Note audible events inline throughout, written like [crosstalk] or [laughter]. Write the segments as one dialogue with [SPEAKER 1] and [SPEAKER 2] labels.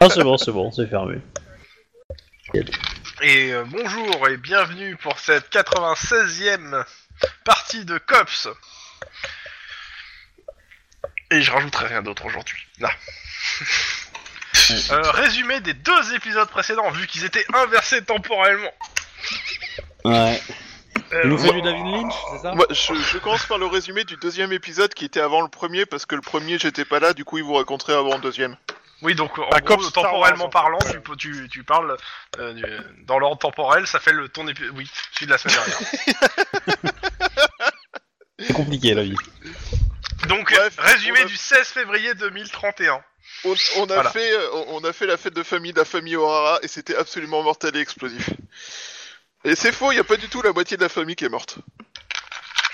[SPEAKER 1] Ah, c'est bon, c'est bon, c'est fermé.
[SPEAKER 2] Et euh, bonjour et bienvenue pour cette 96e partie de Cops. Et je rajouterai rien d'autre aujourd'hui.
[SPEAKER 1] [laughs]
[SPEAKER 2] Là. Euh, résumé des deux épisodes précédents, vu qu'ils étaient inversés temporellement.
[SPEAKER 1] Ouais.
[SPEAKER 2] Euh,
[SPEAKER 1] Il nous fait
[SPEAKER 2] ouais.
[SPEAKER 1] du David Lynch, c'est ça
[SPEAKER 3] Moi, je, je commence par le résumé du deuxième épisode qui était avant le premier parce que le premier j'étais pas là, du coup ils vous raconteraient avant le deuxième.
[SPEAKER 2] Oui, donc en
[SPEAKER 3] Ah,
[SPEAKER 2] gros,
[SPEAKER 3] comme Star
[SPEAKER 2] temporellement
[SPEAKER 3] Wars, en fait.
[SPEAKER 2] parlant, tu, peux- tu, tu parles euh, du- dans l'ordre temporel, ça fait le ton épisode. Oui, celui de la semaine
[SPEAKER 3] [laughs]
[SPEAKER 2] dernière.
[SPEAKER 1] C'est compliqué la vie.
[SPEAKER 2] Donc,
[SPEAKER 3] Bref,
[SPEAKER 2] résumé
[SPEAKER 3] on a-
[SPEAKER 2] du 16 février 2031.
[SPEAKER 3] On, on a
[SPEAKER 2] Voilà.
[SPEAKER 3] fait, euh, on a fait la fête de famille de la famille O'Hara et c'était absolument mortel et explosif. Et c'est faux, il y a pas du tout la moitié de la famille qui est morte.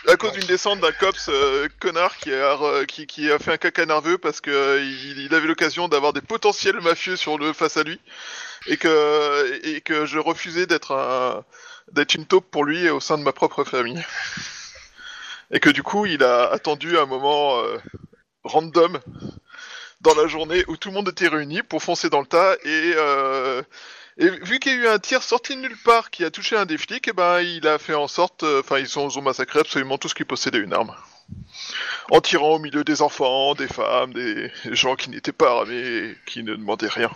[SPEAKER 3] À cause d'une descente d'un cops euh, connard qui a, re- qui, qui a fait un caca nerveux parce que euh, il, il avait l'occasion d'avoir des potentiels mafieux sur le face à lui et que et que je refusais d'être un d'être une taupe pour lui au sein de ma propre famille. Et que du coup, il a attendu un moment euh, random dans la journée où tout le monde était réuni pour foncer dans le tas et, euh, et vu qu'il y a eu un tir sorti de nulle part qui a touché un des flics, et ben il a fait en sorte, euh, enfin ils sont ils ont massacré absolument tous qui possédaient une arme, en tirant au milieu des enfants, des femmes, des gens qui n'étaient pas armés, et qui ne demandaient rien,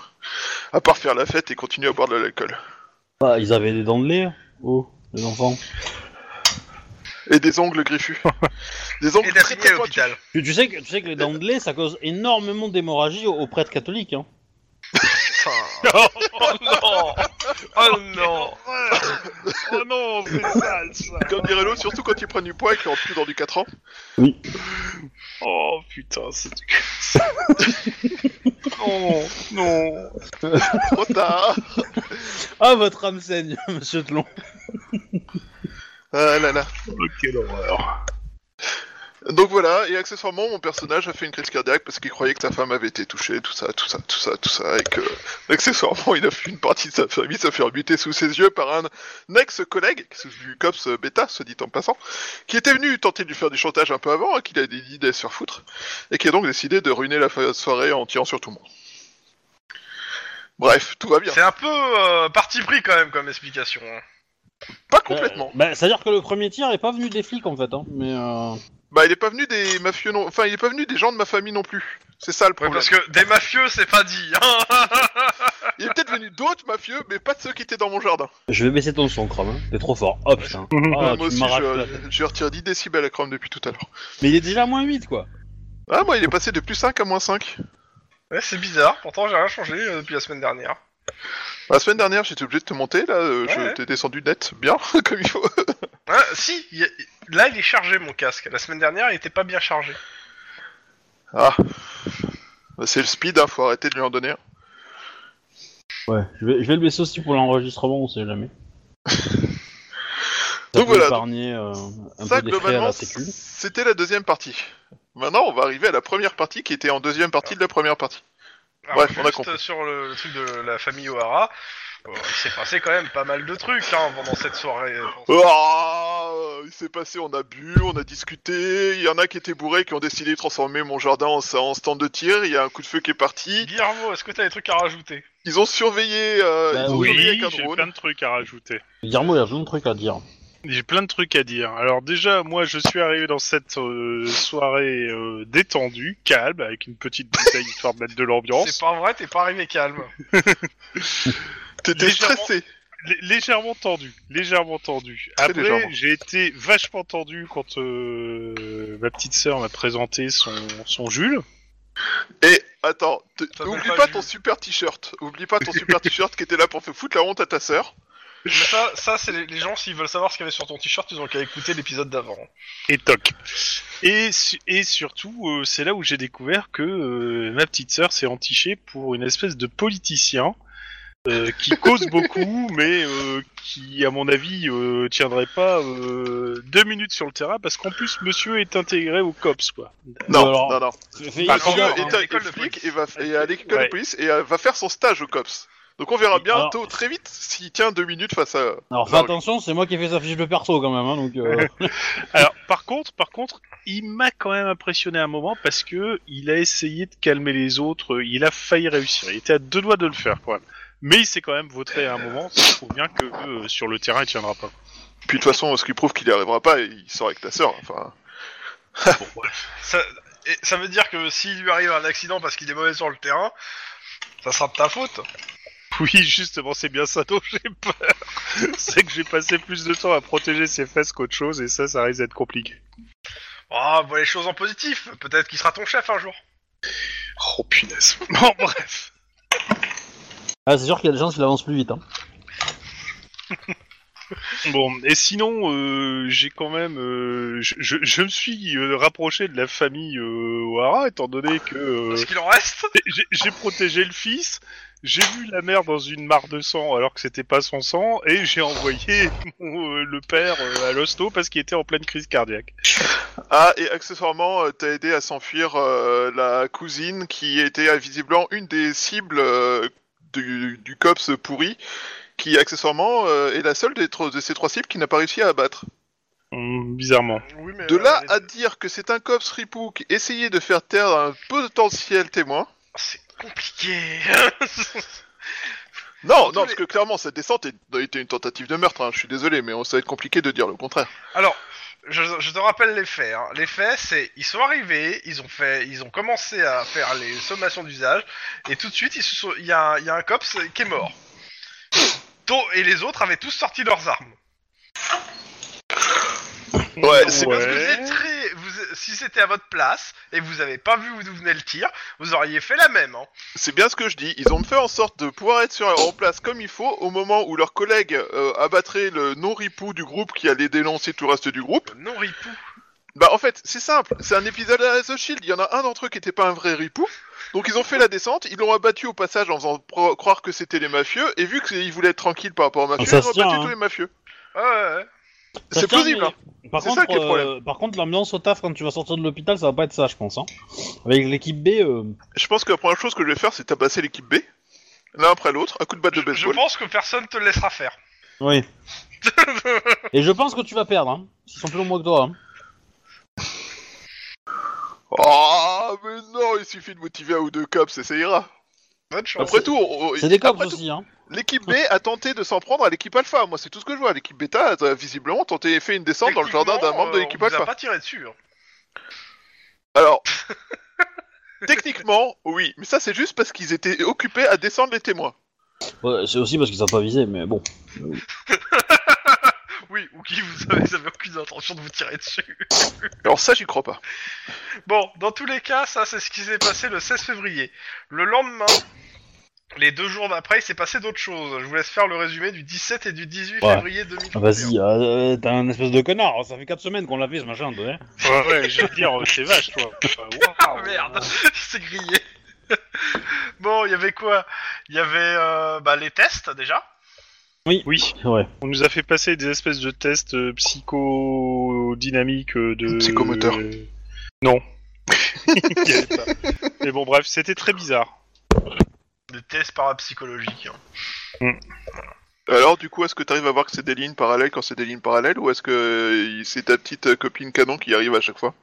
[SPEAKER 3] à part faire la fête et continuer à boire de l'alcool
[SPEAKER 1] Bah, ils avaient des dents de lait, oh, les enfants.
[SPEAKER 3] et des ongles [laughs] griffus, des
[SPEAKER 2] Et
[SPEAKER 3] ongles très
[SPEAKER 2] d'assigner à
[SPEAKER 3] très pointus.
[SPEAKER 2] l'hôpital.
[SPEAKER 1] Tu, tu sais que, tu sais que les dents de lait, ça cause énormément d'hémorragie aux, aux prêtres catholiques. Hein.
[SPEAKER 2] Putain.
[SPEAKER 4] Oh non [laughs]
[SPEAKER 2] Oh non
[SPEAKER 4] Oh non, c'est sale ça
[SPEAKER 3] Comme dirait l'autre, surtout quand ils prennent du poids et qu'ils rentrent plus dans du 4 ans.
[SPEAKER 4] Oh putain, c'est du Non, non
[SPEAKER 3] Trop tard
[SPEAKER 1] Ah, votre âme saigne, [laughs] monsieur Tlon.
[SPEAKER 3] Ah là là.
[SPEAKER 4] Oh, Quelle horreur
[SPEAKER 3] Donc voilà, et accessoirement, mon personnage a fait une crise cardiaque parce qu'il croyait que sa femme avait été touchée, tout ça, tout ça, tout ça, tout ça, et que, accessoirement, il a vu une partie de sa famille se faire buter sous ses yeux par un ex-collègue, du COPS bêta, se dit en passant, qui était venu tenter de lui faire du chantage un peu avant, hein, qu'il a dit d'aller se faire foutre, et qui a donc décidé de ruiner la fa- soirée en tirant sur tout le monde. Bref, tout va bien.
[SPEAKER 2] C'est un peu euh, parti pris quand même comme explication. hein.
[SPEAKER 3] Pas [laughs] complètement.
[SPEAKER 1] Bah, c'est-à-dire que le premier tir est pas venu des flics en fait, hein. Mais euh...
[SPEAKER 3] Bah, il est pas venu des mafieux non... Enfin, il est pas venu des gens de ma famille non plus. C'est ça le
[SPEAKER 2] Ouais,
[SPEAKER 3] problème.
[SPEAKER 2] parce que des mafieux, c'est pas dit. hein. [laughs]
[SPEAKER 3] Il est peut-être venu d'autres mafieux, mais pas de ceux qui étaient dans mon jardin.
[SPEAKER 1] je vais baisser ton son, Chrome. hein. T'es trop fort. Oh putain. Ah,
[SPEAKER 3] [laughs] moi
[SPEAKER 1] tu
[SPEAKER 3] aussi,
[SPEAKER 1] m'arraches la tête.
[SPEAKER 3] je, je retire 10 décibels à Chrome depuis tout à l'heure.
[SPEAKER 1] Mais il est déjà à moins 8 quoi.
[SPEAKER 3] Ah, moi, il est passé de plus 5 à moins 5.
[SPEAKER 2] Ouais, c'est bizarre, pourtant j'ai rien changé euh, depuis la semaine dernière.
[SPEAKER 3] La semaine dernière, j'étais obligé de te monter, là, euh,
[SPEAKER 2] Ouais,
[SPEAKER 3] je
[SPEAKER 2] ouais.
[SPEAKER 3] t'ai descendu net, bien, [laughs] comme il faut.
[SPEAKER 2] Hein, si, il y a- là il est chargé mon casque. La semaine dernière il était pas bien chargé.
[SPEAKER 3] Ah. Bah, C'est le speed, hein, faut arrêter de lui en donner un.
[SPEAKER 1] Ouais. Je vais, je vais le baisser aussi pour l'enregistrement, on sait
[SPEAKER 3] [laughs]
[SPEAKER 1] jamais. Ça
[SPEAKER 3] Donc
[SPEAKER 1] peut
[SPEAKER 3] voilà,
[SPEAKER 1] épargner euh, un
[SPEAKER 3] Ça,
[SPEAKER 1] peu des frais à
[SPEAKER 3] globalement,
[SPEAKER 1] la sécu.
[SPEAKER 3] c'était la deuxième partie. Maintenant, on va arriver à la première partie qui était en deuxième partie de la première partie. Bref, on a
[SPEAKER 2] juste,
[SPEAKER 3] compris.
[SPEAKER 2] euh, Sur le, le truc de la famille O'Hara, euh, il s'est passé quand même pas mal de trucs hein, pendant cette soirée. euh,
[SPEAKER 3] Ah, il s'est passé, on a bu, on a discuté, il y en a qui étaient bourrés qui ont décidé de transformer mon jardin en, en stand de tir, il y a un coup de feu qui est parti,
[SPEAKER 2] Guillermo, est-ce que t'as des trucs à rajouter
[SPEAKER 3] ils ont surveillé, euh,
[SPEAKER 1] Bah
[SPEAKER 3] ils ont
[SPEAKER 1] oui,
[SPEAKER 3] surveillé
[SPEAKER 4] Oui,
[SPEAKER 3] avec un
[SPEAKER 4] j'ai
[SPEAKER 3] drone.
[SPEAKER 4] plein de trucs à rajouter.
[SPEAKER 1] Guillermo, il y a plein de trucs à dire.
[SPEAKER 4] J'ai plein de trucs à dire. Alors déjà, moi, je suis arrivé dans cette euh, soirée euh, détendue, calme, avec une petite bouteille histoire de mettre de
[SPEAKER 2] C'est
[SPEAKER 4] l'ambiance.
[SPEAKER 2] pas vrai, t'es pas arrivé calme.
[SPEAKER 3] T'étais
[SPEAKER 4] légèrement-
[SPEAKER 3] stressé.
[SPEAKER 4] Lé- Légèrement tendu, légèrement tendu.
[SPEAKER 3] Très
[SPEAKER 4] Après,
[SPEAKER 3] légèrement.
[SPEAKER 4] j'ai été vachement tendu quand euh, ma petite sœur m'a présenté son, son Jules.
[SPEAKER 3] Et attends, te-
[SPEAKER 2] Ça
[SPEAKER 3] oublie
[SPEAKER 2] s'appelle pas
[SPEAKER 3] pas, ton
[SPEAKER 2] Jules.
[SPEAKER 3] super t-shirt. Oublie [laughs] pas ton super t-shirt qui était là pour te foutre la honte à ta sœur.
[SPEAKER 2] Mais ça, ça c'est les, les gens, s'ils veulent savoir ce qu'il y avait sur ton t-shirt, ils ont qu'à écouter l'épisode d'avant.
[SPEAKER 4] Et toc. Et, su- et surtout, euh, c'est là où j'ai découvert que euh, ma petite sœur s'est entichée pour une espèce de politicien euh, qui cause beaucoup, mais euh, qui, à mon avis, euh, tiendrait pas euh, deux minutes sur le terrain parce qu'en plus, monsieur est intégré au COPS, quoi.
[SPEAKER 3] Non,
[SPEAKER 1] alors-
[SPEAKER 3] non, Bah, non.
[SPEAKER 1] Fais- fais-
[SPEAKER 4] Par
[SPEAKER 1] fais
[SPEAKER 4] contre,
[SPEAKER 1] gaffe,
[SPEAKER 3] Monsieur
[SPEAKER 2] non,
[SPEAKER 1] hein.
[SPEAKER 3] est à
[SPEAKER 2] l'école de
[SPEAKER 3] flic
[SPEAKER 2] police.
[SPEAKER 3] et va et à l'école
[SPEAKER 4] Ouais.
[SPEAKER 3] de police et euh, va faire son stage au cops. Donc on verra
[SPEAKER 1] Oui, alors-
[SPEAKER 3] bientôt, très vite, s'il tient deux minutes face à...
[SPEAKER 1] Alors fais
[SPEAKER 4] Non,
[SPEAKER 1] attention, c'est moi qui ai fait sa fiche de perso quand même, hein, donc. euh,
[SPEAKER 4] Alors, par contre, par contre, il m'a quand même impressionné un moment parce que il a essayé de calmer les autres. Il a failli réussir. Il était à deux doigts de le faire, quand même. Mais il s'est quand même vautré à un moment. Ça prouve bien que euh, sur le terrain, il tiendra pas.
[SPEAKER 3] Puis de toute façon, ce qui prouve qu'il n'y arrivera pas, il sort avec ta sœur, hein, enfin...
[SPEAKER 2] Ça, et ça veut dire que s'il lui arrive un accident parce qu'il est mauvais sur le terrain, ça sera de ta faute.
[SPEAKER 4] Oui, justement, c'est bien ça dont j'ai peur. c'est que j'ai passé plus de temps à protéger ses fesses qu'autre chose, et ça, ça risque d'être compliqué.
[SPEAKER 2] Ah, vois les choses en positif. Peut-être qu'il sera ton chef un jour.
[SPEAKER 4] Oh punaise. [laughs] Bon, bref.
[SPEAKER 1] Ah, c'est sûr qu'il y a des gens qui l'avancent plus vite. Hein.
[SPEAKER 4] Bon, et sinon, euh, j'ai quand même, euh, je, je- je me suis euh, rapproché de la famille euh, O'Hara, étant donné que euh,
[SPEAKER 2] Est-ce qu'il en reste
[SPEAKER 4] j'ai- j'ai protégé le fils, j'ai vu la mère dans une mare de sang alors que c'était pas son sang, et j'ai envoyé [laughs] mon, euh, le père euh, à l'hosto parce qu'il était en pleine crise cardiaque.
[SPEAKER 3] Ah, et accessoirement, euh, t'as aidé à s'enfuir euh, la cousine qui était euh, visiblement une des cibles euh, du, du COPS pourri, qui accessoirement euh, est la seule des tro- de ces trois cibles qui n'a pas réussi à abattre.
[SPEAKER 4] Hum, bizarrement.
[SPEAKER 2] Oui, mais
[SPEAKER 3] De là
[SPEAKER 2] euh,
[SPEAKER 3] à dire que c'est un COPS ripou qui essayait de faire taire un potentiel témoin...
[SPEAKER 2] c'est compliqué. [laughs]
[SPEAKER 3] Non, non,
[SPEAKER 2] tous les-
[SPEAKER 3] parce que clairement, cette descente est- était une tentative de meurtre, hein, je suis désolé, mais on- ça va être compliqué de dire le contraire.
[SPEAKER 2] Alors, je, je te rappelle les faits. hein. Les faits, c'est ils sont arrivés, ils ont fait, ils ont commencé à faire les sommations d'usage, et tout de suite, ils se sont- il y, a un- il y a un cops qui est mort. To- Et les autres avaient tous sorti leurs armes.
[SPEAKER 3] Ouais,
[SPEAKER 2] C'est
[SPEAKER 3] c'est
[SPEAKER 2] parce que vous êtes très- vous- si c'était à votre place et vous avez pas vu d'où venait le tir, vous auriez fait la même. Hein.
[SPEAKER 3] C'est bien ce que je dis. Ils ont fait en sorte de pouvoir être sur, en place comme il faut au moment où leurs collègues euh, abattraient le non-ripou du groupe qui allait dénoncer tout le reste du groupe.
[SPEAKER 2] Non ripou.
[SPEAKER 3] Bah en fait, c'est simple. C'est un épisode à la The Shield. Il y en a un d'entre eux qui était pas un vrai ripou. Donc ils ont fait la descente, ils l'ont abattu au passage en faisant pro- croire que c'était les mafieux, et vu qu'ils voulaient être tranquilles par rapport aux mafieux,
[SPEAKER 1] ça
[SPEAKER 3] ils ont
[SPEAKER 1] se tient,
[SPEAKER 3] abattu
[SPEAKER 1] hein.
[SPEAKER 3] tous les mafieux.
[SPEAKER 2] Ouais, ouais, ouais.
[SPEAKER 1] Ça
[SPEAKER 3] C'est
[SPEAKER 1] tient,
[SPEAKER 3] plausible,
[SPEAKER 1] mais-
[SPEAKER 3] hein.
[SPEAKER 1] Par
[SPEAKER 3] C'est
[SPEAKER 1] contre,
[SPEAKER 3] ça qui est le
[SPEAKER 1] euh,
[SPEAKER 3] problème.
[SPEAKER 1] par contre, l'ambiance au taf quand tu vas sortir de l'hôpital, ça va pas être ça, je pense. Hein. Avec l'équipe B, euh,
[SPEAKER 3] Je pense que la première chose que je vais faire, c'est tabasser l'équipe B, l'un après l'autre, à coup de batte de
[SPEAKER 2] Je, je
[SPEAKER 3] baseball.
[SPEAKER 2] pense que personne te le laissera faire.
[SPEAKER 1] oui. [laughs] Et je pense que tu vas perdre. Hein. Ils sont plus longs que toi. Hein.
[SPEAKER 3] Ah mais non, il suffit de motiver un ou deux cops et ça ira.
[SPEAKER 2] Bonne chance.
[SPEAKER 3] Après tout, on- on-
[SPEAKER 1] Ah, C'est des cops
[SPEAKER 3] après tout,
[SPEAKER 1] aussi. Hein.
[SPEAKER 3] L'équipe B a tenté de s'en prendre à l'équipe Alpha. Moi, c'est tout ce que je vois. L'équipe Bêta a visiblement tenté et fait une descente dans le jardin d'un
[SPEAKER 2] Techniquement,
[SPEAKER 3] membre de
[SPEAKER 2] euh,
[SPEAKER 3] l'équipe
[SPEAKER 2] on vous a
[SPEAKER 3] Alpha.
[SPEAKER 2] pas tiré dessus. hein.
[SPEAKER 3] Alors, [laughs] techniquement, oui, mais ça, c'est juste parce qu'ils étaient occupés à descendre les témoins.
[SPEAKER 1] Ouais, c'est aussi parce qu'ils savent pas viser, mais bon.
[SPEAKER 2] Oui, ou qui vous avez, vous avez aucune intention de vous tirer dessus.
[SPEAKER 3] Alors ça, j'y crois pas.
[SPEAKER 2] Bon, dans tous les cas, ça c'est ce qui s'est passé le 16 février. Le lendemain, les deux jours d'après, il s'est passé d'autres choses. Je vous laisse faire le résumé du 17 et du
[SPEAKER 1] Ouais.
[SPEAKER 2] 18
[SPEAKER 1] Ah,
[SPEAKER 2] février 2021.
[SPEAKER 1] Vas-y, euh, t'as un espèce de connard. Ça fait 4 semaines qu'on l'a fait ce machin. toi, hein.
[SPEAKER 4] Ouais, ouais, je veux dire, euh, c'est vache, toi.
[SPEAKER 2] Ah merde, [laughs] c'est grillé. bon, il y avait quoi Il y avait euh, bah, les tests déjà.
[SPEAKER 4] Oui,
[SPEAKER 1] Ouais.
[SPEAKER 4] on nous a fait passer des espèces de tests euh, psychodynamiques euh, de.
[SPEAKER 3] Psychomoteur.
[SPEAKER 4] euh, Non. [laughs] Il y avait pas. Mais bon, bref, c'était très bizarre.
[SPEAKER 2] Des tests parapsychologiques. hein.
[SPEAKER 3] Alors, du coup, est-ce que t'arrives à voir que c'est des lignes parallèles quand c'est des lignes parallèles, ou est-ce que euh, c'est ta petite euh, copine canon qui arrive à chaque fois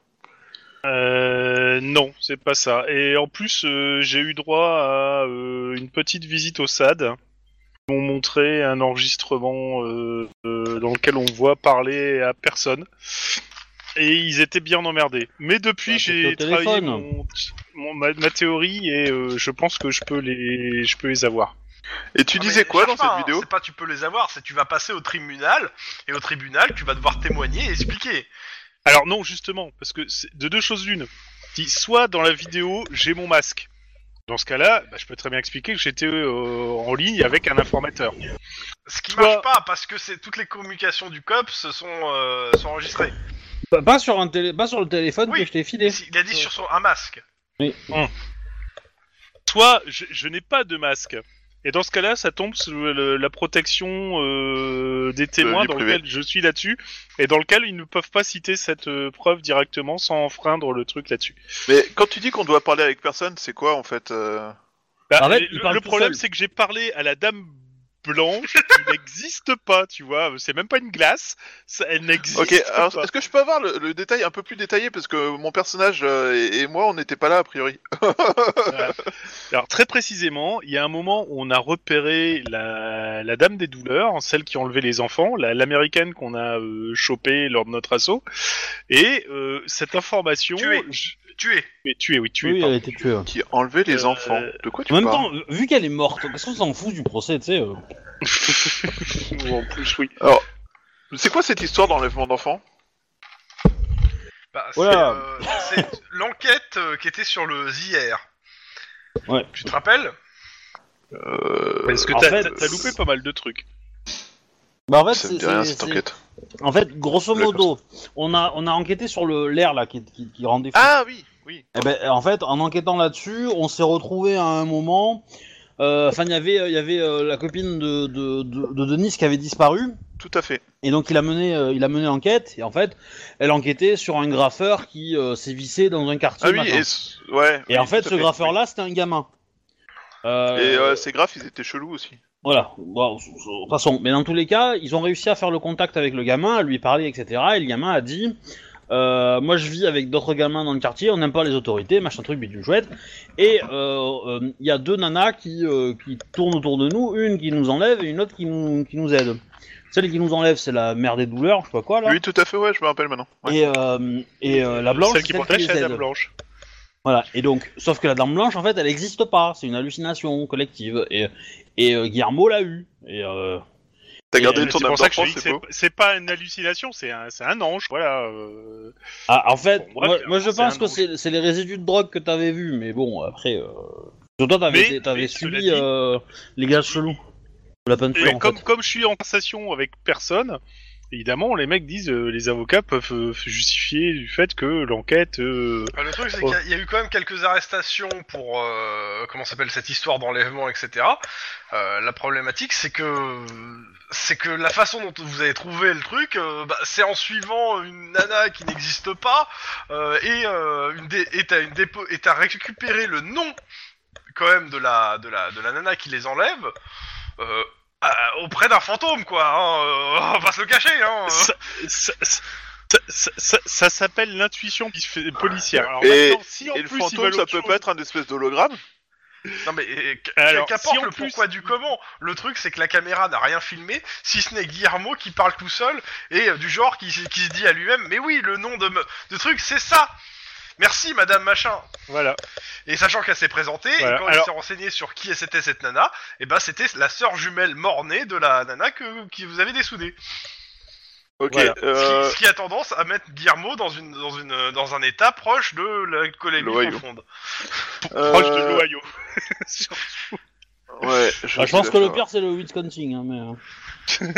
[SPEAKER 4] Euh, non, c'est pas ça. Et en plus, euh, j'ai eu droit à euh, une petite visite au SAD. Ils m'ont montré un enregistrement euh, euh, dans lequel on voit parler à personne. Et ils étaient bien emmerdés. Mais depuis,
[SPEAKER 1] Ah,
[SPEAKER 4] j'ai
[SPEAKER 1] t'étais au
[SPEAKER 4] travaillé
[SPEAKER 1] téléphone.
[SPEAKER 4] mon, mon- ma, ma théorie et euh, je pense que je peux les, je peux les avoir.
[SPEAKER 3] Et tu
[SPEAKER 2] Ah,
[SPEAKER 3] disais
[SPEAKER 2] mais
[SPEAKER 3] quoi dans
[SPEAKER 2] cherche pas,
[SPEAKER 3] cette
[SPEAKER 2] hein,
[SPEAKER 3] vidéo
[SPEAKER 2] C'est pas tu peux les avoir, c'est tu vas passer au tribunal et au tribunal tu vas devoir témoigner et expliquer.
[SPEAKER 4] Alors non, justement, parce que c'est de deux choses l'une. Si soit dans la vidéo, j'ai mon masque. Dans ce cas-là, bah, je peux très bien expliquer que j'étais euh, en ligne avec un informateur.
[SPEAKER 2] Ce qui
[SPEAKER 4] Toi-
[SPEAKER 2] marche pas parce que c'est toutes les communications du COPS sont, euh, sont enregistrées.
[SPEAKER 1] Pas, pas sur, un télé... pas sur le téléphone
[SPEAKER 2] Oui.
[SPEAKER 1] que je t'ai filé.
[SPEAKER 2] Si- Il a dit sur son un masque.
[SPEAKER 4] Soit je, je n'ai pas de masque. Et dans ce cas-là, ça tombe sous le- la protection euh, des témoins
[SPEAKER 3] vie
[SPEAKER 4] dans
[SPEAKER 3] privée.
[SPEAKER 4] lequel je suis là-dessus et dans lequel ils ne peuvent pas citer cette euh, preuve directement sans enfreindre le truc là-dessus.
[SPEAKER 3] Mais quand tu dis qu'on doit parler avec personne, c'est quoi en fait euh
[SPEAKER 4] Bah,
[SPEAKER 1] En fait,
[SPEAKER 4] le-
[SPEAKER 1] il parle
[SPEAKER 4] le
[SPEAKER 1] tout
[SPEAKER 4] problème,
[SPEAKER 1] seul.
[SPEAKER 4] c'est que j'ai parlé à la dame blanche qui [laughs] n'existe pas, tu vois. C'est même pas une glace, ça- elle n'existe
[SPEAKER 3] Ok, alors
[SPEAKER 4] pas.
[SPEAKER 3] est-ce que je peux avoir le, le détail un peu plus détaillé Parce que mon personnage euh, et, et moi, on n'était pas là a priori.
[SPEAKER 4] [laughs] Alors très précisément, il y a un moment où on a repéré la, la dame des douleurs, celle qui enlevait les enfants, la- l'américaine qu'on a euh, chopée lors de notre assaut, et euh, cette information...
[SPEAKER 2] Tuée.
[SPEAKER 4] je-
[SPEAKER 2] Tué.
[SPEAKER 4] Tuée, tuée, oui, tuée.
[SPEAKER 1] Oui,
[SPEAKER 4] pardon.
[SPEAKER 1] elle a été tuée. ouais.
[SPEAKER 3] Qui enlevait les
[SPEAKER 4] Euh,
[SPEAKER 3] enfants. De quoi tu
[SPEAKER 1] En même
[SPEAKER 3] parles
[SPEAKER 1] temps, vu qu'elle est morte, qu'est-ce qu'on s'en fout du procès, tu sais euh,
[SPEAKER 4] Ou en plus, oui.
[SPEAKER 3] C'est quoi cette histoire d'enlèvement d'enfants
[SPEAKER 2] Bah,
[SPEAKER 1] Voilà.
[SPEAKER 2] C'est euh, c'est l'enquête euh, qui était sur le ZIR.
[SPEAKER 1] Ouais.
[SPEAKER 2] Tu te rappelles
[SPEAKER 3] euh,
[SPEAKER 4] Parce que
[SPEAKER 1] en
[SPEAKER 4] t'as
[SPEAKER 1] fait,
[SPEAKER 4] t'as- t'as loupé pas mal de trucs.
[SPEAKER 1] Bah, en fait,
[SPEAKER 3] Ça me
[SPEAKER 1] c'est-
[SPEAKER 3] dit rien
[SPEAKER 1] c'est-
[SPEAKER 3] cette
[SPEAKER 1] c'est-
[SPEAKER 3] enquête.
[SPEAKER 1] En fait, grosso modo, on a, on a enquêté sur le l'air là qui, qui, qui rendait fou.
[SPEAKER 3] Ah oui, oui.
[SPEAKER 1] Eh ben, en fait, en enquêtant là-dessus, on s'est retrouvé à un moment. euh, Enfin, il y avait, il y avait euh, la copine de, de, de, de Denis qui avait disparu.
[SPEAKER 3] Tout à fait.
[SPEAKER 1] Et donc il a mené, euh, il a mené l'enquête et en fait, elle enquêtait sur un graffeur qui euh, s'est vissé dans un quartier.
[SPEAKER 3] Ah oui,
[SPEAKER 1] machin.
[SPEAKER 3] et, c- ouais,
[SPEAKER 1] Et
[SPEAKER 3] oui,
[SPEAKER 1] en fait,
[SPEAKER 3] tout à
[SPEAKER 1] ce graffeur-là, c'était un gamin. Euh,
[SPEAKER 3] Et euh, ces graphes, ils étaient chelous aussi.
[SPEAKER 1] Voilà, bon, s- s- passons. Mais dans tous les cas, ils ont réussi à faire le contact avec le gamin, à lui parler, etc. Et le gamin a dit euh, Moi je vis avec d'autres gamins dans le quartier, on n'aime pas les autorités, machin truc, bidule chouette. Et euh, euh, il y a deux nanas qui, euh, qui tournent autour de nous, une qui nous enlève et une autre qui nous, qui nous aide. Celle qui nous enlève, c'est la mère des douleurs, je sais pas quoi là.
[SPEAKER 3] Oui, tout à fait, ouais, je me rappelle maintenant. Ouais.
[SPEAKER 1] Et, euh, et euh, la blanche,
[SPEAKER 4] Celle qui
[SPEAKER 1] c'est
[SPEAKER 4] protège
[SPEAKER 1] les
[SPEAKER 4] la dame
[SPEAKER 1] aide.
[SPEAKER 4] blanche.
[SPEAKER 1] Voilà, et donc, sauf que la Dame Blanche, en fait, elle n'existe pas, c'est une hallucination collective, et, et euh, Guillermo l'a eu. Et, euh,
[SPEAKER 3] T'as
[SPEAKER 1] et,
[SPEAKER 3] gardé
[SPEAKER 1] euh,
[SPEAKER 3] le ton
[SPEAKER 4] C'est pour ça que je
[SPEAKER 3] d'abord,
[SPEAKER 4] te dis que
[SPEAKER 3] c'est beau.
[SPEAKER 4] c'est- c'est pas une hallucination, c'est un, c'est un ange, voilà. euh.
[SPEAKER 1] ah, en fait,
[SPEAKER 4] Bon, bref,
[SPEAKER 1] moi, moi, je
[SPEAKER 4] c'est
[SPEAKER 1] pense
[SPEAKER 4] un
[SPEAKER 1] que
[SPEAKER 4] autre.
[SPEAKER 1] c'est c'est les résidus de drogue que t'avais vu, mais bon, après, euh... sur toi, t'avais
[SPEAKER 4] Mais-
[SPEAKER 1] été- t'avais
[SPEAKER 4] mais cela
[SPEAKER 1] subi
[SPEAKER 4] dit-
[SPEAKER 1] euh, les gars chelous. De la peinture,
[SPEAKER 4] Et
[SPEAKER 1] en
[SPEAKER 4] comme,
[SPEAKER 1] fait.
[SPEAKER 4] comme je suis en conversation avec personne, évidemment, les mecs disent, euh, les avocats peuvent euh, justifier du fait que l'enquête. euh,
[SPEAKER 2] Bah, Le truc, c'est
[SPEAKER 4] Oh.
[SPEAKER 2] qu'il y a- il y a eu quand même quelques arrestations pour euh, comment s'appelle cette histoire d'enlèvement, etc. Euh, la problématique, c'est que c'est que la façon dont vous avez trouvé le truc, euh, bah, c'est en suivant une nana qui n'existe pas euh, et euh, une dé- et t'as une dépo- et t'as récupéré le nom quand même de la de la de la nana qui les enlève. euh, à- auprès d'un fantôme quoi, hein, euh, [laughs] on va se le cacher hein.
[SPEAKER 4] Ça, ça- ça- ça- ça- ça s'appelle l'intuition qui se fait- policière. Alors
[SPEAKER 3] Et-
[SPEAKER 4] maintenant, si en
[SPEAKER 3] Et le
[SPEAKER 4] plus, ils
[SPEAKER 3] fantôme,
[SPEAKER 4] veulent
[SPEAKER 3] ça
[SPEAKER 4] autre
[SPEAKER 3] peut
[SPEAKER 4] chose-
[SPEAKER 3] pas être un espèce d'hologramme
[SPEAKER 2] Non mais euh, qu-
[SPEAKER 4] Alors,
[SPEAKER 2] qu'importe
[SPEAKER 4] si en
[SPEAKER 2] le
[SPEAKER 4] plus-
[SPEAKER 2] pourquoi du comment. Le truc c'est que la caméra n'a rien filmé, si ce n'est Guillermo qui parle tout seul et euh, du genre qui, se- qui se dit à lui-même mais oui le nom de, me- de truc c'est ça. Merci madame machin.
[SPEAKER 4] Voilà.
[SPEAKER 2] Et sachant qu'elle s'est présentée
[SPEAKER 4] Voilà,
[SPEAKER 2] et quand
[SPEAKER 4] alors-
[SPEAKER 2] il s'est renseigné sur qui c'était cette nana, et ben c'était la sœur jumelle mort-née de la nana que qui vous avez dessoudée.
[SPEAKER 3] Ok,
[SPEAKER 4] Voilà.
[SPEAKER 2] Ce qui-
[SPEAKER 3] euh,
[SPEAKER 2] [laughs] Ce, qui, a tendance à mettre Guillermo dans une dans une euh, dans un état proche de la
[SPEAKER 3] L'Ohio.
[SPEAKER 2] colémie profonde.
[SPEAKER 4] Proche de
[SPEAKER 3] euh,
[SPEAKER 4] [laughs] l'Ohio.
[SPEAKER 3] Ouais, je,
[SPEAKER 1] Ah, je pense
[SPEAKER 3] suis
[SPEAKER 1] que le
[SPEAKER 3] d'accord.
[SPEAKER 1] pire, c'est le Wisconsin, hein, mais... euh,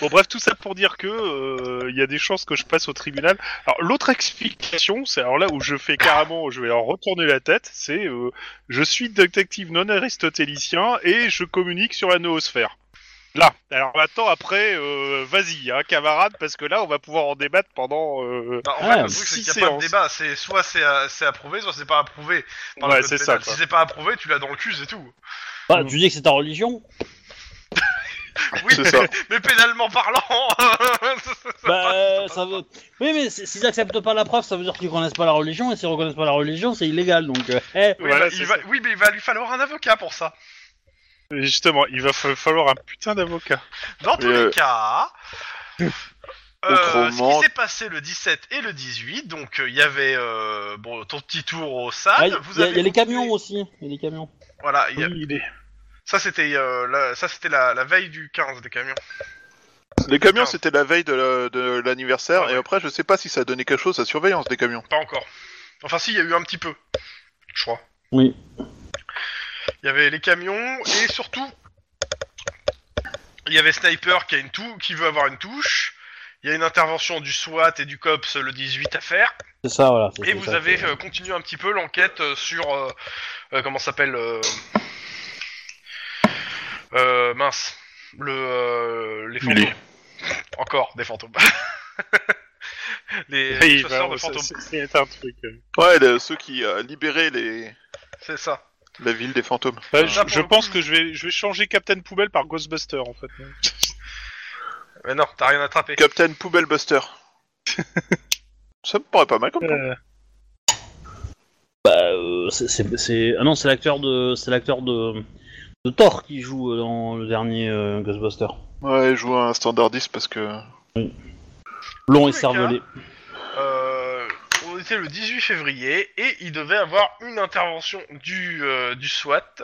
[SPEAKER 4] Bon bref, tout ça pour dire que euh, il y a des chances que je passe au tribunal. Alors l'autre explication, c'est alors là où je fais carrément, je vais en retourner la tête, c'est euh, je suis détective non aristotélicien et je communique sur la noosphère. Là, alors maintenant après, euh, vas-y, hein, camarade, parce que là on va pouvoir en débattre pendant. euh,
[SPEAKER 2] Bah, en
[SPEAKER 1] Ah,
[SPEAKER 2] fait, le truc, c'est
[SPEAKER 4] six
[SPEAKER 2] qu'il n'y a pas de
[SPEAKER 4] séances.
[SPEAKER 2] débat. C'est soit c'est euh, c'est approuvé, soit c'est pas approuvé. par le
[SPEAKER 4] Ouais,
[SPEAKER 2] code
[SPEAKER 4] c'est ça.
[SPEAKER 2] pénal.
[SPEAKER 4] Quoi.
[SPEAKER 2] Si c'est pas approuvé, tu l'as dans le cul, c'est
[SPEAKER 4] [laughs]
[SPEAKER 2] tout.
[SPEAKER 1] Bah, tu dis que c'est ta religion
[SPEAKER 2] Oui,
[SPEAKER 3] C'est ça.
[SPEAKER 2] mais pénalement parlant. [laughs]
[SPEAKER 1] Bah, euh, ça veut... Oui, mais s- s'ils acceptent pas la preuve, ça veut dire qu'ils connaissent pas la religion, et s'ils reconnaissent pas la religion, c'est illégal, donc... euh, eh.
[SPEAKER 2] Oui,
[SPEAKER 4] Voilà,
[SPEAKER 2] bah, il
[SPEAKER 4] c'est
[SPEAKER 2] va-
[SPEAKER 4] ça.
[SPEAKER 2] oui, mais il va lui falloir un avocat pour ça.
[SPEAKER 4] Et Justement, il va fa- falloir un putain d'avocat.
[SPEAKER 2] Dans tous
[SPEAKER 3] Mais, euh,
[SPEAKER 2] les
[SPEAKER 4] [laughs]
[SPEAKER 2] cas. euh, ce
[SPEAKER 3] autrement-
[SPEAKER 2] qui s'est passé le 17 et le 18, donc euh, il y avait euh, bon, ton petit tour au SAD.
[SPEAKER 1] Ah, Il
[SPEAKER 2] vous
[SPEAKER 1] y, a-
[SPEAKER 2] avez
[SPEAKER 1] il y a les
[SPEAKER 2] continué-
[SPEAKER 1] camions aussi, il y a les camions.
[SPEAKER 2] Voilà, il y a-
[SPEAKER 4] Oui, il est.
[SPEAKER 2] ça c'était euh, la... ça, c'était la... la veille du 15 des camions.
[SPEAKER 3] Les camions,
[SPEAKER 2] Merde.
[SPEAKER 3] c'était la veille de la- de l'anniversaire,
[SPEAKER 2] Ah
[SPEAKER 3] et après, je sais pas si ça donnait quelque chose à surveillance des camions.
[SPEAKER 2] Pas encore. Enfin, si, il y a eu un petit peu, je crois.
[SPEAKER 1] Oui.
[SPEAKER 2] Il y avait les camions et surtout, il y avait Sniper qui a une tou qui veut avoir une touche. Il y a une intervention du SWAT et du COPS le 18 à faire.
[SPEAKER 1] C'est ça, voilà. c'est-
[SPEAKER 2] Et
[SPEAKER 1] c'est
[SPEAKER 2] vous
[SPEAKER 1] ça,
[SPEAKER 2] avez
[SPEAKER 1] c'est-
[SPEAKER 2] euh, continué un petit peu l'enquête euh, sur euh, euh, comment ça s'appelle euh, euh, mince le euh, les fantômes.
[SPEAKER 3] Mully.
[SPEAKER 2] Encore des fantômes. [laughs] les
[SPEAKER 4] Oui,
[SPEAKER 2] chasseurs
[SPEAKER 4] bah,
[SPEAKER 2] de
[SPEAKER 4] ça-
[SPEAKER 2] fantômes.
[SPEAKER 4] bah, c'est c'est un truc. euh.
[SPEAKER 3] Ouais, le- ceux qui euh, libéraient les,
[SPEAKER 2] c'est ça.
[SPEAKER 3] La ville des fantômes.
[SPEAKER 4] Bah,
[SPEAKER 2] Là,
[SPEAKER 4] je,
[SPEAKER 2] pour
[SPEAKER 4] je
[SPEAKER 2] le coup,
[SPEAKER 4] pense que je vais, je vais changer Captain Poubelle par Ghostbuster en fait.
[SPEAKER 2] Mais non, t'as rien attrapé.
[SPEAKER 3] Captain Poubelle [laughs] Buster. Ça me paraît pas mal comme nom.
[SPEAKER 4] Euh,
[SPEAKER 1] Bah, euh, c'est- c'est c'est- ah non, c'est l'acteur de c'est l'acteur de de Thor qui joue euh, dans le dernier euh, Ghostbuster.
[SPEAKER 3] Ouais, je joue un standardiste parce que.
[SPEAKER 1] Long
[SPEAKER 2] Tous
[SPEAKER 1] et
[SPEAKER 2] les cas.
[SPEAKER 1] cervelé.
[SPEAKER 2] Euh, on était le 18 février et il devait avoir une intervention du, euh, du SWAT.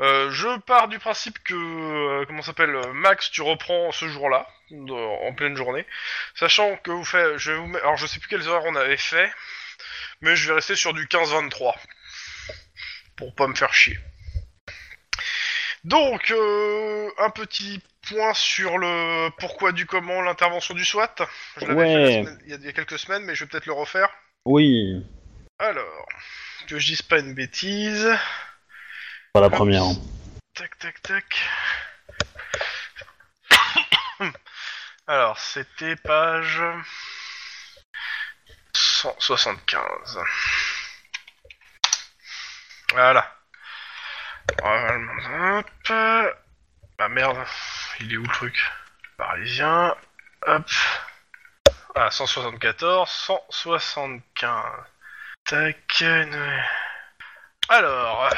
[SPEAKER 2] Euh, je pars du principe que, euh, comment ça s'appelle, euh, Max, tu reprends ce jour-là, dans- en pleine journée, sachant que vous faites, je vais vous mettre- alors je sais plus quelles heures on avait fait, mais je vais rester sur du 15-23, pour pas me faire chier. Donc, euh, un petit point sur le pourquoi du comment l'intervention du SWAT. Je l'avais fait la
[SPEAKER 1] Ouais.
[SPEAKER 2] semaine- il y a- il y a quelques semaines, mais je vais peut-être le refaire.
[SPEAKER 1] Oui,
[SPEAKER 2] Alors, que je dise pas une bêtise.
[SPEAKER 1] pas la première. hein.
[SPEAKER 2] Tac, tac, tac. [coughs] Alors, c'était page 175. Voilà. Hop. Ah merde, il est où le truc Parisien. Hop. Ah, 174, 175. Tac. euh, Alors.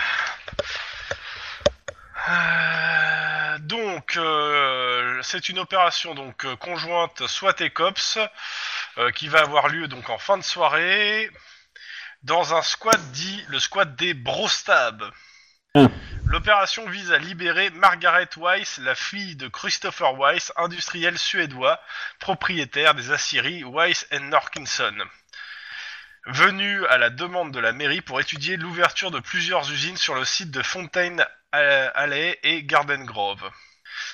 [SPEAKER 2] Euh, donc, euh, c'est une opération donc euh, conjointe SWAT et COPS euh, qui va avoir lieu donc en fin de soirée dans un squat dit le squat des Brostab.
[SPEAKER 1] Hmm.
[SPEAKER 2] L'opération vise à libérer Margaret Weiss, la fille de Christopher Weiss, industriel suédois, propriétaire des aciéries Weiss Norkinson. Venu à la demande de la mairie pour étudier l'ouverture de plusieurs usines sur le site de Fontaine euh, Alley et Garden Grove.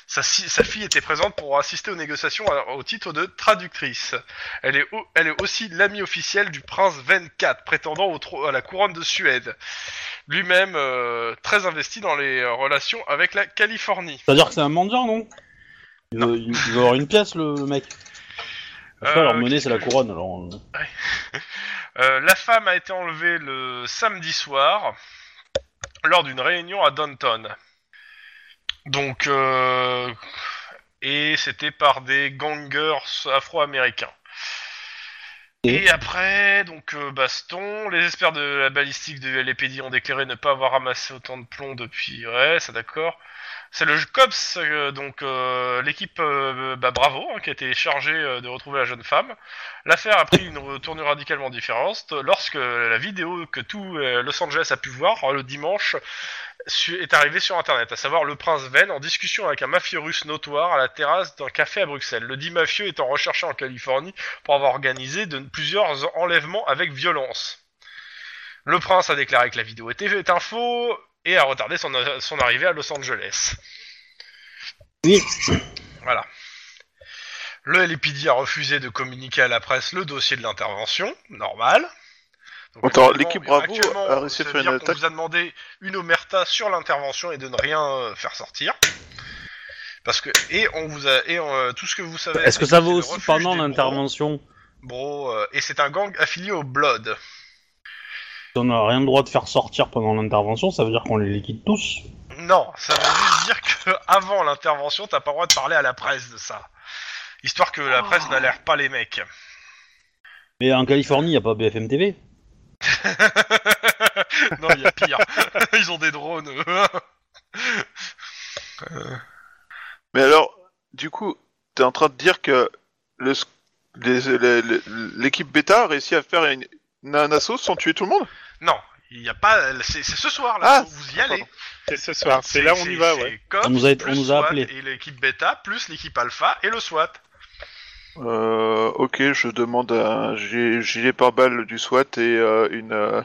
[SPEAKER 2] Sa, si- sa fille était présente pour assister aux négociations à- au titre de traductrice. Elle est, au- elle est aussi l'amie officielle du prince 24, prétendant au tro- à la couronne de Suède. Lui-même euh, très investi dans les euh, relations avec la Californie.
[SPEAKER 1] C'est-à-dire que c'est un mendiant, non il veut, il veut avoir une pièce, le, le mec. Parce que,
[SPEAKER 2] Euh,
[SPEAKER 1] alors, mener,
[SPEAKER 2] qu'est-ce
[SPEAKER 1] c'est la
[SPEAKER 2] que je- Bah,
[SPEAKER 1] couronne. Alors, euh,
[SPEAKER 2] Euh, la femme a été enlevée le samedi soir lors d'une réunion à Downton. Donc, euh, et c'était par des gangers afro-américains. Et après, donc euh, baston, les experts de la balistique de LAPD ont déclaré ne pas avoir ramassé autant de plomb depuis. Ouais, ça d'accord. C'est le COPS, euh, donc euh, l'équipe euh, bah, Bravo, hein, qui a été chargée euh, de retrouver la jeune femme. L'affaire a pris une tournure radicalement différente lorsque la vidéo que tout euh, Los Angeles a pu voir euh, le dimanche su- est arrivée sur Internet, à savoir le prince Venn en discussion avec un mafieux russe notoire à la terrasse d'un café à Bruxelles. Le dit mafieux étant recherché en Californie pour avoir organisé de, plusieurs enlèvements avec violence. Le prince a déclaré que la vidéo était, est un faux et a retardé son, son arrivée à Los Angeles.
[SPEAKER 1] Oui.
[SPEAKER 2] Voilà. Le LPD a refusé de communiquer à la presse le dossier de l'intervention, normal. Donc,
[SPEAKER 3] Attends,
[SPEAKER 2] actuellement-
[SPEAKER 3] l'équipe Bravo
[SPEAKER 2] actuellement,
[SPEAKER 3] a réussi à
[SPEAKER 2] ça veut
[SPEAKER 3] faire une
[SPEAKER 2] dire qu'on
[SPEAKER 3] attaque.
[SPEAKER 2] vous a demandé une omerta sur l'intervention et de ne rien euh, faire sortir. Parce que et on vous a et euh, tout ce que vous savez.
[SPEAKER 1] Est-ce que
[SPEAKER 2] c'est
[SPEAKER 1] ça vaut
[SPEAKER 2] le
[SPEAKER 1] aussi
[SPEAKER 2] refuge
[SPEAKER 1] pendant
[SPEAKER 2] des bros.
[SPEAKER 1] l'intervention
[SPEAKER 2] Bro, euh, et c'est un gang affilié au Blood.
[SPEAKER 1] Si On n'a rien le droit de faire sortir pendant l'intervention, ça veut dire qu'on les liquide tous.
[SPEAKER 2] Non, ça veut juste dire que avant l'intervention, t'as pas le droit de parler à la presse de ça. Histoire que la presse n'alerte pas les mecs. [laughs]
[SPEAKER 1] Mais en Californie, y a pas BFM TV.
[SPEAKER 2] non, il y a pire. [laughs] Ils ont des drones. [laughs] eux.
[SPEAKER 3] Mais alors, du coup, t'es en train de dire que le s- les- les- les- l'équipe bêta a réussi à faire une, une- un assaut sans tuer tout le monde
[SPEAKER 2] non, il y a pas. C'est c'est ce soir là.
[SPEAKER 3] Ah,
[SPEAKER 2] vous y allez.
[SPEAKER 4] c'est ce soir, c'est là où on y va, ouais.
[SPEAKER 2] Cops,
[SPEAKER 1] On nous a- on
[SPEAKER 2] plus
[SPEAKER 1] nous a
[SPEAKER 2] SWAT
[SPEAKER 1] appelés.
[SPEAKER 2] Et l'équipe bêta plus l'équipe alpha et le SWAT.
[SPEAKER 3] Euh, ok, je demande un gilet, gilet pare-balles du SWAT et euh, une euh,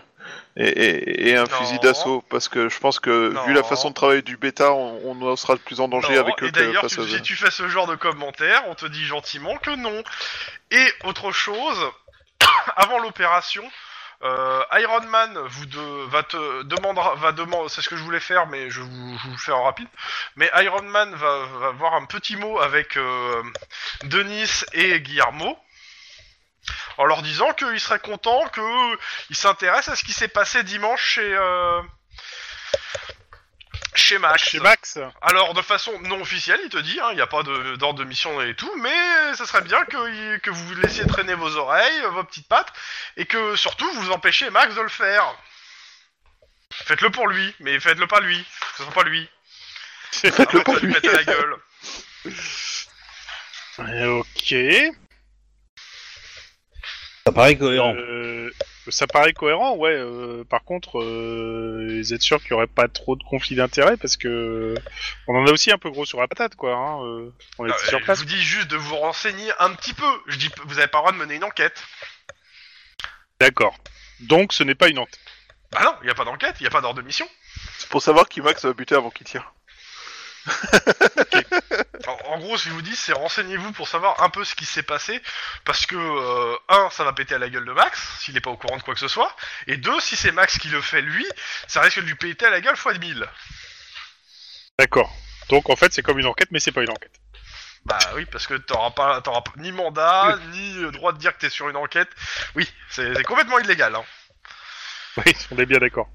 [SPEAKER 3] et, et- et un
[SPEAKER 2] Non.
[SPEAKER 3] fusil d'assaut parce que je pense que vu la
[SPEAKER 2] Non.
[SPEAKER 3] façon de travailler du bêta, on, on sera de plus en danger
[SPEAKER 2] Non,
[SPEAKER 3] avec eux
[SPEAKER 2] et
[SPEAKER 3] que
[SPEAKER 2] d'ailleurs,
[SPEAKER 3] face
[SPEAKER 2] tu-
[SPEAKER 3] à
[SPEAKER 2] si tu fais ce genre de commentaire, on te dit gentiment que non. Et autre chose, [coughs] avant l'opération, euh, Iron Man vous deux va te demandera, va demander, c'est ce que je voulais faire, mais je vous, je vous le fais en rapide. Mais Iron Man va, va avoir un petit mot avec euh, Denis et Guillermo. En leur disant qu'il serait content qu'ils s'intéressent à ce qui s'est passé dimanche chez, euh, chez Max.
[SPEAKER 4] Chez Max
[SPEAKER 2] Alors, de façon non officielle, il te dit, hein, il n'y a pas de- d'ordre de, mission et tout, mais ça serait bien que, que vous laissiez traîner vos oreilles, vos petites pattes, et que surtout vous empêchez Max de le faire. Faites-le pour lui, mais faites-le pas lui. Ce sera pas lui.
[SPEAKER 3] Faites-le
[SPEAKER 2] Arrête
[SPEAKER 3] pas
[SPEAKER 2] de lui
[SPEAKER 3] lui.
[SPEAKER 2] péter la gueule.
[SPEAKER 4] [laughs] Ok.
[SPEAKER 1] Ça paraît cohérent.
[SPEAKER 4] Euh, ça paraît cohérent, ouais. euh, par contre, euh, vous êtes sûr qu'il n'y aurait pas trop de conflits d'intérêts parce que on en a aussi un peu gros sur la patate, quoi. hein, euh, on est
[SPEAKER 2] Ah,
[SPEAKER 4] sur
[SPEAKER 2] je
[SPEAKER 4] place.
[SPEAKER 2] vous dis juste de vous renseigner un petit peu. Je dis, vous avez pas le droit de mener une enquête.
[SPEAKER 4] D'accord. Donc, ce n'est pas une hante.
[SPEAKER 2] Bah non, il n'y a pas d'enquête, il n'y a pas d'ordre de mission.
[SPEAKER 3] C'est pour savoir qui Max va buter avant qu'il tire.
[SPEAKER 2] En, en gros, ce que je vous dis, c'est renseignez-vous pour savoir un peu ce qui s'est passé, parce que, euh, un, ça va péter à la gueule de Max, s'il n'est pas au courant de quoi que ce soit, et deux, si c'est Max qui le fait lui, ça risque de lui péter à la gueule fois 1000.
[SPEAKER 4] D'accord. Donc, en fait, c'est comme une enquête, mais c'est pas une enquête.
[SPEAKER 2] Bah oui, parce que t'auras pas, t'auras pas- ni mandat, ni euh, droit de dire que t'es sur une enquête. Oui, c'est c'est complètement illégal. Hein.
[SPEAKER 4] Oui, on est bien d'accord.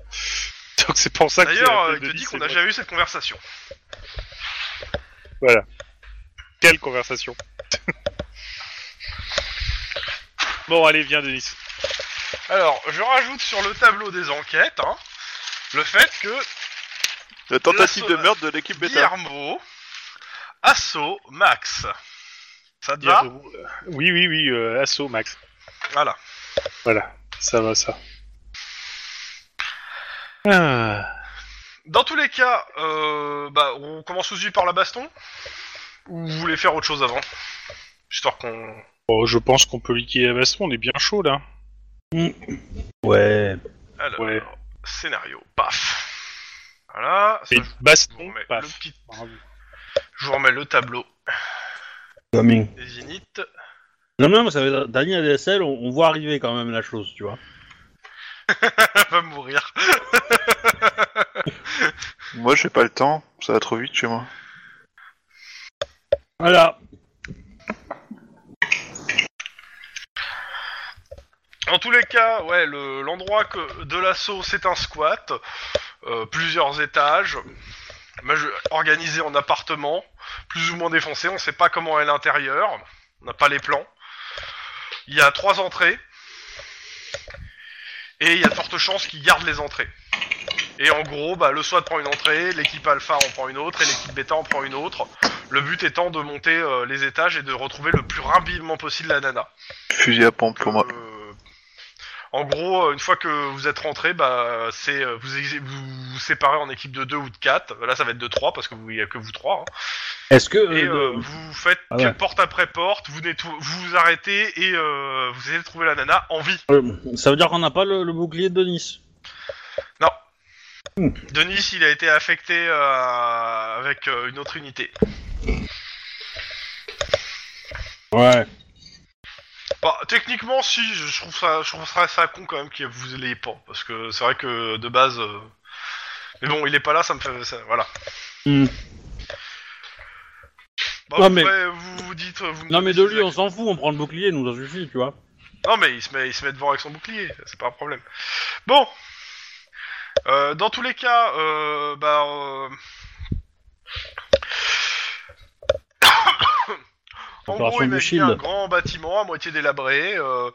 [SPEAKER 4] [laughs] Donc, c'est pour ça que.
[SPEAKER 2] D'ailleurs,
[SPEAKER 4] la
[SPEAKER 2] euh, il
[SPEAKER 4] pièce de
[SPEAKER 2] te
[SPEAKER 4] vie,
[SPEAKER 2] dit
[SPEAKER 4] c'est
[SPEAKER 2] qu'on a
[SPEAKER 4] moi.
[SPEAKER 2] jamais eu cette conversation.
[SPEAKER 4] Quelle conversation [laughs] Bon, allez, viens, Denis.
[SPEAKER 2] Alors, je rajoute sur le tableau des enquêtes hein, le fait que
[SPEAKER 3] La tentative
[SPEAKER 2] La
[SPEAKER 3] de
[SPEAKER 2] so-
[SPEAKER 3] meurtre de l'équipe bêta.
[SPEAKER 2] Guillermo, Asso, Max. Ça te va
[SPEAKER 4] Guillermo. Oui, oui, oui, euh, assaut, Max.
[SPEAKER 2] Voilà.
[SPEAKER 4] Voilà, ça va, ça. Ah.
[SPEAKER 2] Dans tous les cas, euh, bah, on commence aussi par la baston Ou vous voulez faire autre chose avant Histoire qu'on...
[SPEAKER 4] Bon, je pense qu'on peut liquider la baston, on est bien chaud là.
[SPEAKER 1] Ouais.
[SPEAKER 2] Alors,
[SPEAKER 4] Ouais.
[SPEAKER 2] scénario, paf Voilà, ça,
[SPEAKER 4] Mais
[SPEAKER 2] je, vous
[SPEAKER 4] baston,
[SPEAKER 2] remets
[SPEAKER 4] paf.
[SPEAKER 2] le petit-
[SPEAKER 4] Bravo.
[SPEAKER 2] je vous remets le tableau
[SPEAKER 1] Coming.
[SPEAKER 2] des inits. [laughs]
[SPEAKER 1] Non, non, mais ça veut dire, Daniel DSL, on, on voit arriver quand même la chose, tu vois.
[SPEAKER 2] va mourir.
[SPEAKER 3] Moi, j'ai pas le temps. Ça va trop vite chez moi.
[SPEAKER 1] Voilà.
[SPEAKER 2] En tous les cas, ouais, le- l'endroit que de l'assaut, c'est un squat. euh, plusieurs étages. maje- Organisé en appartements. Plus ou moins défoncé. On sait pas comment est l'intérieur. On n'a pas les plans. Il y a trois entrées. Et il y a de fortes chances qu'ils gardent les entrées. Et en gros, bah, le SWAT prend une entrée, l'équipe Alpha en prend une autre, et l'équipe Beta en prend une autre. Le but étant de monter euh, les étages et de retrouver le plus rapidement possible la nana.
[SPEAKER 3] Fusil à pompe pour moi.
[SPEAKER 2] Euh, en gros, euh, une fois que vous êtes rentré, bah, c'est euh, vous, exi- vous vous séparez en équipe de 2 ou de 4. Là, ça va être de 3 parce que vous il y a que vous 3.
[SPEAKER 1] Est-ce que.
[SPEAKER 2] Et
[SPEAKER 1] euh,
[SPEAKER 2] euh, vous faites
[SPEAKER 1] Ah ouais.
[SPEAKER 2] porte après porte, vous netto- vous, vous arrêtez et euh, vous allez trouver la nana en vie.
[SPEAKER 1] euh, ça veut dire qu'on n'a pas le, le bouclier de Nice
[SPEAKER 2] Denis, il a été affecté euh, avec euh, une autre unité.
[SPEAKER 1] Ouais.
[SPEAKER 2] Bah, techniquement, si, je je trouve ça, je trouve ça, ça con quand même que vous l'ayez pas, parce que c'est vrai que de base. euh, Mais bon, il est pas là, ça me fait. ça- voilà.
[SPEAKER 1] Hmm.
[SPEAKER 2] Bah,
[SPEAKER 1] Non,
[SPEAKER 2] vous,
[SPEAKER 1] mais-
[SPEAKER 2] ouais, vous vous dites. euh, Vous me
[SPEAKER 1] Non, mais
[SPEAKER 2] dites
[SPEAKER 1] de
[SPEAKER 2] si
[SPEAKER 1] lui,
[SPEAKER 2] vous
[SPEAKER 1] on s'en fout, on prend le bouclier, nous, ça suffit, tu vois.
[SPEAKER 2] Non, mais il se met, il se met devant avec son bouclier, c'est pas un problème. Bon. Euh, dans tous les cas, euh, bah. euh, [coughs] en
[SPEAKER 1] Opération
[SPEAKER 2] gros,
[SPEAKER 1] du
[SPEAKER 2] imaginez
[SPEAKER 1] Shield.
[SPEAKER 2] un grand bâtiment à moitié délabré. euh,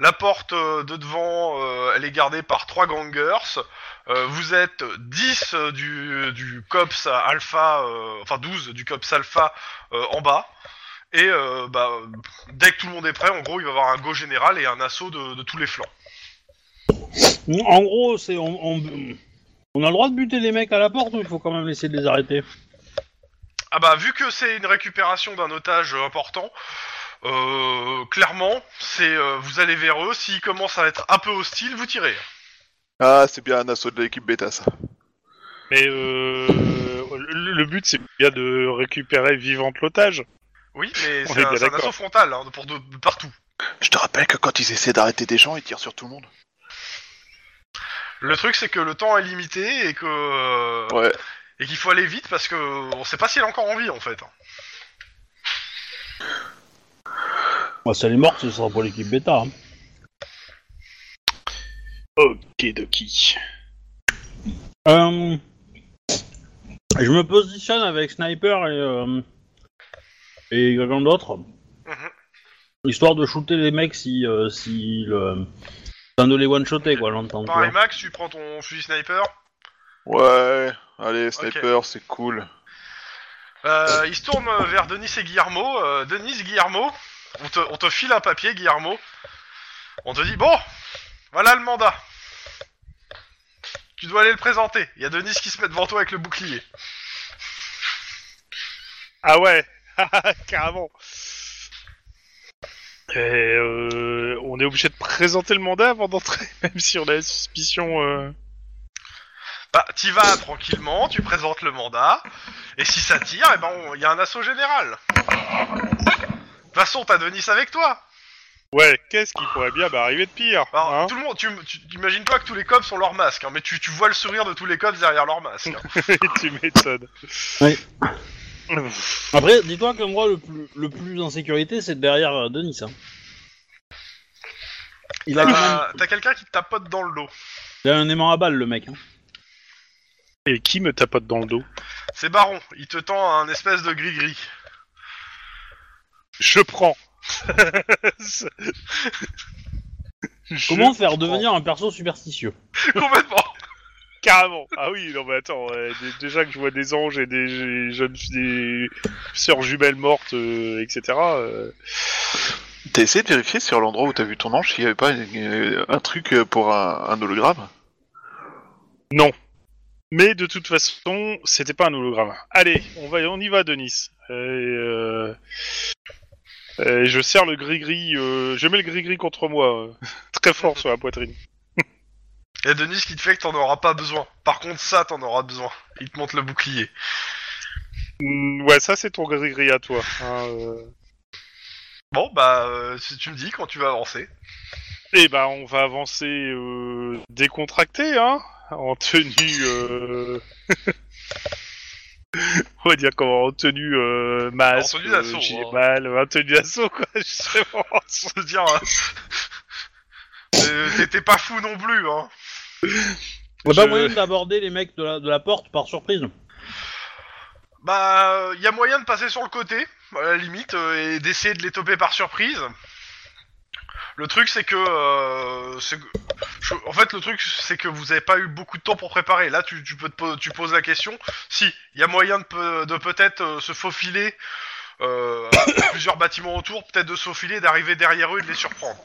[SPEAKER 2] la porte euh, de devant, euh, elle est gardée par trois gangers. Euh, vous êtes 10 du, du COPS alpha, euh, enfin 12 du COPS alpha euh, en bas. Et euh, bah, dès que tout le monde est prêt, en gros, il va y avoir un go général et un assaut de, de tous les flancs.
[SPEAKER 1] En gros, c'est. On, on, on a le droit de buter les mecs à la porte ou il faut quand même essayer de les arrêter
[SPEAKER 2] Ah bah, vu que c'est une récupération d'un otage euh, important, euh, clairement, c'est euh, vous allez vers eux, s'ils commencent à être un peu hostiles, vous tirez.
[SPEAKER 3] Ah, c'est bien un assaut de l'équipe bêta, ça.
[SPEAKER 4] Mais euh, le, le but, c'est bien de récupérer vivante l'otage.
[SPEAKER 2] Oui, mais
[SPEAKER 4] On
[SPEAKER 2] c'est
[SPEAKER 4] est
[SPEAKER 2] un,
[SPEAKER 4] bien
[SPEAKER 2] c'est un
[SPEAKER 4] d'accord.
[SPEAKER 2] assaut frontal, hein, de- pour de, de partout.
[SPEAKER 3] Je te rappelle que quand ils essaient d'arrêter des gens, ils tirent sur tout le monde.
[SPEAKER 2] Le truc, c'est que le temps est limité et que euh,
[SPEAKER 3] Ouais.
[SPEAKER 2] et qu'il faut aller vite parce que on sait pas si elle est encore en vie, en fait.
[SPEAKER 1] Bah, si elle est morte, ce sera pour l'équipe bêta. hein.
[SPEAKER 4] Ok, Doki.
[SPEAKER 1] Euh, Et je me positionne avec Sniper et, euh, et quelqu'un d'autre,
[SPEAKER 2] Mhm.
[SPEAKER 1] histoire de shooter les mecs si, euh, si le... Enfin, de les one-shotter, quoi, j'entends. tu vois.
[SPEAKER 2] Pareil, Max, tu prends ton fusil sniper.
[SPEAKER 3] Ouais, allez, sniper, c'est cool.
[SPEAKER 2] Euh, il se tourne euh, vers Denis et Guillermo. Euh, Denis, Guillermo, on te, on te file un papier, Guillermo. On te dit, bon, voilà le mandat. Tu dois aller le présenter. Il y a Denis qui se met devant toi avec le bouclier.
[SPEAKER 4] Ah ouais, [laughs] carrément. Et euh, on est obligé de présenter le mandat avant d'entrer, [laughs] même si on a la suspicion. euh.
[SPEAKER 2] Bah, t'y vas tranquillement, tu présentes le mandat, et si ça tire, eh ben, on- il y a un assaut général. De toute façon, t'as Denis avec toi.
[SPEAKER 4] Ouais, qu'est-ce qui pourrait bien m'arriver de pire
[SPEAKER 2] Alors,
[SPEAKER 4] hein
[SPEAKER 2] tout le monde, tu, tu imagines pas que tous les cops ont leur masque, hein, mais tu, tu vois le sourire de tous les cops derrière leur masque. hein.
[SPEAKER 4] [laughs] Tu m'étonnes.
[SPEAKER 1] Oui. Après, dis-toi que moi, le plus, le plus en sécurité, c'est derrière euh, Denis. hein. Il, a quand même-
[SPEAKER 2] Euh, T'as quelqu'un qui te tapote dans le dos.
[SPEAKER 1] il a un aimant à balle, le mec. hein.
[SPEAKER 4] Et qui me tapote dans le dos
[SPEAKER 2] C'est Baron, il te tend un espèce de gris-gris.
[SPEAKER 4] Je prends.
[SPEAKER 1] [laughs]
[SPEAKER 4] Je
[SPEAKER 1] Comment faire
[SPEAKER 4] prends.
[SPEAKER 1] devenir un perso superstitieux
[SPEAKER 2] Complètement.
[SPEAKER 4] Carrément. Ah oui, non mais attends, euh, dé- déjà que je vois des anges et des, des jeunes des sœurs jumelles mortes, euh, etc. euh,
[SPEAKER 3] T'as essayé de vérifier sur l'endroit où t'as vu ton ange s'il n'y avait pas euh, un truc euh, pour un, un hologramme
[SPEAKER 4] Mais de toute façon, c'était pas un hologramme. Allez, on va, on y va, Denis. Et, euh, et je serre le gris-gris, euh, je mets le gris-gris contre moi, euh, [laughs] très fort sur la poitrine.
[SPEAKER 2] Et Denis qui te fait que t'en auras pas besoin. Par contre, ça, t'en auras besoin. Il te montre le bouclier.
[SPEAKER 4] Mm, ouais, ça c'est ton gris-gris à toi. hein, euh.
[SPEAKER 2] Bon, bah, euh, si tu me dis quand tu vas avancer. [laughs]
[SPEAKER 4] Eh ben, on va avancer euh, décontracté, hein, en tenue. euh, [laughs] on va dire comment en tenue euh, masque,
[SPEAKER 2] En tenue d'assaut,
[SPEAKER 4] euh, gilet
[SPEAKER 2] hein.
[SPEAKER 4] pâle, en tenue d'assaut, quoi. [laughs] Justement.
[SPEAKER 2] Je veux dire, euh, euh, t'étais pas fou non plus, hein.
[SPEAKER 1] Il a pas
[SPEAKER 4] Je-
[SPEAKER 1] moyen d'aborder les mecs de la, de la porte par surprise.
[SPEAKER 2] Bah, euh, y a moyen de passer sur le côté, à la limite, euh, et d'essayer de les toper par surprise. Le truc, c'est que, euh, c'est que- je- en fait, le truc, c'est que vous avez pas eu beaucoup de temps pour préparer. Là, tu, tu peux te po- tu poses la question. Si, il y a moyen de, pe- de peut-être euh, se faufiler euh, à plusieurs bâtiments autour, peut-être de se faufiler, d'arriver derrière eux et de les surprendre.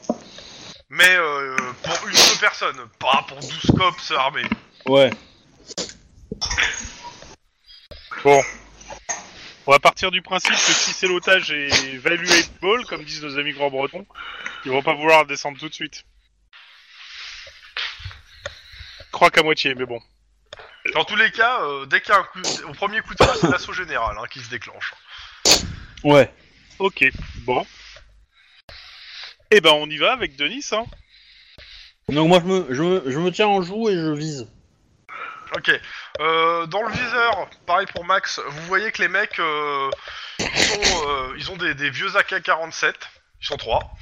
[SPEAKER 2] Mais euh, pour une seule personne, pas pour 12 cops armés.
[SPEAKER 1] Ouais.
[SPEAKER 4] On va partir du principe que si c'est l'otage et valuable, comme disent nos amis grands-bretons, ils vont pas vouloir descendre tout de suite. Je Crois qu'à moitié, mais bon.
[SPEAKER 2] Dans tous les cas, euh, dès qu'il y a un coup, au premier coup de feu, c'est l'assaut général hein, qui se déclenche.
[SPEAKER 1] Ouais.
[SPEAKER 4] Ok, bon. Eh ben, on y va avec Denis, hein.
[SPEAKER 1] Donc moi, je me, je, me, je me tiens en joue et je vise.
[SPEAKER 2] Ok. Euh, dans le viseur, pareil pour Max, vous voyez que les mecs, euh, ils, sont, euh, ils ont des, des vieux AK-47. Ils sont trois.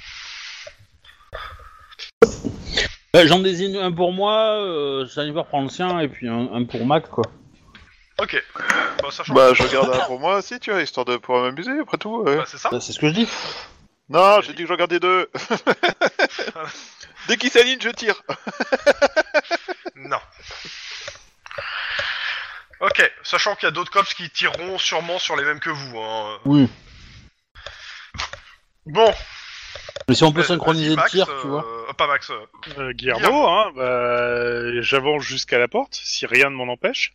[SPEAKER 1] Euh, J'en désigne un pour moi, euh, Sniper prend le sien, et puis un, un pour Mac, quoi.
[SPEAKER 2] Ok. Bah, ça change.
[SPEAKER 3] Bah, je regarde un pour moi aussi, tu vois, histoire de pouvoir m'amuser après tout. ouais.
[SPEAKER 2] Bah, c'est ça.
[SPEAKER 1] Ça, C'est ce que je dis.
[SPEAKER 3] Non, j'ai dit que je regardais [laughs] deux. Dès qu'il s'aligne, je tire.
[SPEAKER 2] Non. Ok. Sachant qu'il y a d'autres cops qui tireront sûrement sur les mêmes que vous. hein.
[SPEAKER 1] Oui.
[SPEAKER 2] Bon.
[SPEAKER 1] Mais si on peut
[SPEAKER 2] euh,
[SPEAKER 1] synchroniser
[SPEAKER 2] vas-y,
[SPEAKER 1] le
[SPEAKER 2] Max,
[SPEAKER 1] tir,
[SPEAKER 2] euh,
[SPEAKER 1] tu vois.
[SPEAKER 2] euh, pas Max. euh,
[SPEAKER 4] Euh, Guillermo, hein, bah, j'avance jusqu'à la porte, si rien ne m'en empêche.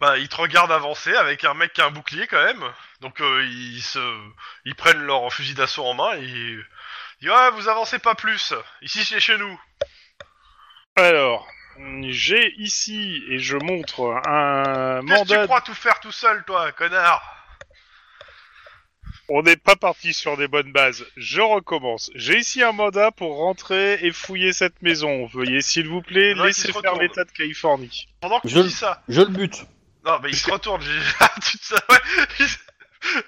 [SPEAKER 2] Bah, ils te regardent avancer avec un mec qui a un bouclier quand même. Donc euh, ils se, ils prennent leur fusil d'assaut en main et ils disent ouais, vous avancez pas plus. Ici c'est chez nous.
[SPEAKER 4] Alors, j'ai ici, et je montre, un
[SPEAKER 2] Qu'est-ce que tu
[SPEAKER 4] mandat...
[SPEAKER 2] crois tout faire tout seul, toi, connard
[SPEAKER 4] On n'est pas parti sur des bonnes bases. Je recommence. J'ai ici un mandat pour rentrer et fouiller cette maison. Veuillez, s'il vous plaît,
[SPEAKER 2] Il y en a qui
[SPEAKER 4] laisser
[SPEAKER 2] se
[SPEAKER 4] faire
[SPEAKER 2] retournent.
[SPEAKER 4] l'État de Californie.
[SPEAKER 2] Pendant que
[SPEAKER 1] Je-
[SPEAKER 2] tu dis ça.
[SPEAKER 1] Je le bute.
[SPEAKER 2] Non, mais il se retourne. j'ai- [laughs] Ah, tu te- ça, ouais, [laughs] il-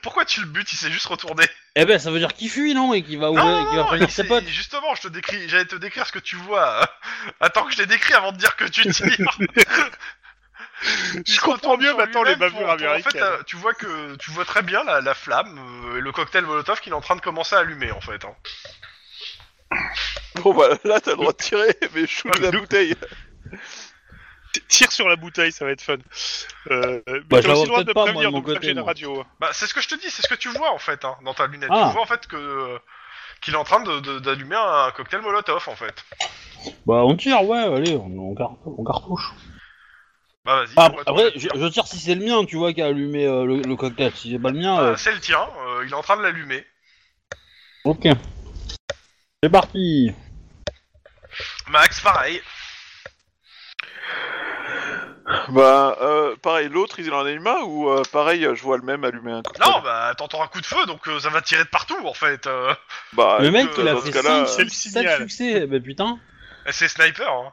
[SPEAKER 2] Pourquoi tu le butes Il s'est juste retourné.
[SPEAKER 1] Eh ben, ça veut dire qu'il fuit, non Et qu'il va
[SPEAKER 2] Non,
[SPEAKER 1] ouvrir, et
[SPEAKER 2] non,
[SPEAKER 1] qu'il va
[SPEAKER 2] non,
[SPEAKER 1] prévenir
[SPEAKER 2] Ah, il
[SPEAKER 1] ses
[SPEAKER 2] s'est-
[SPEAKER 1] potes.
[SPEAKER 2] justement, je te
[SPEAKER 1] [laughs]
[SPEAKER 2] décris, [laughs] j'allais te décrire ce que tu vois. Attends que je l'ai décrit avant de dire que tu tires.
[SPEAKER 4] Je comprends mieux
[SPEAKER 2] bien
[SPEAKER 4] maintenant les bavures
[SPEAKER 2] En fait,
[SPEAKER 4] américaines.
[SPEAKER 2] euh, tu vois que tu vois très bien la, la flamme euh, et le cocktail Molotov qu'il est en train de commencer à allumer en fait. hein.
[SPEAKER 3] Bon bah là t'as le droit de tirer, mais shoot la bouteille.
[SPEAKER 4] T- Tire sur la bouteille, ça va être fun. Euh, mais
[SPEAKER 1] Bah, je
[SPEAKER 4] t'as
[SPEAKER 1] la
[SPEAKER 4] aussi
[SPEAKER 1] vois
[SPEAKER 4] le droit de
[SPEAKER 1] peut-être pas, moi,
[SPEAKER 4] prévenir,
[SPEAKER 1] de mon
[SPEAKER 4] donc c'est pour ça que
[SPEAKER 1] côté,
[SPEAKER 4] j'ai la
[SPEAKER 1] moi.
[SPEAKER 4] radio.
[SPEAKER 2] Bah, c'est ce que je te dis, c'est ce que tu vois en fait hein, dans ta lunette.
[SPEAKER 1] Ah.
[SPEAKER 2] Tu vois en fait que euh, qu'il est en train de- de- d'allumer un cocktail Molotov en fait.
[SPEAKER 1] Bah, on tire, ouais, allez, on, on, car- on cartouche.
[SPEAKER 2] Bah vas-y.
[SPEAKER 1] Ah,
[SPEAKER 2] on va
[SPEAKER 1] après,
[SPEAKER 2] tomber.
[SPEAKER 1] je, je tire si c'est le mien, tu vois, qui a allumé euh, le, le cocktail. Si c'est pas le mien,
[SPEAKER 2] Ah,
[SPEAKER 1] euh,
[SPEAKER 2] c'est le tien. euh, il est en train de l'allumer.
[SPEAKER 1] ok. C'est parti.
[SPEAKER 2] Max, pareil.
[SPEAKER 3] Bah euh, pareil, l'autre il en allume un ou euh, pareil, je vois le même allumer un cocktail.
[SPEAKER 2] Non, bah t'entends un coup de feu, donc euh, ça va tirer de partout en fait. euh.
[SPEAKER 3] Bah,
[SPEAKER 1] le mec,
[SPEAKER 3] écoute,
[SPEAKER 1] il a
[SPEAKER 3] dans ce
[SPEAKER 1] fait
[SPEAKER 3] cas-là,
[SPEAKER 1] 5,
[SPEAKER 4] c'est le signal.
[SPEAKER 1] succès, bah putain.
[SPEAKER 2] Et C'est sniper. Hein.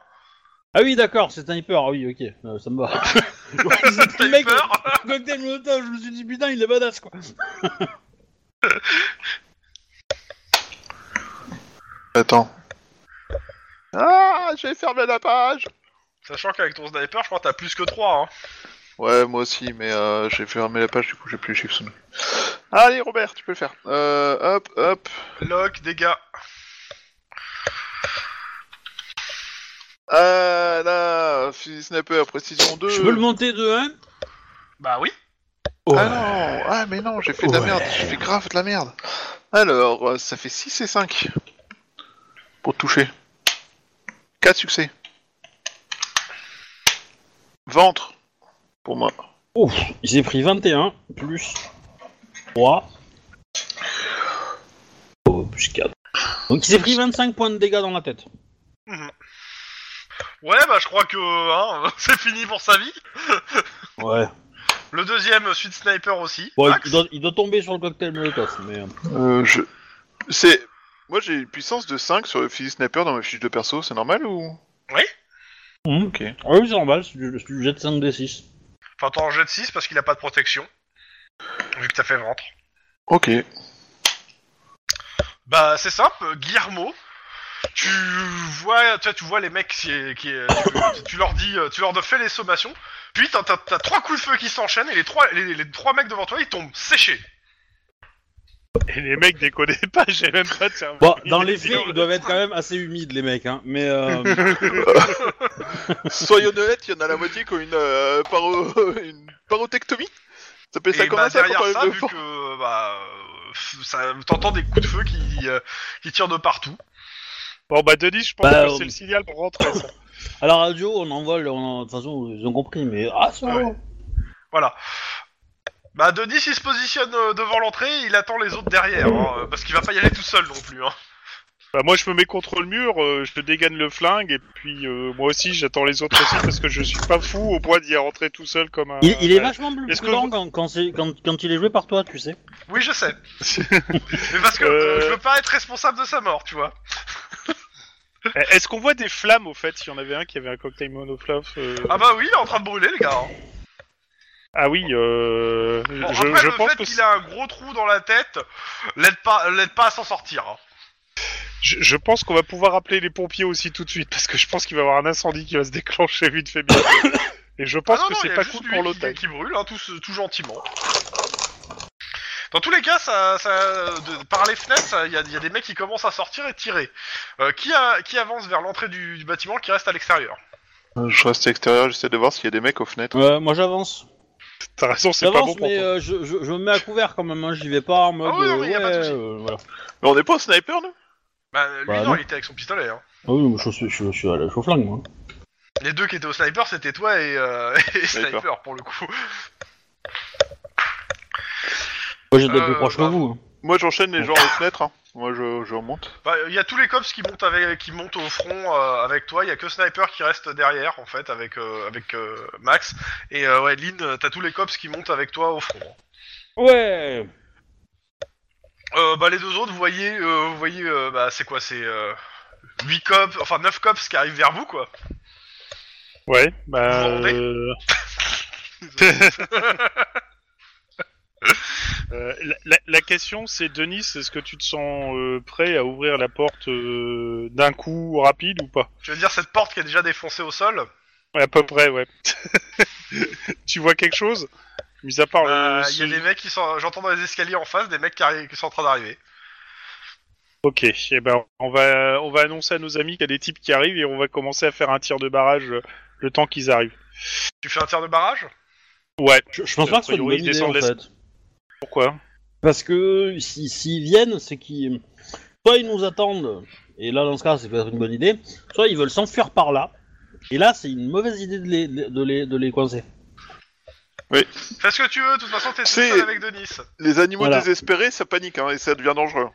[SPEAKER 1] Ah oui, d'accord, c'est sniper, ah oui, ok, euh, ça me va. [laughs] le mec,
[SPEAKER 2] Sniper.
[SPEAKER 1] le cocktail molotov, je me suis dit, putain, il est badass, quoi.
[SPEAKER 3] Attends. Ah, j'ai fermé la page.
[SPEAKER 2] Sachant qu'avec ton sniper, je crois que t'as plus que 3. Hein.
[SPEAKER 3] Ouais, moi aussi, mais euh, j'ai fermé la page, du coup j'ai plus les chiffres sous nous. Allez, Robert, tu peux le faire. Euh, hop, hop.
[SPEAKER 2] Lock, dégâts.
[SPEAKER 3] Ah là, fusil sniper, précision 2.
[SPEAKER 1] Je peux le monter de 1
[SPEAKER 2] Bah oui.
[SPEAKER 3] Ah non, ah mais non, j'ai fait de la
[SPEAKER 1] Ouais.
[SPEAKER 3] merde, j'ai fait grave de la merde. Alors, euh, ça fait 6 et 5 pour te toucher. 4 succès. Ventre pour moi.
[SPEAKER 1] J'ai pris 21, plus 3. Oh, plus 4. Donc il s'est pris 25 points de dégâts dans la tête.
[SPEAKER 2] Ouais, bah je crois que hein, [laughs] c'est fini pour sa vie.
[SPEAKER 1] Ouais.
[SPEAKER 2] Le deuxième, suite sniper aussi.
[SPEAKER 1] Bon, il-
[SPEAKER 2] Max
[SPEAKER 1] il doit, il doit tomber sur le cocktail molotov, mais... euh,
[SPEAKER 3] Euh, je. C'est. Moi j'ai une puissance de 5 sur le fusil sniper dans ma fiche de perso, c'est normal ou Ok.
[SPEAKER 1] Ah oui, c'est normal, c'est du, c'est du jet de 5d6.
[SPEAKER 2] Enfin, t'en jettes 6 parce qu'il a pas de protection. Vu que t'as fait ventre.
[SPEAKER 3] Ok.
[SPEAKER 2] Bah, c'est simple, euh, Guillermo. Tu vois, tu, vois, tu vois les mecs qui, qui tu, tu leur dis, euh, tu leur fais les sommations. Puis t'as, t'as- t'as trois coups de feu qui s'enchaînent et les trois, les, les trois mecs devant toi ils tombent séchés.
[SPEAKER 4] Et les mecs déconnaient pas, j'ai même pas de cerveau.
[SPEAKER 1] Bon, dans les faits, ils doivent être quand même assez humides, les mecs, hein. Mais euh,
[SPEAKER 3] Soyons honnêtes, il y en a la moitié qui ont une, euh, paro... [laughs] une parotectomie. Ça s'appelle ça
[SPEAKER 2] Et
[SPEAKER 3] comment
[SPEAKER 2] bah,
[SPEAKER 3] ça quand
[SPEAKER 2] derrière
[SPEAKER 3] on
[SPEAKER 2] ça,
[SPEAKER 3] parle de
[SPEAKER 2] vu
[SPEAKER 3] for-
[SPEAKER 2] que bah, euh, f- ça, t'entends des coups de feu qui, euh, qui tirent de partout.
[SPEAKER 4] Bon, bah, Denis, je pense
[SPEAKER 1] Bah,
[SPEAKER 4] que
[SPEAKER 1] on-
[SPEAKER 4] c'est le signal pour rentrer. Ça.
[SPEAKER 1] à la radio, on envoie, le- on en- de toute façon, ils ont compris, mais ah, c'est
[SPEAKER 2] Ah ouais. Voilà. Bah, Denis, il se positionne euh, devant l'entrée, il attend les autres derrière, hein, parce qu'il va pas y aller tout seul non plus. Hein.
[SPEAKER 4] Bah, moi, je me mets contre le mur, euh, je dégaine le flingue, et puis euh, moi aussi, j'attends les autres aussi, parce que je suis pas fou au point d'y rentrer tout seul comme un.
[SPEAKER 1] Il, il est vachement plus
[SPEAKER 4] Est-ce que
[SPEAKER 1] prudent
[SPEAKER 4] vous-
[SPEAKER 1] quand, quand, c'est- quand- quand il est joué par toi, tu sais.
[SPEAKER 2] Oui, je
[SPEAKER 4] [laughs]
[SPEAKER 2] sais. Mais parce que
[SPEAKER 4] Euh.
[SPEAKER 2] euh, je veux pas être responsable de sa mort, tu vois.
[SPEAKER 4] Eh, Est-ce qu'on voit des flammes, au fait, s'il y en avait un qui avait un cocktail monoflave euh,
[SPEAKER 2] Ah bah oui, il est en train de brûler, les gars. hein.
[SPEAKER 4] Ah oui, euh...
[SPEAKER 2] Bon,
[SPEAKER 4] je,
[SPEAKER 2] après,
[SPEAKER 4] je
[SPEAKER 2] le
[SPEAKER 4] pense
[SPEAKER 2] fait
[SPEAKER 4] que
[SPEAKER 2] qu'il a un gros trou dans la tête l'aide pas, l'aide pas à s'en sortir. hein.
[SPEAKER 4] Je, je pense qu'on va pouvoir appeler les pompiers aussi tout de suite parce que je pense qu'il va y avoir un incendie qui va se déclencher vite fait bien. Et je pense
[SPEAKER 2] Ah non,
[SPEAKER 4] que
[SPEAKER 2] non, il y
[SPEAKER 4] c'est
[SPEAKER 2] a
[SPEAKER 4] pas
[SPEAKER 2] juste
[SPEAKER 4] cool
[SPEAKER 2] lui
[SPEAKER 4] pour
[SPEAKER 2] qui-
[SPEAKER 4] l'OTAN.
[SPEAKER 2] Qui brûle, hein, tout, ce- tout gentiment. Dans tous les cas, ça, ça, de- par les fenêtres, il y, a- y a des mecs qui commencent à sortir et tirer. Euh, qui, a- qui avance vers l'entrée du, du bâtiment qui reste à l'extérieur
[SPEAKER 3] Euh, Je reste à l'extérieur, j'essaie de voir s'il y a des mecs aux fenêtres.
[SPEAKER 1] Euh, moi, j'avance.
[SPEAKER 4] T'as raison, c'est pas bon
[SPEAKER 1] J'avance,
[SPEAKER 4] pour
[SPEAKER 1] mais
[SPEAKER 4] toi.
[SPEAKER 1] euh, je, je, je me mets à couvert quand même, hein. J'y vais pas en mode.
[SPEAKER 2] oui,
[SPEAKER 1] euh,
[SPEAKER 2] oui, y a
[SPEAKER 1] ouais,
[SPEAKER 2] pas de souci.
[SPEAKER 1] euh, voilà.
[SPEAKER 3] Mais on n'est pas au sniper, nous
[SPEAKER 2] Bah, lui,
[SPEAKER 1] Bah,
[SPEAKER 2] non,
[SPEAKER 1] non.
[SPEAKER 2] il était avec son pistolet. Hein.
[SPEAKER 1] Ah oui, mais je suis, je, suis- je suis à la- je suis au flingue, moi.
[SPEAKER 2] Les deux qui étaient au sniper, c'était toi et, euh, [laughs] et
[SPEAKER 3] Sniper.
[SPEAKER 2] sniper pour le coup.
[SPEAKER 1] Moi, j'étais
[SPEAKER 2] Euh,
[SPEAKER 1] plus proche que
[SPEAKER 2] bah.
[SPEAKER 1] vous. hein.
[SPEAKER 3] Moi j'enchaîne les gens aux fenêtres, hein. moi je, je remonte.
[SPEAKER 2] Bah, il y a tous les cops qui montent avec, qui montent au front euh, avec toi. Il y a que Sniper qui reste derrière en fait avec euh, avec euh, Max et euh, ouais Lynn, euh, t'as tous les cops qui montent avec toi au front.
[SPEAKER 1] Ouais
[SPEAKER 2] Euh, bah les deux autres, vous voyez, euh, vous voyez, euh, bah c'est quoi, c'est euh, huit cops, enfin 9 cops qui arrivent vers vous quoi.
[SPEAKER 4] Ouais, bah.
[SPEAKER 2] Vous rendez
[SPEAKER 4] euh, [laughs] euh, la, la- la question c'est Denis, est-ce que tu te sens euh, prêt à ouvrir la porte euh, d'un coup rapide ou pas
[SPEAKER 2] Je veux dire cette porte qui est déjà défoncée au sol.
[SPEAKER 4] Ouais, À peu près, ouais. [laughs] tu vois quelque chose Mis à part
[SPEAKER 2] euh, Bah,
[SPEAKER 4] euh,
[SPEAKER 2] Il
[SPEAKER 4] le-
[SPEAKER 2] y a
[SPEAKER 4] ce-
[SPEAKER 2] des mecs qui sont. J'entends dans les escaliers en face des mecs qui, arri- qui sont en train d'arriver.
[SPEAKER 4] Ok, eh ben, on, va, on va annoncer à nos amis qu'il y a des types qui arrivent et on va commencer à faire un tir de barrage euh, le temps qu'ils arrivent.
[SPEAKER 2] Tu fais un tir de barrage
[SPEAKER 4] Ouais,
[SPEAKER 1] Je, je pense pas que ce soit une
[SPEAKER 4] Priori,
[SPEAKER 1] bonne
[SPEAKER 4] ils
[SPEAKER 1] idée en
[SPEAKER 4] descendent la-
[SPEAKER 1] fait.
[SPEAKER 4] pourquoi
[SPEAKER 1] Parce que si- s'ils viennent, c'est qu'ils. Soit ils nous attendent, et là dans ce cas c'est peut-être une bonne idée, soit ils veulent s'enfuir par là, et là c'est une mauvaise idée de les, de les, de les coincer.
[SPEAKER 2] Fais ce que tu veux, de toute façon t'es tout
[SPEAKER 3] C'est-
[SPEAKER 2] seul avec Denis.
[SPEAKER 3] Les animaux
[SPEAKER 1] Voilà.
[SPEAKER 3] désespérés, ça panique, hein, et ça devient dangereux.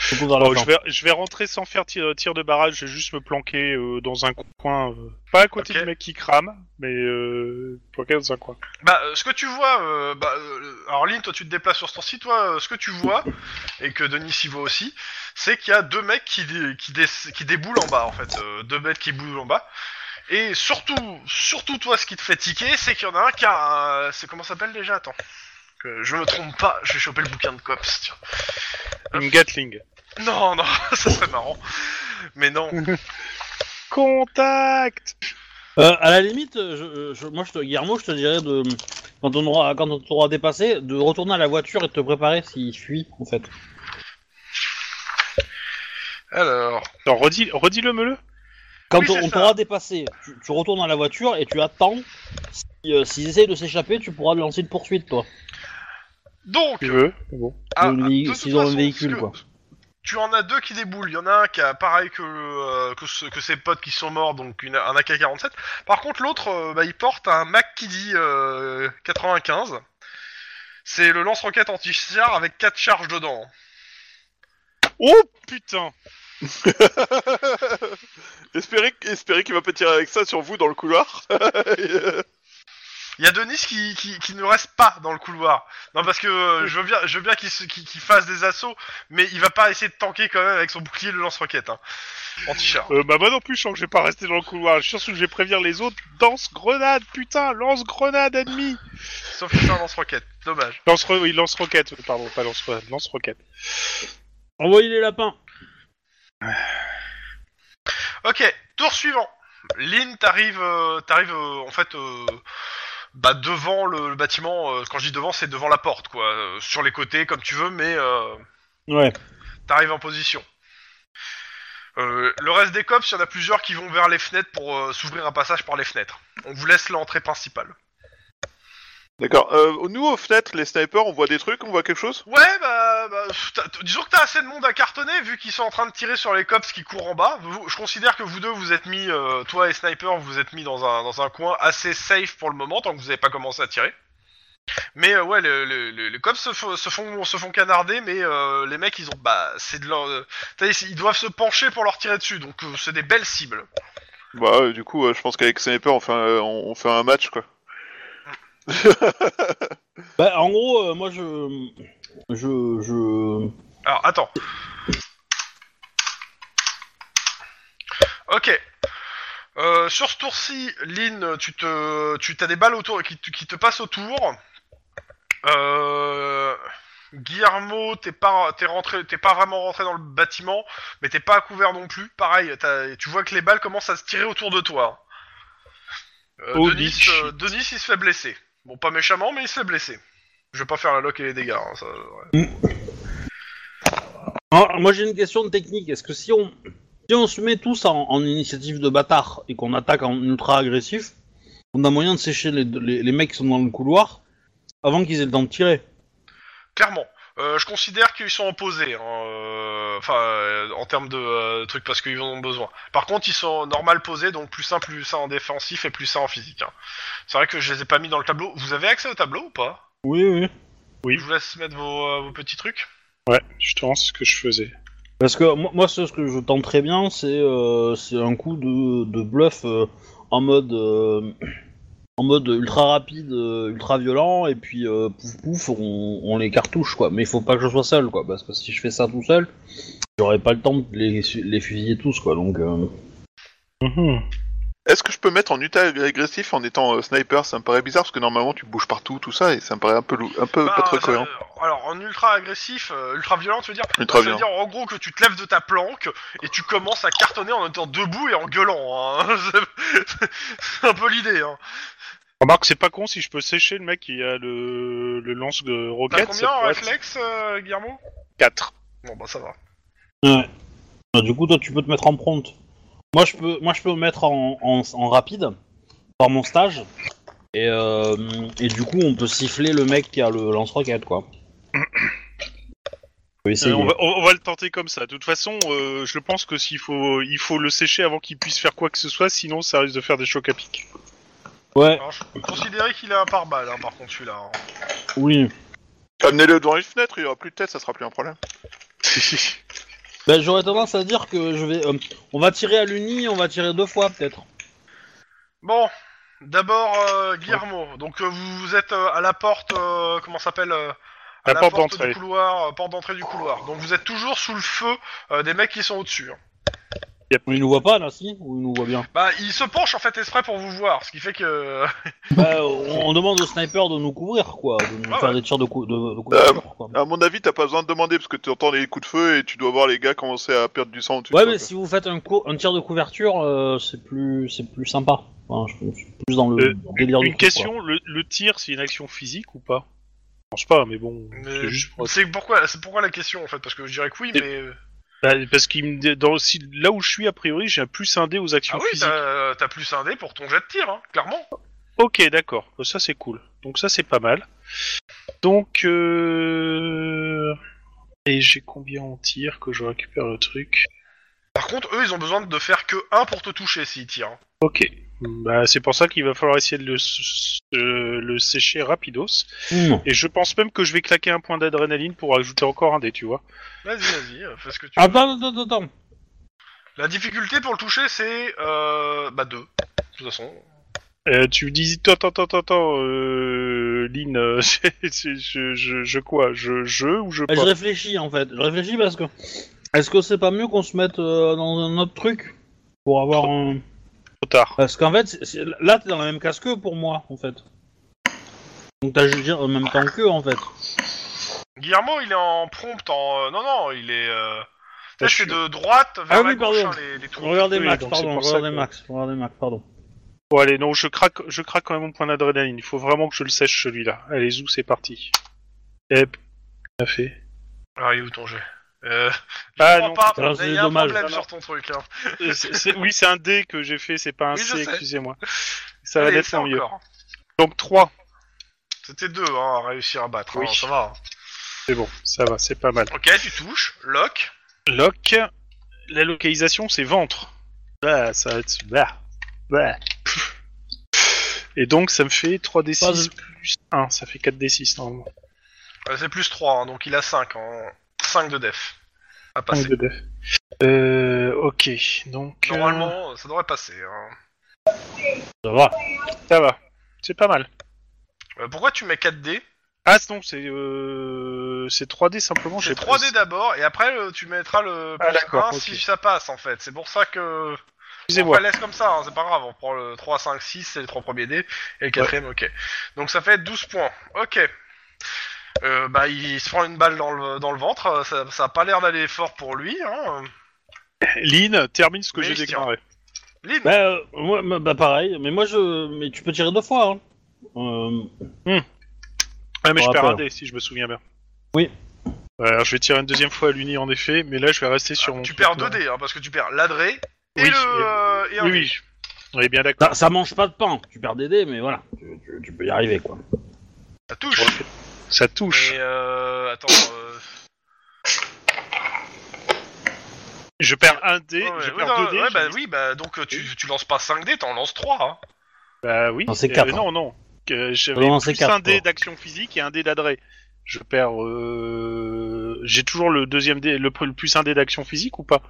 [SPEAKER 1] Surtout vers la
[SPEAKER 4] Bon,
[SPEAKER 1] fin.
[SPEAKER 4] je, vais, je vais rentrer sans faire tir, tir de barrage, je vais juste me planquer euh, dans un coin. euh, pas à côté
[SPEAKER 2] Ok.
[SPEAKER 4] du mec qui crame, mais euh, planqué dans un coin.
[SPEAKER 2] Bah, euh, ce que tu vois, euh, bah, euh, alors Lynn, toi tu te déplaces sur ce temps-ci, toi, euh, ce que tu vois, et que Denis y voit aussi, c'est qu'il y a deux mecs qui, dé- qui, dé- qui déboulent en bas, en fait. euh, deux mecs qui boulent en bas. Et surtout, surtout toi, ce qui te fait tiquer, c'est qu'il y en a un qui a un... C'est comment ça s'appelle déjà Attends. Que je me trompe pas, je vais choper le bouquin de Cops, tiens.
[SPEAKER 4] Une Gatling.
[SPEAKER 2] Non, [laughs] non, ça serait marrant. Mais non.
[SPEAKER 4] Contact
[SPEAKER 1] Euh, à la limite, je, je- moi, je te, Guillermo, je te dirais de quand on aura quand on t'aura dépassé, de retourner à la voiture et de te préparer s'il fuit en fait.
[SPEAKER 2] Alors...
[SPEAKER 4] Attends, redis, redis le meuleux
[SPEAKER 1] Quand
[SPEAKER 2] Oui,
[SPEAKER 1] on-
[SPEAKER 2] c'est
[SPEAKER 1] on
[SPEAKER 2] ça.
[SPEAKER 1] t'aura dépassé, tu, tu retournes à la voiture et tu attends. Si, euh, S'ils essayent de s'échapper, tu pourras lancer une poursuite toi.
[SPEAKER 2] Donc,
[SPEAKER 4] Tu veux Bon.
[SPEAKER 2] ah,
[SPEAKER 1] le véhi-
[SPEAKER 2] de toute
[SPEAKER 1] s'ils ont un
[SPEAKER 2] façon,
[SPEAKER 1] véhicule,
[SPEAKER 2] ce que-
[SPEAKER 1] quoi.
[SPEAKER 2] Tu en as deux qui déboulent. Il y en a un qui a pareil que, euh, que, ce- que ses potes qui sont morts, donc une- un AK-47. Par contre, l'autre, euh, bah, il porte un Mac qui dit euh, 95. C'est le lance-roquette anti-char avec quatre charges dedans.
[SPEAKER 4] Oh putain
[SPEAKER 3] espérez espérez qu'il va pas tirer avec ça sur vous dans le couloir. [laughs] Et, euh,
[SPEAKER 2] Il y a Denis qui, qui, qui ne reste pas dans le couloir. Non, parce que euh, je veux bien, je veux bien qu'il se- qu'il- qu'il fasse des assauts, mais il va pas essayer de tanker quand même avec son bouclier le lance-roquette. Hein. Anti-char.
[SPEAKER 4] euh, Bah moi non plus, je sens que je vais pas rester dans le couloir. Je suis sûr que je vais prévenir les autres. Danse grenade, putain Lance-grenade ennemi
[SPEAKER 2] Sauf que c'est un lance-roquette. Dommage.
[SPEAKER 4] Lance, re- oui, lance roquette, pardon, pas lance grenade, lance roquette.
[SPEAKER 1] Envoyez les lapins.
[SPEAKER 2] Ok, tour suivant. Lynn, t'arrives, euh, t'arrives euh, en fait euh, bah, devant le, le bâtiment. euh, quand je dis devant, c'est devant la porte, quoi. euh, sur les côtés, comme tu veux, mais euh,
[SPEAKER 1] Ouais.
[SPEAKER 2] t'arrives en position. Euh, le reste des cops, il y en a plusieurs qui vont vers les fenêtres pour euh, s'ouvrir un passage par les fenêtres. On vous laisse l'entrée principale.
[SPEAKER 3] D'accord. Euh, nous, aux fenêtres, les snipers, on voit des trucs, on voit quelque chose
[SPEAKER 2] Ouais, bah, bah, pff, t'as- t- disons que t'as assez de monde à cartonner vu qu'ils sont en train de tirer sur les cops qui courent en bas. Vous- je considère que vous deux vous êtes mis, euh, toi et Sniper, vous vous êtes mis dans un, dans un coin assez safe pour le moment tant que vous n'avez pas commencé à tirer. Mais euh, ouais, le- le- le- les cops se, fo- se font se font canarder, mais euh, les mecs ils ont bah c'est de leur, euh, t'as- ils doivent se pencher pour leur tirer dessus, donc euh, c'est des belles cibles.
[SPEAKER 3] Bah, euh, du coup, euh, je pense qu'avec sniper, on fait, un, euh, on, on fait un match, quoi.
[SPEAKER 1] Bah, en gros, euh, moi je je je
[SPEAKER 2] Alors, attends. Ok. Euh, sur ce tour-ci, Lynn, tu te, tu as des balles autour qui, te- qui te passent autour. Euh, Guillermo, t'es pas, t'es rentré, t'es pas vraiment rentré dans le bâtiment, mais t'es pas à couvert non plus. Pareil, t'as- tu vois que les balles commencent à se tirer autour de toi. Euh,
[SPEAKER 4] Holy
[SPEAKER 2] Denis,
[SPEAKER 4] shit.
[SPEAKER 2] euh, Denis, il se fait blesser. Bon, pas méchamment, mais il se fait blesser. Je vais pas faire la loque et les dégâts. hein, ça,
[SPEAKER 1] Alors, moi j'ai une question de technique. Est-ce que si on si on se met tous en, en initiative de bâtard et qu'on attaque en ultra agressif, on a moyen de sécher les, les, les mecs qui sont dans le couloir avant qu'ils aient le temps de tirer.
[SPEAKER 2] clairement. Euh, je considère qu'ils sont opposés, hein, euh, enfin, euh, en termes de euh, trucs, parce qu'ils en ont besoin. Par contre, ils sont normal posés, donc plus un, plus ça en défensif et plus ça en physique. hein. C'est vrai que je les ai pas mis dans le tableau. Vous avez accès au tableau ou pas
[SPEAKER 1] Oui oui.
[SPEAKER 4] Oui.
[SPEAKER 2] Je vous laisse mettre vos, euh, vos petits trucs.
[SPEAKER 4] Ouais, je te lance ce que je faisais.
[SPEAKER 1] Parce que moi, moi, ce ce que je tente très bien, c'est euh, c'est un coup de, de bluff euh, en mode euh, en mode ultra rapide, euh, ultra violent, et puis euh, pouf pouf, on, on les cartouche quoi. Mais il faut pas que je sois seul quoi, parce que si je fais ça tout seul,
[SPEAKER 4] Mhm.
[SPEAKER 1] j'aurai pas le temps de les, les fusiller tous quoi. Donc euh,
[SPEAKER 3] Est-ce que je je peux mettre en Utah agressif en étant euh, sniper Ça me paraît bizarre parce que normalement tu bouges partout, tout ça, et ça me paraît un peu, lou- un peu
[SPEAKER 2] Bah,
[SPEAKER 3] pas très
[SPEAKER 2] ça-
[SPEAKER 3] cohérent.
[SPEAKER 2] euh, alors, en ultra agressif, euh, ultra violent, tu veux dire
[SPEAKER 3] Ultra
[SPEAKER 2] Ça veut dire en gros que tu te lèves de ta planque et tu commences à cartonner en étant debout et en gueulant. hein. [laughs] C'est- C'est un peu l'idée. Hein.
[SPEAKER 4] Remarque, c'est pas con si je peux sécher le mec qui a le, le lance de
[SPEAKER 2] T'as
[SPEAKER 4] roquette.
[SPEAKER 2] combien en réflexe, euh, Guillermo
[SPEAKER 4] 4.
[SPEAKER 2] Bon, bah ça va.
[SPEAKER 1] Ouais. Bah, du coup, toi, tu peux te mettre en prompt. Moi, je peux, moi, je peux me mettre en, en, en rapide par mon stage. Et, euh, et du coup, on peut siffler le mec qui a le lance-roquette, quoi. On peut essayer.
[SPEAKER 4] Euh, on, va, on- on va le tenter comme ça. De toute façon, euh, je pense que s'il faut, il faut le sécher avant qu'il puisse faire quoi que ce soit, sinon ça risque de faire des chocs à pic.
[SPEAKER 1] Ouais,
[SPEAKER 2] Alors, je peux considérer qu'il a un pare-balles, hein, par contre, celui-là. hein.
[SPEAKER 1] oui.
[SPEAKER 3] Amenez-le devant une fenêtre, il y aura plus de tête, ça sera plus un [laughs] problème.
[SPEAKER 1] Bah, j'aurais tendance à dire que je vais. euh, on va tirer à l'uni, on va tirer deux fois, peut-être.
[SPEAKER 2] Bon, d'abord, euh, Guillermo. Donc, euh, vous, vous êtes euh, à la porte, euh, comment ça s'appelle euh, à
[SPEAKER 4] La porte
[SPEAKER 2] du
[SPEAKER 4] d'entrée.
[SPEAKER 2] couloir, euh, porte d'entrée du couloir. Donc vous êtes toujours sous le feu euh, des mecs qui sont au-dessus. hein.
[SPEAKER 1] Il nous voit pas, là, si Ou il nous voit
[SPEAKER 2] [laughs]
[SPEAKER 1] bien
[SPEAKER 2] Bah ils se penchent en fait exprès pour vous voir, ce qui fait que euh,
[SPEAKER 1] Bah, on, on demande au sniper de nous couvrir, quoi. De nous
[SPEAKER 2] Ah
[SPEAKER 1] faire
[SPEAKER 2] ouais.
[SPEAKER 1] des tirs de, cou de, de
[SPEAKER 3] Euh,
[SPEAKER 1] couverture, quoi.
[SPEAKER 3] À mon avis, t'as pas besoin de demander parce que tu entends les coups de feu et tu dois voir les gars commencer à perdre du sang au-dessus.
[SPEAKER 1] Ouais,
[SPEAKER 3] de
[SPEAKER 1] mais
[SPEAKER 3] toi,
[SPEAKER 1] si vous faites un, cou- un tir de couverture, euh, c'est plus, c'est plus sympa. Enfin, je suis plus dans le
[SPEAKER 4] Euh,
[SPEAKER 1] délire du
[SPEAKER 4] Une
[SPEAKER 1] truc, quoi.
[SPEAKER 4] question, le, le tir, c'est une action physique ou pas Je pense pas, mais bon. c'est
[SPEAKER 2] Mais
[SPEAKER 4] juste pour-
[SPEAKER 2] c'est pourquoi c'est pourquoi la question en fait parce que je dirais que oui
[SPEAKER 4] Et-
[SPEAKER 2] mais euh,
[SPEAKER 4] Bah, parce qu'il me dé- dans, si, là où je suis a priori, j'ai un plus un dé aux
[SPEAKER 2] ah
[SPEAKER 4] actions
[SPEAKER 2] oui
[SPEAKER 4] physiques.
[SPEAKER 2] t'as t'as plus un dé pour ton jet de tir hein, clairement.
[SPEAKER 4] Ok, d'accord. Euh, Ça c'est cool. Donc ça c'est pas mal. Donc euh... et j'ai combien en tir que je récupère le truc
[SPEAKER 2] Par contre eux ils ont besoin de faire que un pour te toucher s'ils tirent. hein.
[SPEAKER 4] Ok. Bah c'est pour ça qu'il va falloir essayer de le, s- euh, le sécher rapidos.
[SPEAKER 1] Mmh.
[SPEAKER 4] Et je pense même que je vais claquer un point d'adrénaline pour ajouter encore un dé, tu vois.
[SPEAKER 2] Vas-y vas-y euh, fais ce que tu veux.
[SPEAKER 1] Ah, Attends, attends, attends, attends.
[SPEAKER 2] La difficulté pour le toucher c'est euh, bah deux de toute façon.
[SPEAKER 4] Euh, tu me dis, attends, attends, attends, attends, euh, Lynn, [laughs] euh, c'est- c'est- je, je, je quoi Je, je ou je
[SPEAKER 1] Bah, je
[SPEAKER 4] pas
[SPEAKER 1] réfléchis en fait. Je réfléchis parce que. Est-ce que c'est pas mieux qu'on se mette euh, dans un autre truc Pour avoir un.
[SPEAKER 4] Trop tard.
[SPEAKER 1] Parce qu'en fait, c'est- c'est- là t'es dans la même casse que pour moi en fait. Donc t'agis en même temps qu'eux en fait.
[SPEAKER 2] Guillermo il est en prompt en euh, non non il est euh...
[SPEAKER 4] Pas
[SPEAKER 2] je fais de droite vers
[SPEAKER 1] Ah
[SPEAKER 2] la
[SPEAKER 1] oui,
[SPEAKER 2] gauche
[SPEAKER 1] pardon.
[SPEAKER 2] hein, les, les tours.
[SPEAKER 1] Regardez
[SPEAKER 4] Oui,
[SPEAKER 1] Max,
[SPEAKER 4] donc c'est
[SPEAKER 1] pardon,
[SPEAKER 4] pour ça
[SPEAKER 1] regardez
[SPEAKER 4] que-
[SPEAKER 1] Max, regardez Max, pardon.
[SPEAKER 4] Bon allez, non, je craque, je craque quand même mon point d'adrénaline. Il faut vraiment que je le sèche celui-là. Allez, zou, c'est parti. Hep, tout à fait.
[SPEAKER 2] Ah il est où ton jet euh,
[SPEAKER 4] Ah
[SPEAKER 2] je
[SPEAKER 4] non,
[SPEAKER 2] crois
[SPEAKER 1] putain,
[SPEAKER 2] pas,
[SPEAKER 1] c'est
[SPEAKER 2] mais il y a un
[SPEAKER 1] dommage.
[SPEAKER 2] problème
[SPEAKER 4] Non, non.
[SPEAKER 2] sur ton truc. Hein.
[SPEAKER 4] Euh, c'est- c'est- oui, c'est un D que j'ai fait, c'est pas un
[SPEAKER 2] Oui, je
[SPEAKER 4] C,
[SPEAKER 2] sais.
[SPEAKER 4] excusez-moi. Ça va
[SPEAKER 2] Allez,
[SPEAKER 4] nettement
[SPEAKER 2] fais
[SPEAKER 4] mieux.
[SPEAKER 2] encore.
[SPEAKER 4] Donc 3,
[SPEAKER 2] C'était deux hein, à réussir à battre,
[SPEAKER 4] Oui.
[SPEAKER 2] hein, ça va. hein.
[SPEAKER 4] c'est bon, ça va, c'est pas mal.
[SPEAKER 2] Ok, tu touches, lock.
[SPEAKER 4] Lock, la localisation c'est ventre. Bah, ça va être... Bah, bah. Et donc ça me fait 3D6
[SPEAKER 1] Pas de-
[SPEAKER 4] plus 1, ça fait 4D6 normalement.
[SPEAKER 2] Euh, c'est plus 3, donc il a 5 en 5 de def à passer.
[SPEAKER 4] Cinq de def. Euh, ok, donc... euh,
[SPEAKER 2] Normalement, ça devrait passer. hein.
[SPEAKER 1] Ça va.
[SPEAKER 4] ça va, c'est pas mal.
[SPEAKER 2] Euh, pourquoi tu mets 4 d
[SPEAKER 4] Ah non, c'est euh, c'est 3D simplement.
[SPEAKER 2] C'est
[SPEAKER 4] j'ai
[SPEAKER 2] 3 d
[SPEAKER 4] pas-
[SPEAKER 2] d'abord et après euh, tu mettras le
[SPEAKER 4] Ah,
[SPEAKER 2] plus
[SPEAKER 4] d'accord,
[SPEAKER 2] 1
[SPEAKER 4] ok.
[SPEAKER 2] si ça passe en fait. C'est pour ça que on
[SPEAKER 4] Excusez-moi.
[SPEAKER 2] la laisse comme ça, hein, c'est pas grave. On prend le 3, 5, 6, c'est les 3 premiers dés et le quatrième, ok. Donc ça fait 12 points. Ok. Euh, bah il se prend une balle dans le, dans le ventre, euh, ça, ça a pas l'air d'aller fort pour lui. Hein.
[SPEAKER 4] Lynn, termine ce que
[SPEAKER 2] Mais
[SPEAKER 4] j'ai
[SPEAKER 2] je tire.
[SPEAKER 4] déclaré.
[SPEAKER 2] Lynn,
[SPEAKER 1] Bah, euh, moi, bah, bah, pareil, mais moi je. Mais tu peux tirer deux fois, hein. Euh,
[SPEAKER 4] Ah mais
[SPEAKER 1] Pour
[SPEAKER 4] je perds un
[SPEAKER 1] rappel.
[SPEAKER 4] dé si je me souviens bien.
[SPEAKER 1] Oui.
[SPEAKER 4] Ouais, alors je vais tirer une deuxième fois à l'uni en effet, mais là je vais rester sur mon.
[SPEAKER 2] tu
[SPEAKER 4] truc,
[SPEAKER 2] perds
[SPEAKER 4] là.
[SPEAKER 2] 2 dés hein, parce que tu perds l'adré et le
[SPEAKER 4] Oui, et-
[SPEAKER 2] euh, et un
[SPEAKER 4] Oui,
[SPEAKER 2] dé.
[SPEAKER 4] oui. On est bien d'accord.
[SPEAKER 1] Ça, ça mange pas de pain, tu perds des dés, mais voilà, tu, tu- tu peux y arriver quoi.
[SPEAKER 2] Ça touche.
[SPEAKER 4] Ça touche.
[SPEAKER 2] Et euh, attends, euh,
[SPEAKER 4] Je perds un dé,
[SPEAKER 2] ouais,
[SPEAKER 4] je
[SPEAKER 2] ouais,
[SPEAKER 4] perds
[SPEAKER 2] non,
[SPEAKER 4] deux dés.
[SPEAKER 2] ouais,
[SPEAKER 4] je
[SPEAKER 2] bah
[SPEAKER 4] dis-
[SPEAKER 2] oui, bah donc euh, tu, tu lances pas 5 dés, t'en lances 3. Hein.
[SPEAKER 4] Bah oui.
[SPEAKER 1] Non, c'est
[SPEAKER 4] euh,
[SPEAKER 1] quatre.
[SPEAKER 4] non, non. Que J'avais
[SPEAKER 1] Non, non, c'est
[SPEAKER 4] plus
[SPEAKER 1] quatre,
[SPEAKER 4] un dé
[SPEAKER 1] toi.
[SPEAKER 4] d'action physique et un dé d'adré. Je perds. euh, J'ai toujours le deuxième dé, le le plus un dé d'action physique ou pas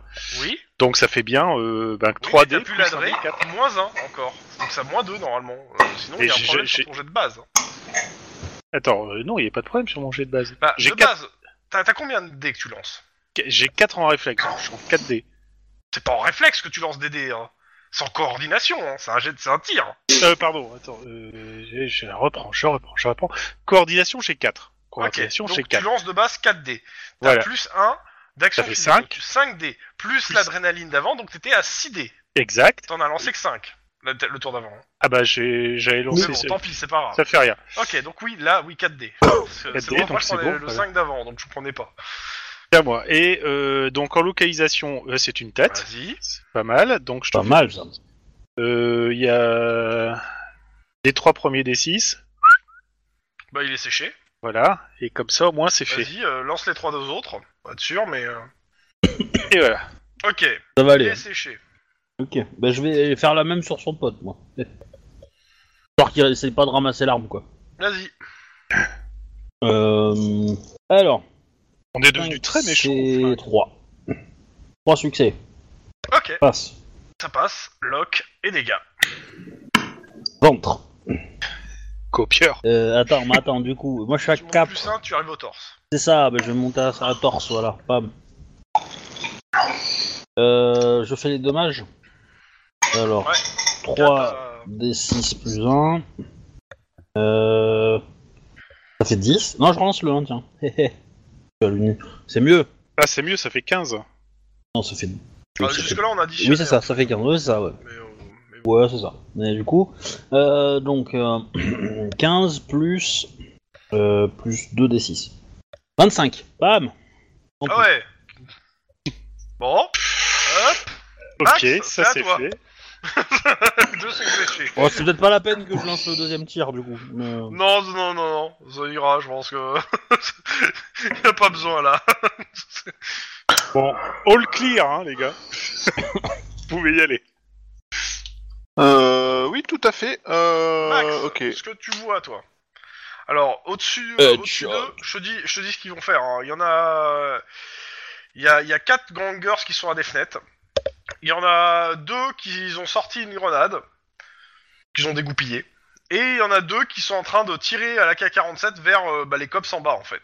[SPEAKER 2] Oui,
[SPEAKER 4] Donc ça fait bien euh, ben,
[SPEAKER 2] oui
[SPEAKER 4] 3
[SPEAKER 2] mais t'as
[SPEAKER 4] dés
[SPEAKER 2] plus
[SPEAKER 4] plus un dé,
[SPEAKER 2] l'adré,
[SPEAKER 4] quatre.
[SPEAKER 2] moins 1 encore. Donc ça moins 2 normalement. Euh, sinon
[SPEAKER 4] Et
[SPEAKER 2] il y a un
[SPEAKER 4] j'ai-
[SPEAKER 2] problème
[SPEAKER 4] j'ai-
[SPEAKER 2] sur ton jet de base. hein.
[SPEAKER 4] Attends, euh, non, il n'y a pas de problème sur mon jet de base.
[SPEAKER 2] Bah,
[SPEAKER 4] J'ai
[SPEAKER 2] de
[SPEAKER 4] quatre-
[SPEAKER 2] base, t'as t'as combien de dés que tu lances
[SPEAKER 4] J'ai 4 en réflexe, donc je trouve 4 dés.
[SPEAKER 2] C'est pas en réflexe que tu lances des dés. Hein. Sans coordination, hein, c'est un jet de c'est un tir.
[SPEAKER 4] Euh, pardon, attends, euh, je, je la reprends, je reprends, je reprends. Coordination chez 4.
[SPEAKER 2] Ok,
[SPEAKER 4] Coordination
[SPEAKER 2] donc
[SPEAKER 4] chez
[SPEAKER 2] tu
[SPEAKER 4] 4.
[SPEAKER 2] lances de base 4 dés. T'as
[SPEAKER 4] Voilà.
[SPEAKER 2] plus 1 d'action
[SPEAKER 4] Ça fait
[SPEAKER 2] physique,
[SPEAKER 4] cinq.
[SPEAKER 2] donc tu- 5 dés, plus,
[SPEAKER 4] Plus-
[SPEAKER 2] l'adrénaline d'avant, donc t'étais à 6 dés.
[SPEAKER 4] Exact.
[SPEAKER 2] T'en as lancé que 5, le, le tour d'avant. hein.
[SPEAKER 4] Ah bah j'ai- j'avais
[SPEAKER 2] Mais
[SPEAKER 4] lancé.
[SPEAKER 2] bon,
[SPEAKER 4] ça-
[SPEAKER 2] tant pis, c'est pas grave.
[SPEAKER 4] Ça fait rien.
[SPEAKER 2] Ok, donc oui, là, oui, 4 dés. C'est
[SPEAKER 4] 4D,
[SPEAKER 2] c'est bon, moi
[SPEAKER 4] donc
[SPEAKER 2] je
[SPEAKER 4] c'est
[SPEAKER 2] prenais
[SPEAKER 4] bon,
[SPEAKER 2] le
[SPEAKER 4] voilà.
[SPEAKER 2] 5 d'avant, donc je prenais pas.
[SPEAKER 4] C'est à moi. Et euh, donc en localisation, euh, c'est une tête.
[SPEAKER 2] Vas-y.
[SPEAKER 4] C'est pas mal. Donc je te
[SPEAKER 1] Pas mal, ça.
[SPEAKER 4] Euh, Il y a les trois premiers des six.
[SPEAKER 2] Bah, il est séché.
[SPEAKER 4] Voilà. Et comme ça, au moins, c'est fait.
[SPEAKER 2] Vas-y, euh, lance les 3 deux autres. Pas sûr, mais. euh,
[SPEAKER 4] [laughs] Et voilà.
[SPEAKER 2] Ok,
[SPEAKER 1] Ça va
[SPEAKER 2] il
[SPEAKER 1] aller.
[SPEAKER 2] est séché.
[SPEAKER 1] Ok. Bah, je vais faire la même sur son pote, moi. [laughs] Genre qu'il essaie pas de ramasser l'arme, quoi.
[SPEAKER 2] Vas-y.
[SPEAKER 1] Euh... Alors.
[SPEAKER 4] On est devenu très méchants.
[SPEAKER 1] C'est 3. 3 succès.
[SPEAKER 2] Ok,
[SPEAKER 1] Passe.
[SPEAKER 2] ça passe. Lock et dégâts.
[SPEAKER 1] Ventre.
[SPEAKER 4] Copieur.
[SPEAKER 1] Euh, attends, mais attends, du coup, moi je suis à
[SPEAKER 2] Tu montes plus
[SPEAKER 1] 4.
[SPEAKER 2] 1, tu arrives au torse.
[SPEAKER 1] C'est ça, bah, je vais monter à, à torse, voilà. Bam. Euh, je fais les dommages. Alors,
[SPEAKER 2] Ouais.
[SPEAKER 1] 3
[SPEAKER 2] Quatre, euh,
[SPEAKER 1] D6 plus 1. Euh... Ça fait 10. Non, je relance le 1, tiens. [laughs] Hé, hé. Je vais allumer. C'est mieux.
[SPEAKER 4] Ah, c'est mieux, ça fait 15.
[SPEAKER 1] Non, ça fait. ça
[SPEAKER 2] ah,
[SPEAKER 1] fait-
[SPEAKER 2] Jusque-là, on a dit.
[SPEAKER 1] Oui, c'est ça, ça fait 15. Ouais, c'est ça, ouais.
[SPEAKER 2] Mais, euh, mais bon.
[SPEAKER 1] Ouais, c'est ça. Mais du coup, euh, donc euh, [clears throat] 15 plus, euh, plus 2 des 6. 25. Bam
[SPEAKER 2] Ah ouais. Bon. Hop.
[SPEAKER 4] Ok,
[SPEAKER 2] Max,
[SPEAKER 4] ça
[SPEAKER 2] c'est à
[SPEAKER 4] c'est
[SPEAKER 2] toi.
[SPEAKER 4] fait.
[SPEAKER 2] Deux sont séchés.
[SPEAKER 1] Bon, Oh, c'est peut-être pas la peine que je lance le deuxième tir, du coup. mais, euh,
[SPEAKER 2] Non, non, non, non, ça ira, je pense que. [laughs] y a pas besoin là.
[SPEAKER 4] Bon, all clear, hein, les [laughs] gars. Vous pouvez y aller.
[SPEAKER 3] Euh, oui, tout à fait. Euh,
[SPEAKER 2] Max,
[SPEAKER 3] ok.
[SPEAKER 2] ce que tu vois, toi. Alors, au-dessus
[SPEAKER 1] Euh,
[SPEAKER 2] au-dessus
[SPEAKER 1] tu-
[SPEAKER 2] d'eux, je te dis, je te dis ce qu'ils vont faire. hein. Il y en a. Il y a, il y a quatre gangers qui sont à des fenêtres. Il y en a deux qui ils ont sorti une grenade, qu'ils ont dégoupillée. Et il y en a deux qui sont en train de tirer à la K-47 vers euh, bah, les cops en bas, en fait.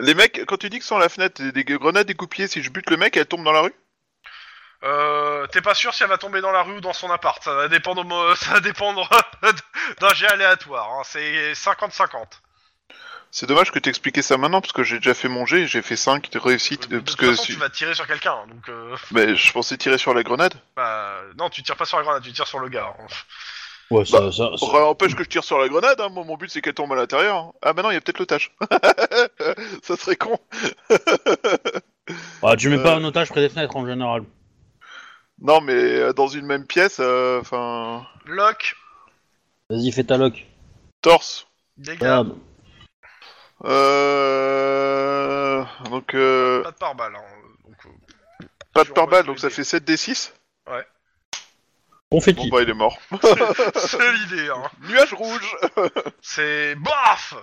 [SPEAKER 3] Les mecs, quand tu dis que sont à la fenêtre, des, des grenades découpillées, si je bute le mec, elle tombe dans la rue
[SPEAKER 2] Euh, T'es pas sûr si elle va tomber dans la rue ou dans son appart. Ça va dépendre, au mo- [laughs] ça va dépendre d'un jet aléatoire. hein. C'est 50-50.
[SPEAKER 3] C'est dommage que t'expliquais ça maintenant, parce que j'ai déjà fait mon jet, j'ai fait 5 réussites.
[SPEAKER 2] De
[SPEAKER 3] parce
[SPEAKER 2] toute
[SPEAKER 3] que
[SPEAKER 2] façon,
[SPEAKER 3] si-
[SPEAKER 2] tu vas tirer sur quelqu'un. hein, Donc, euh,
[SPEAKER 3] mais je pensais tirer sur la grenade.
[SPEAKER 2] bah, non, tu tires pas sur la grenade, tu tires sur le gars. hein.
[SPEAKER 1] Ouais, ça, ça, ça-
[SPEAKER 3] Ça empêche que je tire sur la grenade, hein. moi mon but c'est qu'elle tombe à l'intérieur. hein. Ah bah non, il y a peut-être l'otage. [laughs] ça serait con.
[SPEAKER 1] Ah, tu mets pas
[SPEAKER 3] Euh.
[SPEAKER 1] un otage près des fenêtres en général.
[SPEAKER 3] Non, mais euh, dans une même pièce, euh, enfin.
[SPEAKER 2] Lock,
[SPEAKER 1] Vas-y, fais ta loc.
[SPEAKER 3] torse.
[SPEAKER 2] dégâts,
[SPEAKER 1] Bam.
[SPEAKER 3] Euh... Donc, euh...
[SPEAKER 2] pas de pare-balles. hein, donc, euh,
[SPEAKER 3] pas de
[SPEAKER 2] toujours
[SPEAKER 3] pare-balles,
[SPEAKER 2] moi,
[SPEAKER 3] donc
[SPEAKER 2] je
[SPEAKER 3] ça
[SPEAKER 2] vais
[SPEAKER 3] fait 7 des 6. Bon
[SPEAKER 1] Confetti.
[SPEAKER 3] bah, il est mort.
[SPEAKER 2] c'est l'idée. Hein.
[SPEAKER 3] Nuage rouge
[SPEAKER 2] C'est baf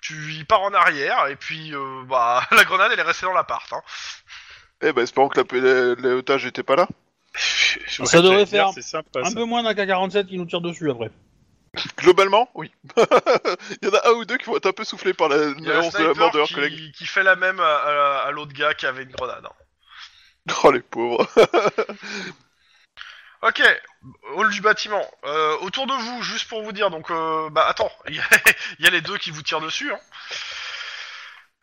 [SPEAKER 2] Tu y pars en arrière, et puis euh, bah, [laughs] la grenade elle est restée dans l'appart. Hein.
[SPEAKER 3] Eh ben, espérons que la- l'otage était pas là.
[SPEAKER 4] Ouais,
[SPEAKER 1] Ça devrait
[SPEAKER 4] j'allais dire,
[SPEAKER 1] faire.
[SPEAKER 4] C'est sympa.
[SPEAKER 1] Un
[SPEAKER 4] bah, ça.
[SPEAKER 1] peu moins d'un K-47 qui nous tire dessus après.
[SPEAKER 3] Globalement, oui. [laughs] Il y en a un ou deux qui vont être un peu soufflés par la
[SPEAKER 2] Il y a le
[SPEAKER 3] nuance de la
[SPEAKER 2] sniper
[SPEAKER 3] mort de leur collègue.
[SPEAKER 2] qui, qui fait la même à, à- à l'autre gars qui avait une grenade. hein.
[SPEAKER 3] Oh, les pauvres.
[SPEAKER 2] Ok, hall du bâtiment. Euh, autour de vous, juste pour vous dire, donc euh, bah attends, [laughs] il y, a- il y a les deux qui vous tirent dessus. Hein.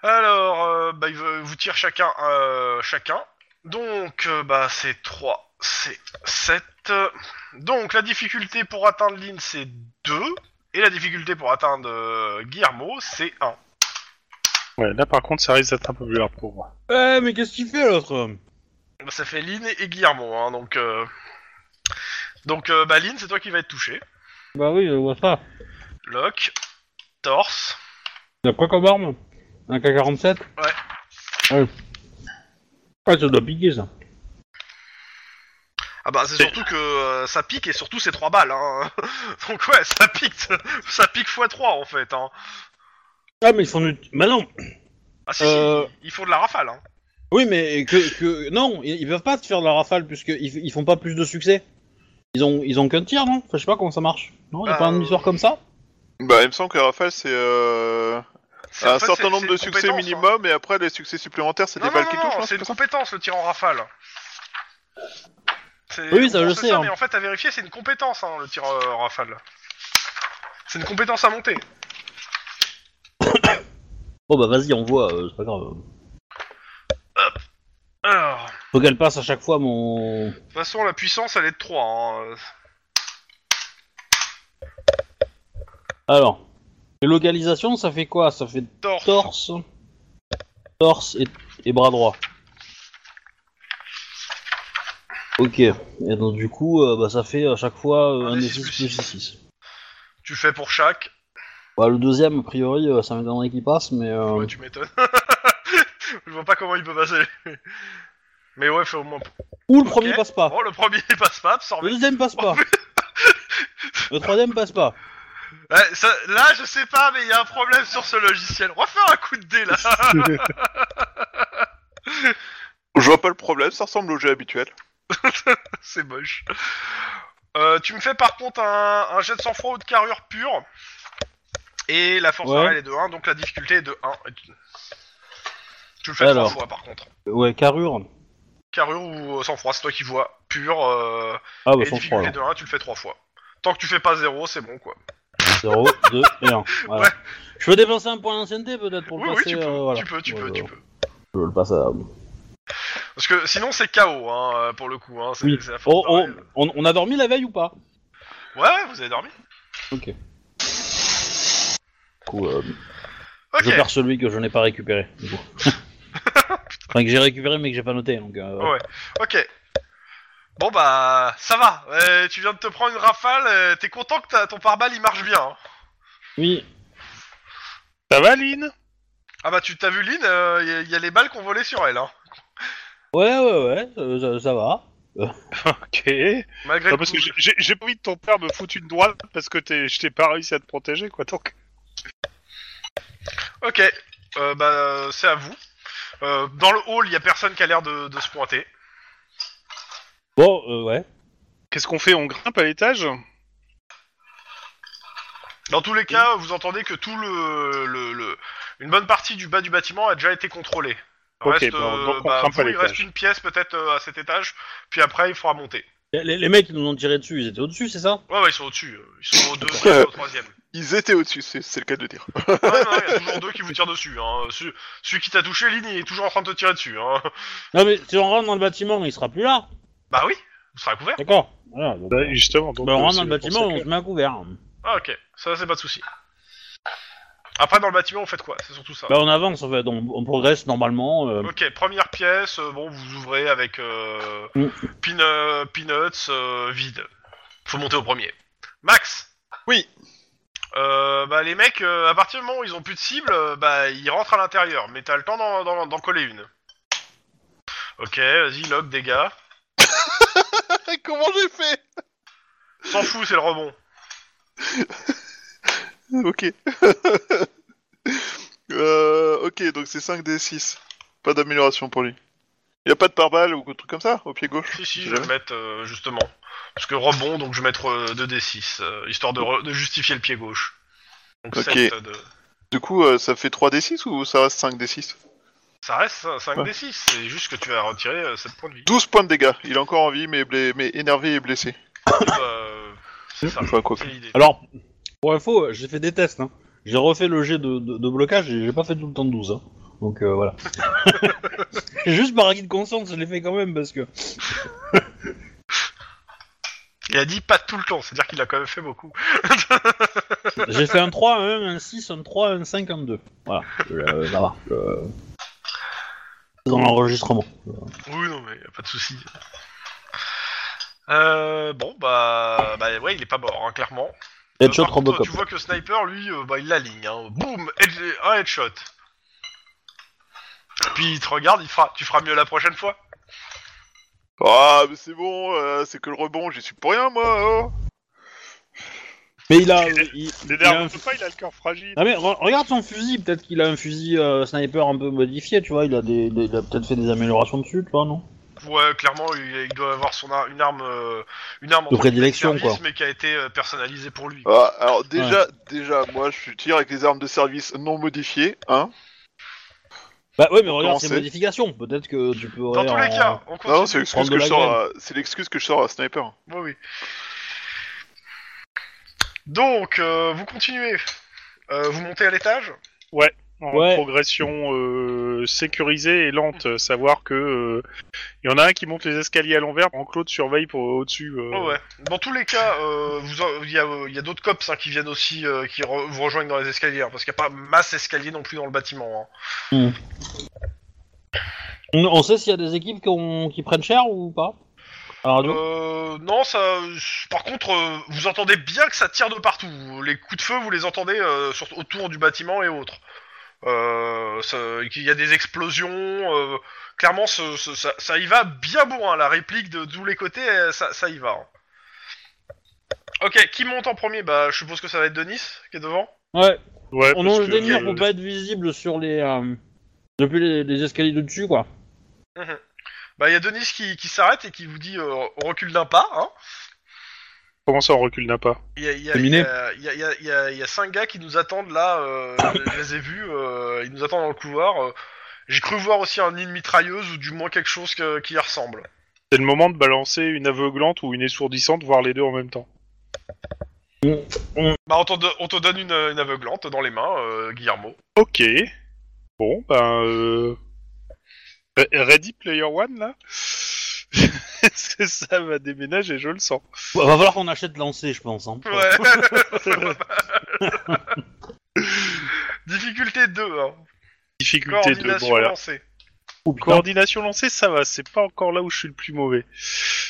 [SPEAKER 2] Alors, euh, bah ils ve- vous tirent chacun, euh, chacun. Donc, euh, bah c'est 3, c'est 7. Donc la difficulté pour atteindre Lynn c'est 2, et la difficulté pour atteindre euh, Guillermo c'est 1.
[SPEAKER 4] Ouais, là par contre, ça risque d'être un peu plus dur pour moi.
[SPEAKER 1] Eh, mais qu'est-ce qu'il fait l'autre
[SPEAKER 2] Bah, ça fait Lynn et Guillermo, hein, donc... euh, Donc euh, bah Lynn c'est toi qui vas être touché.
[SPEAKER 1] Bah oui, je vois ça.
[SPEAKER 2] Lock, torse.
[SPEAKER 1] Il a quoi comme arme Un K-47 Ouais. Ah, ça doit piquer ça.
[SPEAKER 2] Ah bah c'est surtout que euh, ça pique et surtout c'est 3 balles hein. [laughs] Donc ouais ça pique [laughs] ça pique x 3 en fait hein.
[SPEAKER 1] Ah, mais ils font du. Bah non
[SPEAKER 2] Ah si,
[SPEAKER 1] Euh.
[SPEAKER 2] si ils font de la rafale hein.
[SPEAKER 1] Oui, mais que. que... Non, ils, ils peuvent pas te faire de la rafale puisqu'ils ils font pas plus de succès. Ils ont, ils ont qu'un tir, non Enfin, je sais pas comment ça marche. Non, il y a
[SPEAKER 2] Bah,
[SPEAKER 1] pas un demi-sort comme ça
[SPEAKER 3] Bah, il me semble que Rafale, c'est euh...
[SPEAKER 2] C'est- en
[SPEAKER 3] un
[SPEAKER 2] fait,
[SPEAKER 3] certain
[SPEAKER 2] c'est-
[SPEAKER 3] nombre
[SPEAKER 2] c'est
[SPEAKER 3] de
[SPEAKER 2] une
[SPEAKER 3] succès
[SPEAKER 2] compétence,
[SPEAKER 3] minimum, et après, les succès supplémentaires,
[SPEAKER 2] hein.
[SPEAKER 3] c'est
[SPEAKER 2] Non,
[SPEAKER 3] des
[SPEAKER 2] non,
[SPEAKER 3] balles
[SPEAKER 2] non,
[SPEAKER 3] qui
[SPEAKER 2] non,
[SPEAKER 3] touchent. hein,
[SPEAKER 2] c'est une
[SPEAKER 3] c'est pas ça
[SPEAKER 2] compétence le tir en rafale. C'est-
[SPEAKER 1] Oui, ça,
[SPEAKER 2] on
[SPEAKER 1] je
[SPEAKER 2] pense
[SPEAKER 1] sais,
[SPEAKER 2] Ça,
[SPEAKER 1] hein.
[SPEAKER 2] Mais en fait, à vérifier, c'est une compétence, hein, le tir euh, rafale. C'est une compétence à monter.
[SPEAKER 1] Oh bah vas-y, envoie, euh, c'est pas grave.
[SPEAKER 2] Alors, de
[SPEAKER 1] Faut qu'elle passe à chaque fois mon.
[SPEAKER 2] toute façon, la puissance, elle est de 3. Hein.
[SPEAKER 1] Alors, les localisations, ça fait quoi Ça fait
[SPEAKER 2] Torse.
[SPEAKER 1] torse, torse et, et bras droit. Ok, et donc du coup, euh, bah, ça fait à chaque fois euh,
[SPEAKER 2] Un
[SPEAKER 1] un
[SPEAKER 2] des
[SPEAKER 1] des
[SPEAKER 2] six
[SPEAKER 1] 6
[SPEAKER 2] plus
[SPEAKER 1] plus
[SPEAKER 2] six.
[SPEAKER 1] 6.
[SPEAKER 2] Tu fais pour chaque.
[SPEAKER 1] Bah, le deuxième, a priori, euh, ça m'étonnerait qu'il passe, mais. euh,
[SPEAKER 2] Ouais, tu m'étonnes. [laughs] je vois pas comment il peut passer. Mais ouais, fais au moins.
[SPEAKER 1] Ou le premier passe pas,
[SPEAKER 2] Oh, le premier, il passe pas, absorbé.
[SPEAKER 1] le deuxième passe pas, le troisième passe pas.
[SPEAKER 2] Ouais, Eh, ça- là, je sais pas, mais il y a un problème sur ce logiciel. On va faire un coup de dé là. [laughs]
[SPEAKER 3] Je vois pas le problème, ça ressemble au jeu habituel.
[SPEAKER 2] C'est moche. Euh, tu me fais par contre un, un jet de sang-froid ou de carrure pure. Et la force
[SPEAKER 1] Ouais.
[SPEAKER 2] réelle est de 1, donc la difficulté est de 1. Et tu- Tu le fais
[SPEAKER 1] Alors.
[SPEAKER 2] sans froid par contre.
[SPEAKER 1] Ouais, carrure.
[SPEAKER 2] Carrure ou sans froid, c'est toi qui vois. Pure euh,
[SPEAKER 1] Ah bah
[SPEAKER 2] et
[SPEAKER 1] sans froid,
[SPEAKER 2] difficulté de 1, tu le fais 3 fois. Tant que tu fais pas 0, c'est bon quoi.
[SPEAKER 1] 0, 2 et 1. Voilà.
[SPEAKER 2] Ouais.
[SPEAKER 1] Je peux dépenser un point d'ancienneté peut-être pour le
[SPEAKER 2] Oui, oui,
[SPEAKER 1] passer.
[SPEAKER 2] tu peux,
[SPEAKER 1] euh, voilà. Oh,
[SPEAKER 2] Tu peux, tu
[SPEAKER 1] Ouais,
[SPEAKER 2] peux, tu
[SPEAKER 1] ouais.
[SPEAKER 2] peux.
[SPEAKER 1] Je le passe à.
[SPEAKER 2] Parce que sinon c'est KO hein, euh, pour le coup. Hein, c'est
[SPEAKER 1] Oui.
[SPEAKER 2] c'est la force
[SPEAKER 1] Oh, oh,
[SPEAKER 2] réelle.
[SPEAKER 1] on, on a dormi la veille ou pas
[SPEAKER 2] Ouais, ouais, vous avez dormi.
[SPEAKER 1] Du coup, euh,
[SPEAKER 2] Ok.
[SPEAKER 1] Je perds celui que je n'ai pas récupéré. du coup.
[SPEAKER 2] [laughs]
[SPEAKER 1] enfin, que j'ai récupéré mais que j'ai pas noté. Donc, euh,
[SPEAKER 2] Ouais. Ok. Bon bah ça va. Euh, tu viens de te prendre une rafale. euh, T'es content que t'as- ton pare-balles il marche bien. hein.
[SPEAKER 1] Oui,
[SPEAKER 4] Ça va, Lynn
[SPEAKER 2] Ah bah tu t'as vu Lynn, il y, a les balles qu'on volait sur elle. Hein.
[SPEAKER 1] ouais, ouais, ouais, euh, ça, ça va.
[SPEAKER 4] Ok. Non,
[SPEAKER 2] Malgré
[SPEAKER 4] parce
[SPEAKER 2] tout.
[SPEAKER 4] que j'ai- j'ai j'ai pas envie de ton père me foutre une droite parce que t'es- je t'ai pas réussi à te protéger, quoi. Donc,
[SPEAKER 2] Ok. Euh, bah c'est à vous. Euh, dans le hall, il y a personne qui a l'air de, de se pointer.
[SPEAKER 1] Bon, euh, ouais.
[SPEAKER 4] qu'est-ce qu'on fait On grimpe à l'étage
[SPEAKER 2] Dans tous les cas, vous entendez que tout le, le, le- une bonne partie du bas du bâtiment a déjà été contrôlée.
[SPEAKER 4] Ok,
[SPEAKER 2] Reste,
[SPEAKER 4] bon,
[SPEAKER 2] euh,
[SPEAKER 4] donc on
[SPEAKER 2] bah,
[SPEAKER 4] grimpe à
[SPEAKER 2] vous, il reste
[SPEAKER 4] l'étage.
[SPEAKER 2] une pièce peut-être euh, à cet étage, puis après il faudra monter.
[SPEAKER 1] Les, les- les mecs ils nous ont tiré dessus, ils étaient au-dessus, c'est ça
[SPEAKER 2] Ouais, ouais, ils sont au-dessus. euh, Ils
[SPEAKER 4] [laughs]
[SPEAKER 2] sont au deuxième, et au troisième.
[SPEAKER 3] Ils étaient au-dessus, c'est c'est le cas de le dire. [laughs]
[SPEAKER 2] Ah ouais, non, il y a toujours deux qui vous tirent dessus. Hein. Celui, celui qui t'a touché, Lynn, il est toujours en train de te tirer dessus. Hein.
[SPEAKER 1] Non, mais si on rentre dans le bâtiment, il sera plus là.
[SPEAKER 2] Bah oui, vous serez couvert.
[SPEAKER 1] D'accord. Voilà, donc,
[SPEAKER 4] Bah, Justement. Donc,
[SPEAKER 1] bah, on
[SPEAKER 4] euh,
[SPEAKER 1] rentre dans
[SPEAKER 4] c'est
[SPEAKER 1] le
[SPEAKER 4] pour
[SPEAKER 1] bâtiment,
[SPEAKER 4] ça
[SPEAKER 1] on
[SPEAKER 4] que-
[SPEAKER 1] se met à couvert.
[SPEAKER 2] Ah ok, ça c'est pas de souci. Après, dans le bâtiment, vous faites quoi C'est surtout ça.
[SPEAKER 1] Bah, on avance en fait, on, on progresse normalement. euh,
[SPEAKER 2] Ok, première pièce, euh, bon, vous ouvrez avec euh,
[SPEAKER 1] Mm.
[SPEAKER 2] Peanu- Peanuts euh, vide. Faut monter au premier. Max
[SPEAKER 3] Oui.
[SPEAKER 2] Euh, bah les mecs, euh, à partir du moment où ils ont plus de cible, euh, bah ils rentrent à l'intérieur, mais t'as le temps d'en- d'en d'en coller une. Ok, vas-y, log, dégâts.
[SPEAKER 3] Comment j'ai fait
[SPEAKER 2] S'en fout, c'est le rebond.
[SPEAKER 3] [laughs] Ok. Euh, ok, donc c'est 5d6. Pas d'amélioration pour lui. Il a pas de pare-balles ou un truc comme ça, au pied gauche
[SPEAKER 2] Si, si, je
[SPEAKER 3] Jamais.
[SPEAKER 2] vais mettre euh, justement. Parce que rebond, donc je vais mettre euh, 2d6, euh, histoire de, re- de justifier le pied gauche. Donc
[SPEAKER 3] Ok.
[SPEAKER 2] sept euh, de-
[SPEAKER 3] Du coup, euh, ça fait 3d6 ou ça reste 5d6
[SPEAKER 2] Ça reste 5d6, c'est juste que tu vas retirer 7 points de vie.
[SPEAKER 3] 12 points de dégâts. Il est encore en vie, mais, blé- mais énervé et blessé.
[SPEAKER 2] Euh, c'est ça,
[SPEAKER 3] Enfin, quoi que-
[SPEAKER 2] c'est l'idée.
[SPEAKER 1] Alors, pour info, euh, j'ai fait des tests. Hein. J'ai refait le jet de, de- de blocage et j'ai pas fait tout le temps de 12. Hein. Donc euh, voilà. [laughs] J'ai juste par acquis de conscience, je l'ai fait quand même parce que.
[SPEAKER 2] Il a dit pas tout le temps, c'est-à-dire qu'il a quand même fait beaucoup.
[SPEAKER 1] J'ai fait un 3, un 1, un 6, un 3, un 5, un 2. Voilà, Euh, ça va. euh, Dans l'enregistrement.
[SPEAKER 2] Oui, non, mais y a pas de souci. Euh, bon, bah, bah ouais, il est pas mort, hein, clairement.
[SPEAKER 1] Headshot
[SPEAKER 2] Euh, par contre,
[SPEAKER 1] Robocop.
[SPEAKER 2] Tu vois que Sniper, lui, euh, bah, il l'aligne. Hein. Boum head- Un headshot. Puis il te regarde, il fera, tu feras mieux la prochaine fois.
[SPEAKER 3] Ah, mais c'est bon, euh, c'est que le rebond, j'y suis pour rien, moi oh.
[SPEAKER 1] Mais il a. euh, il-
[SPEAKER 4] Les
[SPEAKER 1] il a un- Ah,
[SPEAKER 4] derniers pas, il a le cœur fragile.
[SPEAKER 1] Non mais re- regarde son fusil, peut-être qu'il a un fusil euh, sniper un peu modifié, tu vois, il a, des, des- il a peut-être fait des améliorations dessus, tu vois, non
[SPEAKER 2] Ouais, euh, clairement, il, il doit avoir son ar- une arme, euh, une arme
[SPEAKER 1] De prédilection, quoi.
[SPEAKER 2] service, mais qui a été euh, personnalisée pour lui.
[SPEAKER 3] Ah, alors déjà, déjà, moi je tire avec les armes de service non modifiées, hein.
[SPEAKER 1] Bah ouais, mais regarde ces
[SPEAKER 3] commencer.
[SPEAKER 1] modifications. Peut-être que tu peux.
[SPEAKER 2] Dans tous les cas, on
[SPEAKER 3] Non,
[SPEAKER 2] continue.
[SPEAKER 3] non, c'est l'excuse
[SPEAKER 1] prendre
[SPEAKER 3] que
[SPEAKER 1] de
[SPEAKER 3] je
[SPEAKER 1] la
[SPEAKER 3] sors à- c'est l'excuse que je sors à Sniper.
[SPEAKER 2] Oui, oui. Donc, euh, vous continuez. Euh, vous montez à l'étage.
[SPEAKER 4] en
[SPEAKER 1] Ouais.
[SPEAKER 4] progression euh, sécurisée et lente,
[SPEAKER 2] Mm.
[SPEAKER 4] euh, savoir que euh, il y en a un qui monte les escaliers à l'envers, en Claude surveille pour au-dessus. euh.
[SPEAKER 2] Oh, ouais. Dans tous les cas, euh, vous en- il y a, euh, il y a d'autres cops hein, qui viennent aussi, euh, qui re- vous rejoignent dans les escaliers, hein, parce qu'il n'y a pas masse escalier non plus dans le bâtiment. hein.
[SPEAKER 1] On, on sait s'il y a des équipes qui, ont- qui prennent cher ou pas Alors,
[SPEAKER 2] Euh, non, ça. Par contre, euh, vous entendez bien que ça tire de partout. Les coups de feu, vous les entendez euh, sur- autour du bâtiment et autres. Euh, ça- qu'il y a des explosions. euh, clairement, ce- ce- ça, ça y va bien bourrin. La réplique de tous les côtés, euh, ça, ça y va. hein. Ok, qui monte en premier Bah, je suppose que ça va être Denis qui est devant.
[SPEAKER 1] ouais,
[SPEAKER 4] Euh, Ouais,
[SPEAKER 1] on
[SPEAKER 4] parce
[SPEAKER 1] enlève
[SPEAKER 4] que-
[SPEAKER 1] des murs
[SPEAKER 4] euh,
[SPEAKER 1] pour pas être visible sur les. euh, depuis les, les escaliers de dessus, quoi.
[SPEAKER 2] Bah, il y a Denis qui, qui s'arrête et qui vous dit euh, on recule d'un pas. Hein.
[SPEAKER 4] Comment ça, on recule n'a pas
[SPEAKER 2] Il y a, il y, a, il
[SPEAKER 1] Terminé.
[SPEAKER 2] y, a, il y, a- il y a- il y a- il y a cinq gars qui nous attendent là, euh, je les ai vus, euh, ils nous attendent dans le couloir. euh. J'ai cru voir aussi un nid de mitrailleuse ou du moins quelque chose que- qui y ressemble.
[SPEAKER 4] C'est le moment de balancer une aveuglante ou une essourdissante, voire les deux en même temps.
[SPEAKER 2] Bah on, t'en do- on te donne une, une aveuglante dans les mains, euh, Guillermo.
[SPEAKER 4] Ok. Bon, ben. Euh... Re- Ready Player One, là [laughs] Est-ce que ça va déménager Je le sens.
[SPEAKER 1] Va va falloir qu'on achète lancé, je pense. Hein.
[SPEAKER 2] [laughs] Difficulté 2, hein.
[SPEAKER 4] Difficulté de
[SPEAKER 2] coordination
[SPEAKER 4] bon, alors.
[SPEAKER 2] lancée.
[SPEAKER 1] Oh, putain.
[SPEAKER 4] Coordination lancée, ça va, c'est pas encore là où je suis le plus mauvais.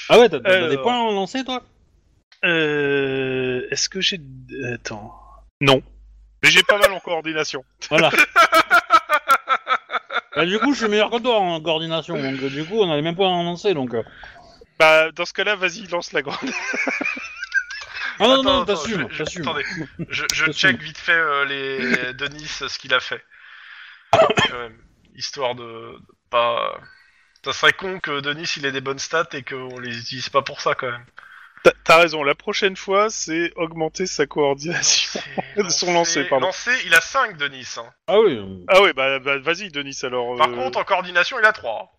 [SPEAKER 1] Ah ouais, t'as t'as- t'as des
[SPEAKER 4] Alors.
[SPEAKER 1] points en lancé, toi
[SPEAKER 4] Euh, Est-ce que j'ai. euh, Attends. Non. Mais j'ai pas mal en coordination. [laughs]
[SPEAKER 1] Voilà. bah, du coup, je suis meilleur que toi en coordination, donc euh, du coup, on a les mêmes points en lancé, donc. euh.
[SPEAKER 4] Bah, dans ce cas-là, vas-y, lance la grande.
[SPEAKER 1] Ah non, non,
[SPEAKER 2] Attends,
[SPEAKER 1] non,
[SPEAKER 2] attends,
[SPEAKER 1] t'assumes,
[SPEAKER 2] je- je-
[SPEAKER 1] t'assumes.
[SPEAKER 2] Attendez, je, je
[SPEAKER 1] T'assumes.
[SPEAKER 2] check vite fait euh, les Denis euh, ce qu'il a fait. [coughs] Quand même, histoire de, de pas. Ça serait con que Denis il ait des bonnes stats et qu'on les utilise pas pour ça quand même.
[SPEAKER 4] T'as- T'as raison, la prochaine fois, c'est augmenter sa coordination.
[SPEAKER 2] Lancé,
[SPEAKER 4] Son lancé, pardon.
[SPEAKER 2] Lancé, il a 5 Denis. hein.
[SPEAKER 1] Ah oui. euh,
[SPEAKER 4] [laughs] Ah oui, bah, bah, vas-y, Denis, alors.
[SPEAKER 2] Par
[SPEAKER 4] euh,
[SPEAKER 2] contre, en coordination, il a 3.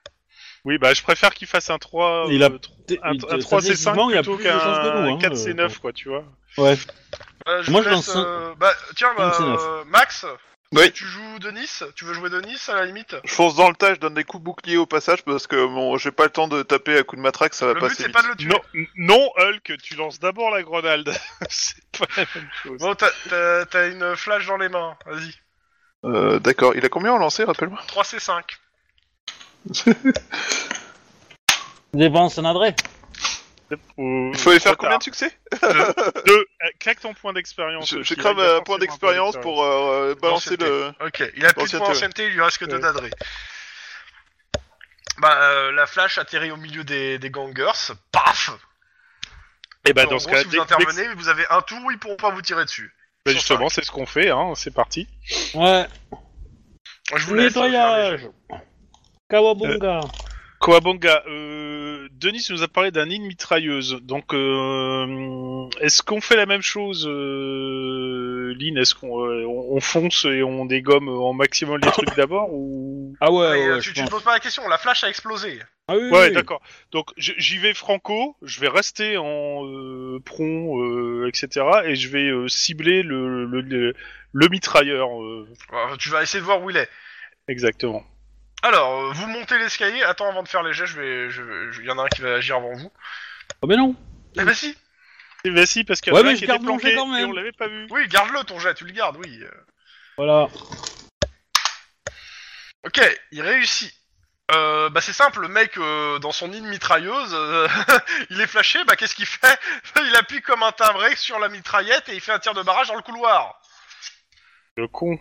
[SPEAKER 4] Oui, bah, je préfère qu'il fasse un 3.
[SPEAKER 1] Il a-
[SPEAKER 4] euh, tro-
[SPEAKER 1] t'es-
[SPEAKER 4] un,
[SPEAKER 1] il-
[SPEAKER 4] un
[SPEAKER 1] t'es-
[SPEAKER 4] 3
[SPEAKER 1] statistiquement,
[SPEAKER 4] C5
[SPEAKER 1] il a
[SPEAKER 4] plutôt
[SPEAKER 1] plus de chances que nous,
[SPEAKER 4] qu'un
[SPEAKER 1] hein,
[SPEAKER 4] 4 C9,
[SPEAKER 1] euh,
[SPEAKER 4] quoi, tu vois.
[SPEAKER 1] Ouais.
[SPEAKER 2] Euh,
[SPEAKER 1] Moi,
[SPEAKER 2] vous
[SPEAKER 1] je lance
[SPEAKER 2] laisse,
[SPEAKER 1] cinq.
[SPEAKER 2] euh, Bah, tiens, bah,
[SPEAKER 1] Cinq, c'est neuf.
[SPEAKER 2] euh, Max,
[SPEAKER 3] Oui. Euh,
[SPEAKER 2] tu joues Denis Tu veux jouer Denis à la limite
[SPEAKER 3] Je fonce dans le tas, je donne des coups boucliers au passage parce que bon, j'ai pas le temps de taper à coups de matraque, ça va
[SPEAKER 2] Le but
[SPEAKER 3] passer
[SPEAKER 2] c'est
[SPEAKER 3] vite.
[SPEAKER 2] pas de le tuer.
[SPEAKER 4] Non, n- non, Hulk, tu lances d'abord la grenade. [laughs] c'est pas la même chose.
[SPEAKER 2] Bon, t'as- t'as t'as une flash dans les mains, vas-y.
[SPEAKER 3] Euh, D'accord, il a combien en lancé, rappelle-moi
[SPEAKER 2] 3C5.
[SPEAKER 1] Dépense un adresse.
[SPEAKER 4] Ou-
[SPEAKER 3] Il fallait faire
[SPEAKER 4] trop
[SPEAKER 3] combien
[SPEAKER 4] tard.
[SPEAKER 3] de succès
[SPEAKER 4] Deux. Euh, Claque ton point d'expérience.
[SPEAKER 3] Je, je
[SPEAKER 4] aussi,
[SPEAKER 3] crame
[SPEAKER 4] il a
[SPEAKER 3] un point
[SPEAKER 4] forcément
[SPEAKER 3] d'expérience pour euh, balancer
[SPEAKER 2] L'ancienneté.
[SPEAKER 3] le.
[SPEAKER 2] Ok, il a plus de points
[SPEAKER 3] L'ancienneté, ouais.
[SPEAKER 2] d'ancienneté, il lui reste que deux
[SPEAKER 4] Ouais.
[SPEAKER 2] d'adré. Bah, euh, la flash atterrit au milieu des, des gangers, paf
[SPEAKER 4] Eh ben,
[SPEAKER 2] En
[SPEAKER 4] dans ce
[SPEAKER 2] gros,
[SPEAKER 4] cas,
[SPEAKER 2] si
[SPEAKER 4] dès-
[SPEAKER 2] vous
[SPEAKER 4] dès que-
[SPEAKER 2] intervenez, vous avez un tour, ils pourront pas vous tirer dessus.
[SPEAKER 4] Bah, justement, c'est ce qu'on fait, hein, c'est parti.
[SPEAKER 1] Ouais.
[SPEAKER 2] Je vous laisse, euh, faire
[SPEAKER 1] Nettoyage. Kawabunga.
[SPEAKER 4] Kawabonga, euh, Denis nous a parlé d'un nid de mitrailleuse. Donc, euh, est-ce qu'on fait la même chose, euh, Lynn Est-ce qu'on euh, on on fonce et on dégomme en maximum les trucs d'abord ou...
[SPEAKER 1] Ah ouais,
[SPEAKER 2] les-
[SPEAKER 1] ouais,
[SPEAKER 2] Et, euh,
[SPEAKER 1] ouais,
[SPEAKER 2] tu,
[SPEAKER 1] je
[SPEAKER 2] tu te
[SPEAKER 1] pense.
[SPEAKER 2] poses pas la question, la flash a explosé.
[SPEAKER 1] Ah oui, oui,
[SPEAKER 4] Ouais,
[SPEAKER 1] oui.
[SPEAKER 4] d'accord. Donc, je- j'y vais franco, je vais rester en euh, prompt, euh, etc. Et je vais euh, cibler le, le, le- le mitrailleur, euh,
[SPEAKER 2] Alors, tu vas essayer de voir où il est.
[SPEAKER 4] exactement.
[SPEAKER 2] Alors, euh, vous montez l'escalier, attends avant de faire les jets, je vais, je, je- il y en a un qui va agir avant vous.
[SPEAKER 1] Oh, mais non.
[SPEAKER 2] Ah bah si
[SPEAKER 4] Et bah si, parce qu'il y en
[SPEAKER 1] Ouais,
[SPEAKER 4] a un
[SPEAKER 1] mais
[SPEAKER 4] qui
[SPEAKER 1] je
[SPEAKER 4] était
[SPEAKER 1] garde mon
[SPEAKER 4] planqué
[SPEAKER 1] jet quand
[SPEAKER 4] et
[SPEAKER 1] même.
[SPEAKER 4] on l'avait pas vu.
[SPEAKER 2] Oui, garde-le ton jet, tu le gardes, oui.
[SPEAKER 1] Voilà.
[SPEAKER 2] Ok, il réussit. Euh, bah c'est simple, le mec euh, dans son nid de mitrailleuse, euh, [laughs] il est flashé, bah qu'est-ce qu'il fait [laughs] Il appuie comme un timbré sur la mitraillette et il fait un tir de barrage dans le couloir.
[SPEAKER 4] Le con.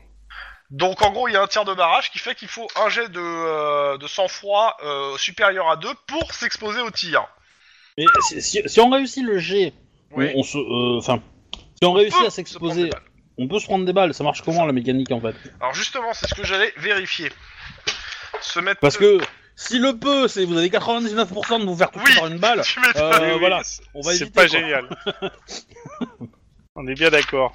[SPEAKER 2] Donc en gros il y a un tir de barrage qui fait qu'il faut un jet de, euh, de sang-froid euh, supérieur à 2 pour s'exposer au tir.
[SPEAKER 1] Mais si, si- si on réussit le G, on, on se. euh, Enfin. si on réussit
[SPEAKER 2] peut
[SPEAKER 1] à
[SPEAKER 2] se prendre Oh, des
[SPEAKER 1] s'exposer,
[SPEAKER 2] balles.
[SPEAKER 1] on peut se prendre des balles. Ça marche comment la mécanique en fait
[SPEAKER 2] Alors justement c'est ce que j'allais vérifier. Se mettre...
[SPEAKER 1] Parce que si le peu, c'est vous avez 99% de vous faire toucher
[SPEAKER 2] Oui.
[SPEAKER 1] par une balle,
[SPEAKER 2] Tu m'étonnes.
[SPEAKER 1] euh,
[SPEAKER 4] Ah Oui, oui,
[SPEAKER 1] voilà,
[SPEAKER 4] c'est-
[SPEAKER 1] on va éviter.
[SPEAKER 4] C'est pas
[SPEAKER 1] quoi. [laughs]
[SPEAKER 4] génial. on est bien d'accord.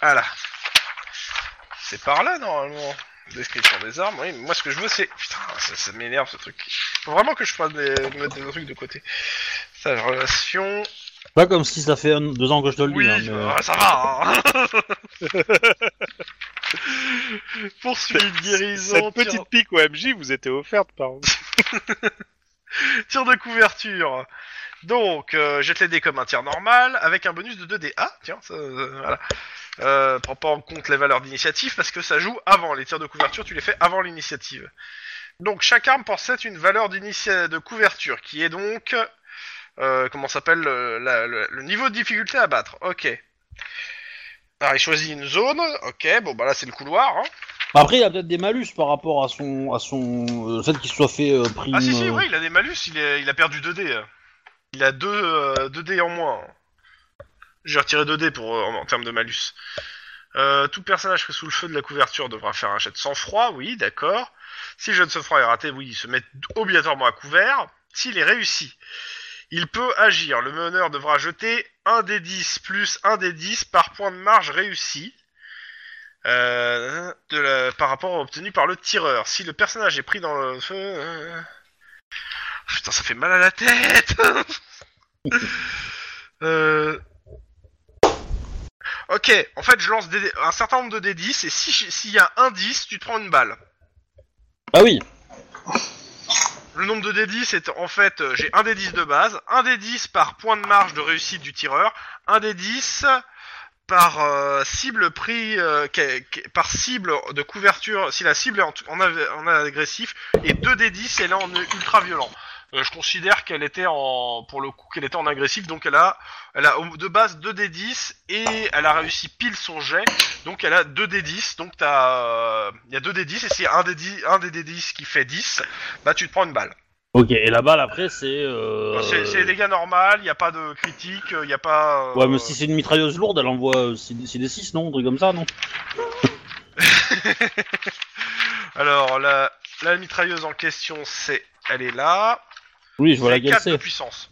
[SPEAKER 2] Voilà. C'est par là, normalement. Description des armes, oui. Moi, ce que je veux, c'est... Putain, ça, ça m'énerve, ce truc. Faut vraiment que je fasse des... mettre des trucs de côté. Ça, relation...
[SPEAKER 1] Pas comme si ça fait un- deux ans que je te le dis.
[SPEAKER 2] Oui,
[SPEAKER 1] hein, mais-
[SPEAKER 2] euh, ça va hein. Poursuite, guérison,
[SPEAKER 4] Cette petite pique OMJ vous était offerte par.
[SPEAKER 2] tir, tir de couverture. Donc, euh, jette les dés comme un tir normal, avec un bonus de 2D. Ah, tiens, ça, euh, voilà. Euh, prends pas en compte les valeurs d'initiative, parce que ça joue avant. Les tirs de couverture, tu les fais avant l'initiative. Donc, chaque arme possède une valeur d'initia- de couverture, qui est donc... euh, comment s'appelle euh, la- le, le niveau de difficulté à battre Ok. Alors, il choisit une zone. Ok, bon, bah là, c'est le couloir. Hein.
[SPEAKER 1] Après, il a peut-être des malus par rapport à son, à son, euh, le fait qu'il se soit fait euh, prime.
[SPEAKER 2] Ah si si
[SPEAKER 1] euh,
[SPEAKER 2] oui il a des malus, il, est- il a perdu 2 dés. euh. Il a 2 dés en moins. J'ai retiré 2 dés pour, euh, en, en termes de malus. Euh, tout personnage que sous le feu de la couverture devra faire un jet de sang-froid, oui d'accord. Si le jet de sang-froid est raté, oui il se met obligatoirement à couvert. S'il est réussi, il peut agir. Le meneur devra jeter 1 des 10 plus 1 des 10 par point de marge réussi. euh, de la- par rapport obtenu par le tireur. Si le personnage est pris dans le feu... euh, Putain, ça fait mal à la tête Euh, Ok, en fait, je lance des- un certain nombre de D10, et si je- s'il y a un 10, tu te prends une balle.
[SPEAKER 1] Ah oui.
[SPEAKER 2] Le nombre de D10 est en fait, euh, j'ai un D10 de base, un D10 par point de marge de réussite du tireur, un D10 par euh, cible pris, euh, qu'a- qu'a- par cible de couverture, si la cible est en, en av- en agressif, et deux D10 elle est en ultra violent. Euh, je considère qu'elle était en, pour le coup, qu'elle était en agressif, donc elle a, elle a au- de base 2 D10 et elle a réussi pile son jet, donc elle a 2 D10, donc t'as, euh, il y a 2 D10 et c'est un D10, un des D10 qui fait 10, bah tu te prends une balle.
[SPEAKER 1] Ok. Et la balle après, c'est. euh,
[SPEAKER 2] Bah, C'est c'est des dégâts normaux, il n'y a pas de critique, il n'y a pas. euh,
[SPEAKER 1] Ouais, mais si c'est une mitrailleuse lourde, elle envoie. euh, C'est c'est des 6, non Un truc comme ça, non
[SPEAKER 2] Alors, la, la mitrailleuse en question, c'est. Elle est là.
[SPEAKER 1] Oui, je vois
[SPEAKER 2] C'est
[SPEAKER 1] laquelle
[SPEAKER 2] 4 de
[SPEAKER 1] c'est.
[SPEAKER 2] puissance.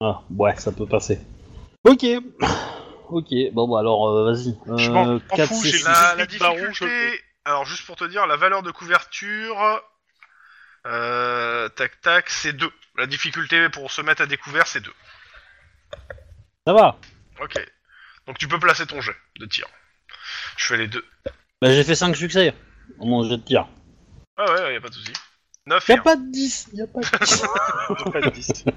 [SPEAKER 1] Ah, ouais, ça peut passer. Ok. [coughs] Ok, bon, bah alors, euh, vas-y.
[SPEAKER 4] Je m'en-
[SPEAKER 1] Euh,
[SPEAKER 4] m'en
[SPEAKER 1] quatre,
[SPEAKER 4] fous,
[SPEAKER 1] six,
[SPEAKER 4] j'ai
[SPEAKER 1] six.
[SPEAKER 2] La,
[SPEAKER 4] la-
[SPEAKER 2] la
[SPEAKER 4] Six barons, je le
[SPEAKER 2] difficulté. Alors, juste pour te dire, la valeur de couverture. Euh, tac tac, c'est 2. La difficulté pour se mettre à découvert, c'est 2.
[SPEAKER 1] Ça va.
[SPEAKER 2] Ok. Donc, tu peux placer ton jet de tir. Je fais les deux.
[SPEAKER 1] Bah, j'ai fait 5 succès. Mon jet de tir.
[SPEAKER 2] Ah ouais, ouais, y a pas de souci. 9 et
[SPEAKER 1] Y'a
[SPEAKER 2] un.
[SPEAKER 1] pas de 10. Y'a pas de
[SPEAKER 4] [laughs]
[SPEAKER 1] 10.
[SPEAKER 4] de
[SPEAKER 1] [laughs]
[SPEAKER 4] pas de liste.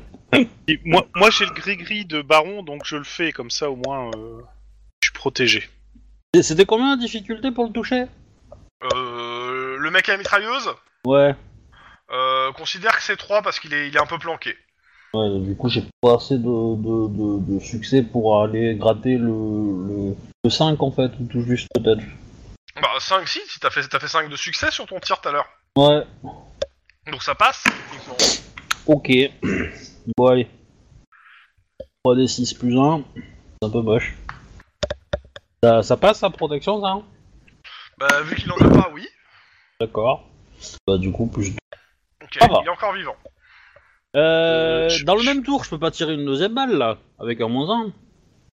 [SPEAKER 4] Et moi, moi j'ai le gris-gris de baron, donc je le fais comme ça au moins euh, je suis protégé.
[SPEAKER 1] Et C'était combien la difficulté pour le toucher
[SPEAKER 2] Euh, le mec à la mitrailleuse,
[SPEAKER 1] Ouais.
[SPEAKER 2] euh, considère que c'est 3 parce qu'il est, il est un peu planqué.
[SPEAKER 1] Ouais, du coup, j'ai pas assez de, de, de, de succès pour aller gratter le, le, le 5 en fait, ou tout juste peut-être.
[SPEAKER 2] Bah 5 si, si t'as fait, t'as fait 5 de succès sur ton tir tout à l'heure.
[SPEAKER 1] Ouais,
[SPEAKER 2] Donc ça passe techniquement.
[SPEAKER 1] ok. Bon, allez. 3d6 plus 1, c'est un peu moche. Ça, ça passe la protection, ça hein
[SPEAKER 2] Bah vu qu'il en a pas, oui.
[SPEAKER 1] D'accord. Bah, du coup, plus.
[SPEAKER 2] Ok,
[SPEAKER 1] Ça va.
[SPEAKER 2] il est encore vivant.
[SPEAKER 1] Euh,
[SPEAKER 4] Euh,
[SPEAKER 1] dans le même tour, je peux pas tirer une deuxième balle là, avec un moins 1.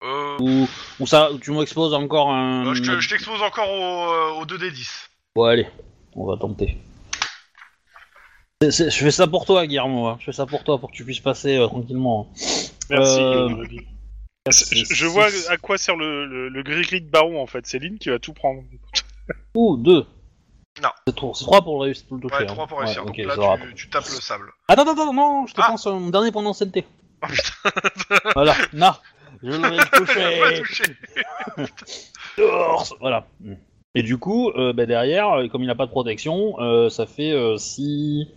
[SPEAKER 2] Euh,
[SPEAKER 1] Ou, ou ça, tu m'exposes encore un.
[SPEAKER 2] euh, je te- je t'expose encore au, euh, au 2D10.
[SPEAKER 1] Bon, allez, on va tenter. C'est- c'est- je fais ça pour toi, Guillermo. hein. Je fais ça pour toi, pour que tu puisses passer euh, tranquillement.
[SPEAKER 4] Merci.
[SPEAKER 1] Euh,
[SPEAKER 4] Guillaume. Je, je vois à quoi sert le, le- le gris-gris de baron en fait. C'est Lynn qui va tout prendre.
[SPEAKER 1] Ou 2.
[SPEAKER 2] Non.
[SPEAKER 1] C'est 3 pour le réussir, pour le toucher.
[SPEAKER 2] Ouais,
[SPEAKER 1] hein.
[SPEAKER 2] 3 pour réussir.
[SPEAKER 1] Ouais, ok,
[SPEAKER 2] Donc
[SPEAKER 1] ça va.
[SPEAKER 2] là tu, tu tapes le sable.
[SPEAKER 1] Attends, attends, attends, non, je te
[SPEAKER 2] Ah.
[SPEAKER 1] pense euh, mon dernier point d'ancienneté.
[SPEAKER 2] Oh putain,
[SPEAKER 1] [laughs]
[SPEAKER 2] [laughs]
[SPEAKER 1] Voilà, non, je l'aurais
[SPEAKER 2] je l'ai
[SPEAKER 1] touché.
[SPEAKER 2] pas touché.
[SPEAKER 1] Torse. Voilà. Et du coup, euh, bah, derrière, euh, comme il n'a pas de protection, euh, ça fait 6.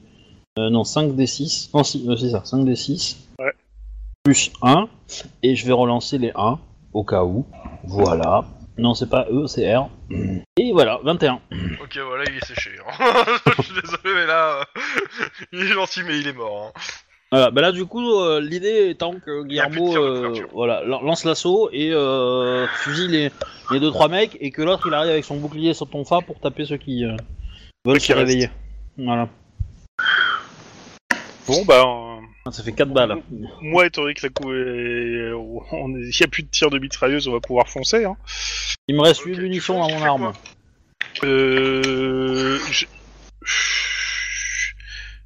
[SPEAKER 1] non, 5 des 6. Non, si, euh, c'est ça, 5 des 6.
[SPEAKER 4] Ouais.
[SPEAKER 1] Plus 1. Et je vais relancer les 1 au cas où. Voilà. Non, c'est pas E, c'est R. Et voilà, 21.
[SPEAKER 2] Ok, voilà, il est séché. hein. [laughs] je suis désolé, mais là, euh, [laughs] il est gentil, mais il est mort. hein.
[SPEAKER 1] Voilà, bah là du coup, euh, l'idée étant que
[SPEAKER 2] y a plus de
[SPEAKER 1] Guillermo
[SPEAKER 2] tir de
[SPEAKER 1] euh,
[SPEAKER 2] couverture.
[SPEAKER 1] voilà, lan- lance l'assaut et euh, fusille les, les deux trois mecs et que l'autre il arrive avec son bouclier sur ton fa pour taper ceux qui euh, veulent
[SPEAKER 4] qui
[SPEAKER 1] se
[SPEAKER 4] restent.
[SPEAKER 1] réveiller. Voilà.
[SPEAKER 4] Bon bah euh,
[SPEAKER 1] Ça fait 4 balles.
[SPEAKER 4] moi étant donné que la cou- euh, on est- il y a plus de tir de mitrailleuse, on va pouvoir foncer. Hein.
[SPEAKER 1] Il me reste
[SPEAKER 2] Ok,
[SPEAKER 1] 8
[SPEAKER 2] tu
[SPEAKER 1] munitions dans
[SPEAKER 2] fonces, tu
[SPEAKER 1] mon
[SPEAKER 2] fais
[SPEAKER 1] arme.
[SPEAKER 4] Euh, je-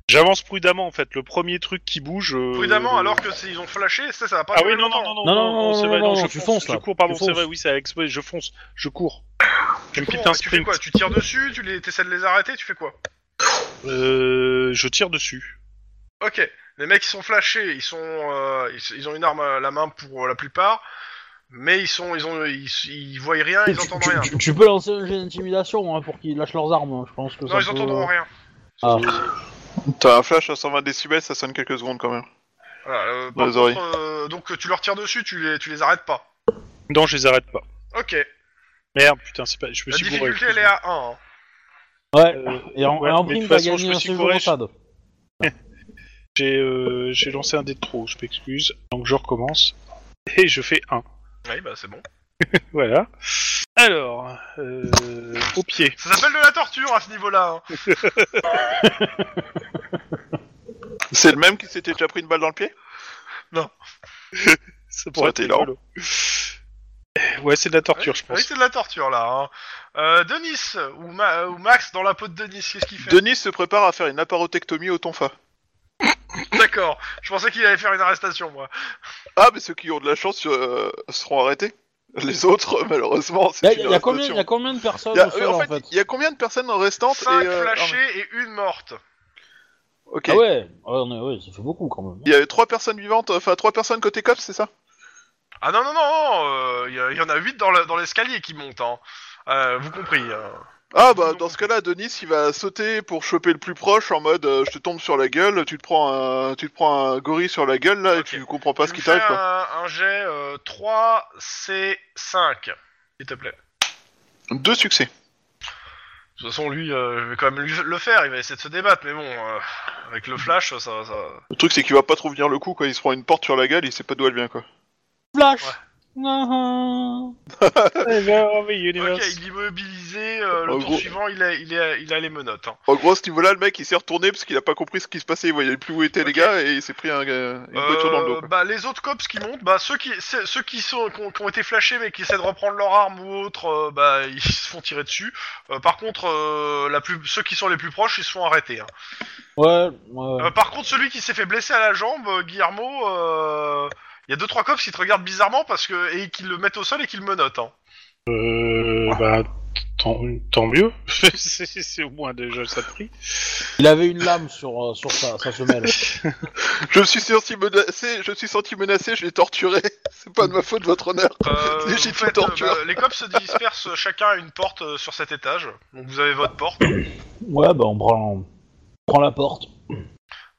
[SPEAKER 4] J'avance prudemment en fait. Le premier truc qui bouge. euh,
[SPEAKER 2] Prudemment, alors que s'ils ont flashé, ça, ça va pas
[SPEAKER 4] Ah
[SPEAKER 2] durer
[SPEAKER 4] oui, non, non,
[SPEAKER 2] longtemps.
[SPEAKER 4] non,
[SPEAKER 1] Non,
[SPEAKER 4] non,
[SPEAKER 1] non, non,
[SPEAKER 4] c'est
[SPEAKER 1] non,
[SPEAKER 4] vrai,
[SPEAKER 1] non, non,
[SPEAKER 4] je
[SPEAKER 1] tu
[SPEAKER 4] fonce,
[SPEAKER 1] fonces,
[SPEAKER 4] je
[SPEAKER 1] là,
[SPEAKER 4] cours, pardon,
[SPEAKER 1] tu
[SPEAKER 4] c'est
[SPEAKER 1] fonces.
[SPEAKER 4] vrai, oui, ça a explosé, je fonce, je cours. Je me
[SPEAKER 2] Bon,
[SPEAKER 4] pite un
[SPEAKER 2] tu fais
[SPEAKER 4] sprint.
[SPEAKER 2] quoi Tu tires dessus, tu les... essaies de les arrêter, tu fais quoi
[SPEAKER 4] Euh, je tire dessus.
[SPEAKER 2] Ok, les mecs ils sont flashés, ils sont, euh, ils, ils ont une arme à la main pour euh, la plupart, mais ils sont, ils ont, ils, ils voient rien, ils
[SPEAKER 1] Tu-
[SPEAKER 2] entendent
[SPEAKER 1] tu,
[SPEAKER 2] rien.
[SPEAKER 1] tu- tu peux lancer un jet d'intimidation hein, pour qu'ils lâchent leurs armes. hein. Je pense que
[SPEAKER 2] non,
[SPEAKER 1] ça
[SPEAKER 2] ils
[SPEAKER 1] peut-
[SPEAKER 2] entendront rien.
[SPEAKER 1] Ah.
[SPEAKER 3] T'as un flash à 120 décibels, ça sonne quelques secondes quand même.
[SPEAKER 2] Voilà, euh,
[SPEAKER 3] Dans
[SPEAKER 2] par
[SPEAKER 3] Ah, les oreilles.
[SPEAKER 2] contre, euh, donc tu leur tires dessus, tu les, tu les arrêtes pas.
[SPEAKER 4] Non, je les arrête pas.
[SPEAKER 2] Ok,
[SPEAKER 4] Merde, putain, c'est pas. Je me
[SPEAKER 2] la
[SPEAKER 4] suis bourré.
[SPEAKER 2] difficulté elle est
[SPEAKER 4] excuse-moi.
[SPEAKER 2] à 1. hein.
[SPEAKER 1] Ouais.
[SPEAKER 4] Euh,
[SPEAKER 1] Et en,
[SPEAKER 4] ouais,
[SPEAKER 1] et en
[SPEAKER 4] mais de
[SPEAKER 1] prime,
[SPEAKER 4] toute
[SPEAKER 1] t'as
[SPEAKER 4] façon,
[SPEAKER 1] gagné
[SPEAKER 4] je me
[SPEAKER 1] un
[SPEAKER 4] suis
[SPEAKER 1] séjour
[SPEAKER 4] couré,
[SPEAKER 1] au stade.
[SPEAKER 4] J'ai euh, j'ai lancé un dé de trop, je m'excuse. Donc je recommence. Et je fais un.
[SPEAKER 2] Oui, bah c'est bon.
[SPEAKER 4] Voilà. Alors, euh, au pied.
[SPEAKER 2] Ça s'appelle de la torture à ce niveau-là. hein.
[SPEAKER 3] C'est le même qui s'était déjà pris une balle dans le pied
[SPEAKER 4] Ça
[SPEAKER 3] pourrait être énorme.
[SPEAKER 4] rigolo. Ouais, c'est de la torture,
[SPEAKER 2] Ouais,
[SPEAKER 4] je
[SPEAKER 2] Oui,
[SPEAKER 4] pense.
[SPEAKER 2] c'est de la torture là. hein. Euh, Denis ou, Ma- ou Max dans la peau de Denis, qu'est-ce qu'il fait
[SPEAKER 3] Denis se prépare à faire une apparotectomie au tonfa.
[SPEAKER 2] D'accord, je pensais qu'il allait faire une arrestation moi.
[SPEAKER 3] Ah, mais ceux qui ont de la chance euh, seront arrêtés. Les autres, [laughs] malheureusement, c'est
[SPEAKER 1] Il
[SPEAKER 3] une
[SPEAKER 1] Bah, y, a combien-
[SPEAKER 3] arrestation.
[SPEAKER 1] y a combien de personnes
[SPEAKER 3] Y a-
[SPEAKER 1] au sol
[SPEAKER 3] euh,
[SPEAKER 1] en
[SPEAKER 3] en
[SPEAKER 1] fait,
[SPEAKER 3] fait, il y a combien de personnes restantes
[SPEAKER 2] 5
[SPEAKER 3] et, euh,
[SPEAKER 2] flashés et une morte.
[SPEAKER 3] ah, ok.
[SPEAKER 1] Ah ouais, ouais, on est- ouais, ça fait beaucoup quand même.
[SPEAKER 3] Il y avait trois personnes vivantes, enfin trois personnes côté cops, c'est ça
[SPEAKER 2] Ah non, non, non, il y, en a 8 dans la- dans l'escalier qui montent, hein. Euh, vous compris. euh.
[SPEAKER 3] Ah bah dans ce cas-là, Denis, il va sauter pour choper le plus proche en mode euh, je te tombe sur la gueule, tu te prends un, tu te prends un gorille sur la gueule là
[SPEAKER 2] Ok.
[SPEAKER 3] et tu comprends pas
[SPEAKER 2] Tu
[SPEAKER 3] ce
[SPEAKER 2] me
[SPEAKER 3] qui
[SPEAKER 2] fais
[SPEAKER 3] t'arrive quoi.
[SPEAKER 2] un, un jet euh, 3C5, s'il te plaît.
[SPEAKER 3] Deux succès.
[SPEAKER 2] De toute façon, lui, euh, je vais quand même lui- le faire, il va essayer de se débattre, mais bon, euh, avec le flash, ça... ça...
[SPEAKER 3] Le truc c'est qu'il va pas trop venir le coup quoi, il se prend une porte sur la gueule, il sait pas d'où elle vient quoi.
[SPEAKER 1] Flash
[SPEAKER 2] Ouais.
[SPEAKER 1] Ah,
[SPEAKER 2] Ok, il est immobilisé, euh, le
[SPEAKER 3] En
[SPEAKER 2] tour
[SPEAKER 3] gros-
[SPEAKER 2] suivant, il a, il, est- il a les menottes. hein.
[SPEAKER 3] En gros, à ce niveau-là, le mec il s'est retourné parce qu'il a pas compris ce qui se passait, il voyait plus où étaient les
[SPEAKER 2] Ok.
[SPEAKER 3] gars et il s'est pris un, euh, une voiture dans le dos.
[SPEAKER 2] Euh,
[SPEAKER 3] quoi.
[SPEAKER 2] bah, les autres cops qui montent, bah, ceux qui, c'est- ceux qui, sont, qui, ont, qui ont été flashés mais qui essaient de reprendre leur arme ou autre, euh, bah, [laughs] ils se font tirer dessus. Euh, par contre, euh, la plus, ceux qui sont les plus proches, ils se font arrêter. hein.
[SPEAKER 1] Ouais, ouais.
[SPEAKER 2] Euh, par contre, celui qui s'est fait blesser à la jambe, euh, Guillermo, euh, il y a deux trois cops qui te regardent bizarrement parce que et qui le mettent au sol et qui le menottent.
[SPEAKER 3] [laughs]
[SPEAKER 2] hein.
[SPEAKER 4] Euh, bah, tant, tant mieux. [laughs] c'est c'est au moins déjà ça de prix.
[SPEAKER 1] Il avait une lame sur, euh, sur sa, sa semelle.
[SPEAKER 3] Je me suis senti menacé, je me suis senti menacé, je l'ai torturé. [laughs] C'est pas de ma faute, votre honneur.
[SPEAKER 2] Euh,
[SPEAKER 3] Les
[SPEAKER 2] vous
[SPEAKER 3] gentils
[SPEAKER 2] faites,
[SPEAKER 3] tortures.
[SPEAKER 2] euh, bah, les cops se dispersent chacun à une porte euh, sur cet étage. Donc vous avez votre porte.
[SPEAKER 1] ouais, bah on prend, on prend la porte.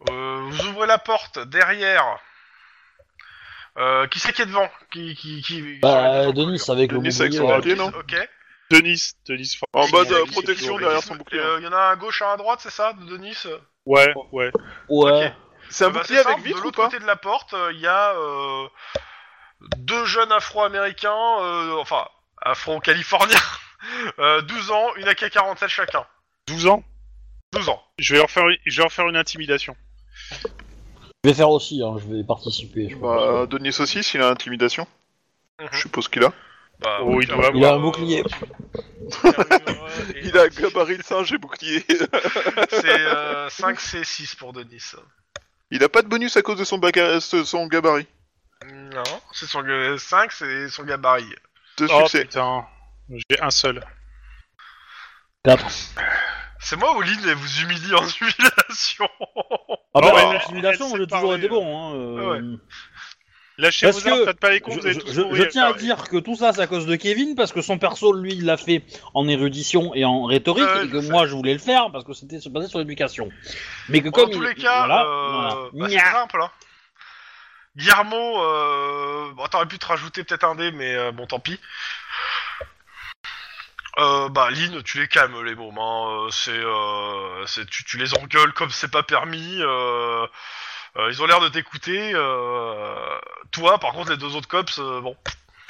[SPEAKER 2] Euh, vous ouvrez la porte derrière. Euh, qui c'est qui est devant qui, qui, qui,
[SPEAKER 1] Bah, Denis avec le
[SPEAKER 3] Ah, Denis avec
[SPEAKER 1] bouclier.
[SPEAKER 3] son
[SPEAKER 1] là.
[SPEAKER 3] rapier, non
[SPEAKER 2] Ok.
[SPEAKER 4] Denis, Denis. Fort-
[SPEAKER 3] En mode euh,
[SPEAKER 4] Denis,
[SPEAKER 3] protection
[SPEAKER 4] toujours-
[SPEAKER 3] derrière son bouclier. hein.
[SPEAKER 2] Il y en a un à gauche, un à droite, c'est ça, de Denis
[SPEAKER 4] Ouais, ouais.
[SPEAKER 1] Ouais.
[SPEAKER 2] Ok.
[SPEAKER 3] C'est un
[SPEAKER 2] Bah,
[SPEAKER 3] bouclier
[SPEAKER 2] c'est
[SPEAKER 3] avec
[SPEAKER 2] simple,
[SPEAKER 3] vitre
[SPEAKER 2] De
[SPEAKER 3] ou
[SPEAKER 2] l'autre
[SPEAKER 3] pas
[SPEAKER 2] côté de la porte, euh, il y a euh, deux jeunes afro-américains, euh, enfin, afro-californiens, [laughs] euh, 12 ans, une AK-47 chacun.
[SPEAKER 4] 12 ans.
[SPEAKER 2] 12 ans.
[SPEAKER 4] Je vais leur faire, je vais leur faire une intimidation.
[SPEAKER 1] Je vais faire aussi, hein, je vais participer. je pense.
[SPEAKER 3] Bah, Denis aussi, s'il a intimidation.
[SPEAKER 2] Mhm.
[SPEAKER 3] Je suppose qu'il a.
[SPEAKER 2] Bah,
[SPEAKER 4] Oh, il
[SPEAKER 2] euh,
[SPEAKER 4] doit
[SPEAKER 1] Il a
[SPEAKER 4] avoir,
[SPEAKER 1] un bouclier.
[SPEAKER 2] euh, et-
[SPEAKER 3] [laughs] Il a un gabarit de singe et bouclier.
[SPEAKER 2] C'est euh, 5, c'est 6 pour Denis.
[SPEAKER 3] [laughs] Il a pas de bonus à cause de son, baga- ce- son gabarit.
[SPEAKER 2] Non, c'est son 5, c'est son gabarit.
[SPEAKER 3] Deux
[SPEAKER 4] Oh
[SPEAKER 3] succès.
[SPEAKER 4] putain, j'ai un seul.
[SPEAKER 1] Quatre.
[SPEAKER 2] C'est moi ou Lynn elle vous humilie en [laughs] humiliation
[SPEAKER 1] Ah
[SPEAKER 4] Non,
[SPEAKER 1] bah,
[SPEAKER 4] mais-
[SPEAKER 1] en intimidation,
[SPEAKER 4] Oh, elle
[SPEAKER 1] j'ai
[SPEAKER 4] s'est
[SPEAKER 1] toujours
[SPEAKER 4] parlé,
[SPEAKER 1] été bon. Hein, euh,
[SPEAKER 4] Lâchez
[SPEAKER 1] Parce
[SPEAKER 4] vos armes,
[SPEAKER 1] que
[SPEAKER 4] faites pas les cons,
[SPEAKER 1] Je,
[SPEAKER 4] vous allez
[SPEAKER 1] je-
[SPEAKER 4] tous
[SPEAKER 1] je-
[SPEAKER 4] mourir.
[SPEAKER 1] je tiens à dire que tout ça, c'est à cause de Kevin, parce que son perso, lui, il l'a fait en érudition et en rhétorique,
[SPEAKER 2] Ouais,
[SPEAKER 1] et que
[SPEAKER 2] je sais.
[SPEAKER 1] moi, je voulais le faire, parce que c'était se basait sur l'éducation. Mais que
[SPEAKER 2] Bon,
[SPEAKER 1] comme...
[SPEAKER 2] Dans tous
[SPEAKER 1] il-
[SPEAKER 2] les cas,
[SPEAKER 1] voilà,
[SPEAKER 2] euh,
[SPEAKER 1] voilà.
[SPEAKER 2] bah, c'est
[SPEAKER 1] Nya.
[SPEAKER 2] simple. Hein. Guillermo, euh... bon, t'aurais pu te rajouter peut-être un dé, mais euh, bon, tant pis. Euh, bah, Lynn, tu les calmes, les mômes. Hein. euh, C'est, euh, c'est- tu, tu les engueules comme c'est pas permis. euh, euh, ils ont l'air de t'écouter. euh, Toi, par contre, les deux autres cops, euh, bon.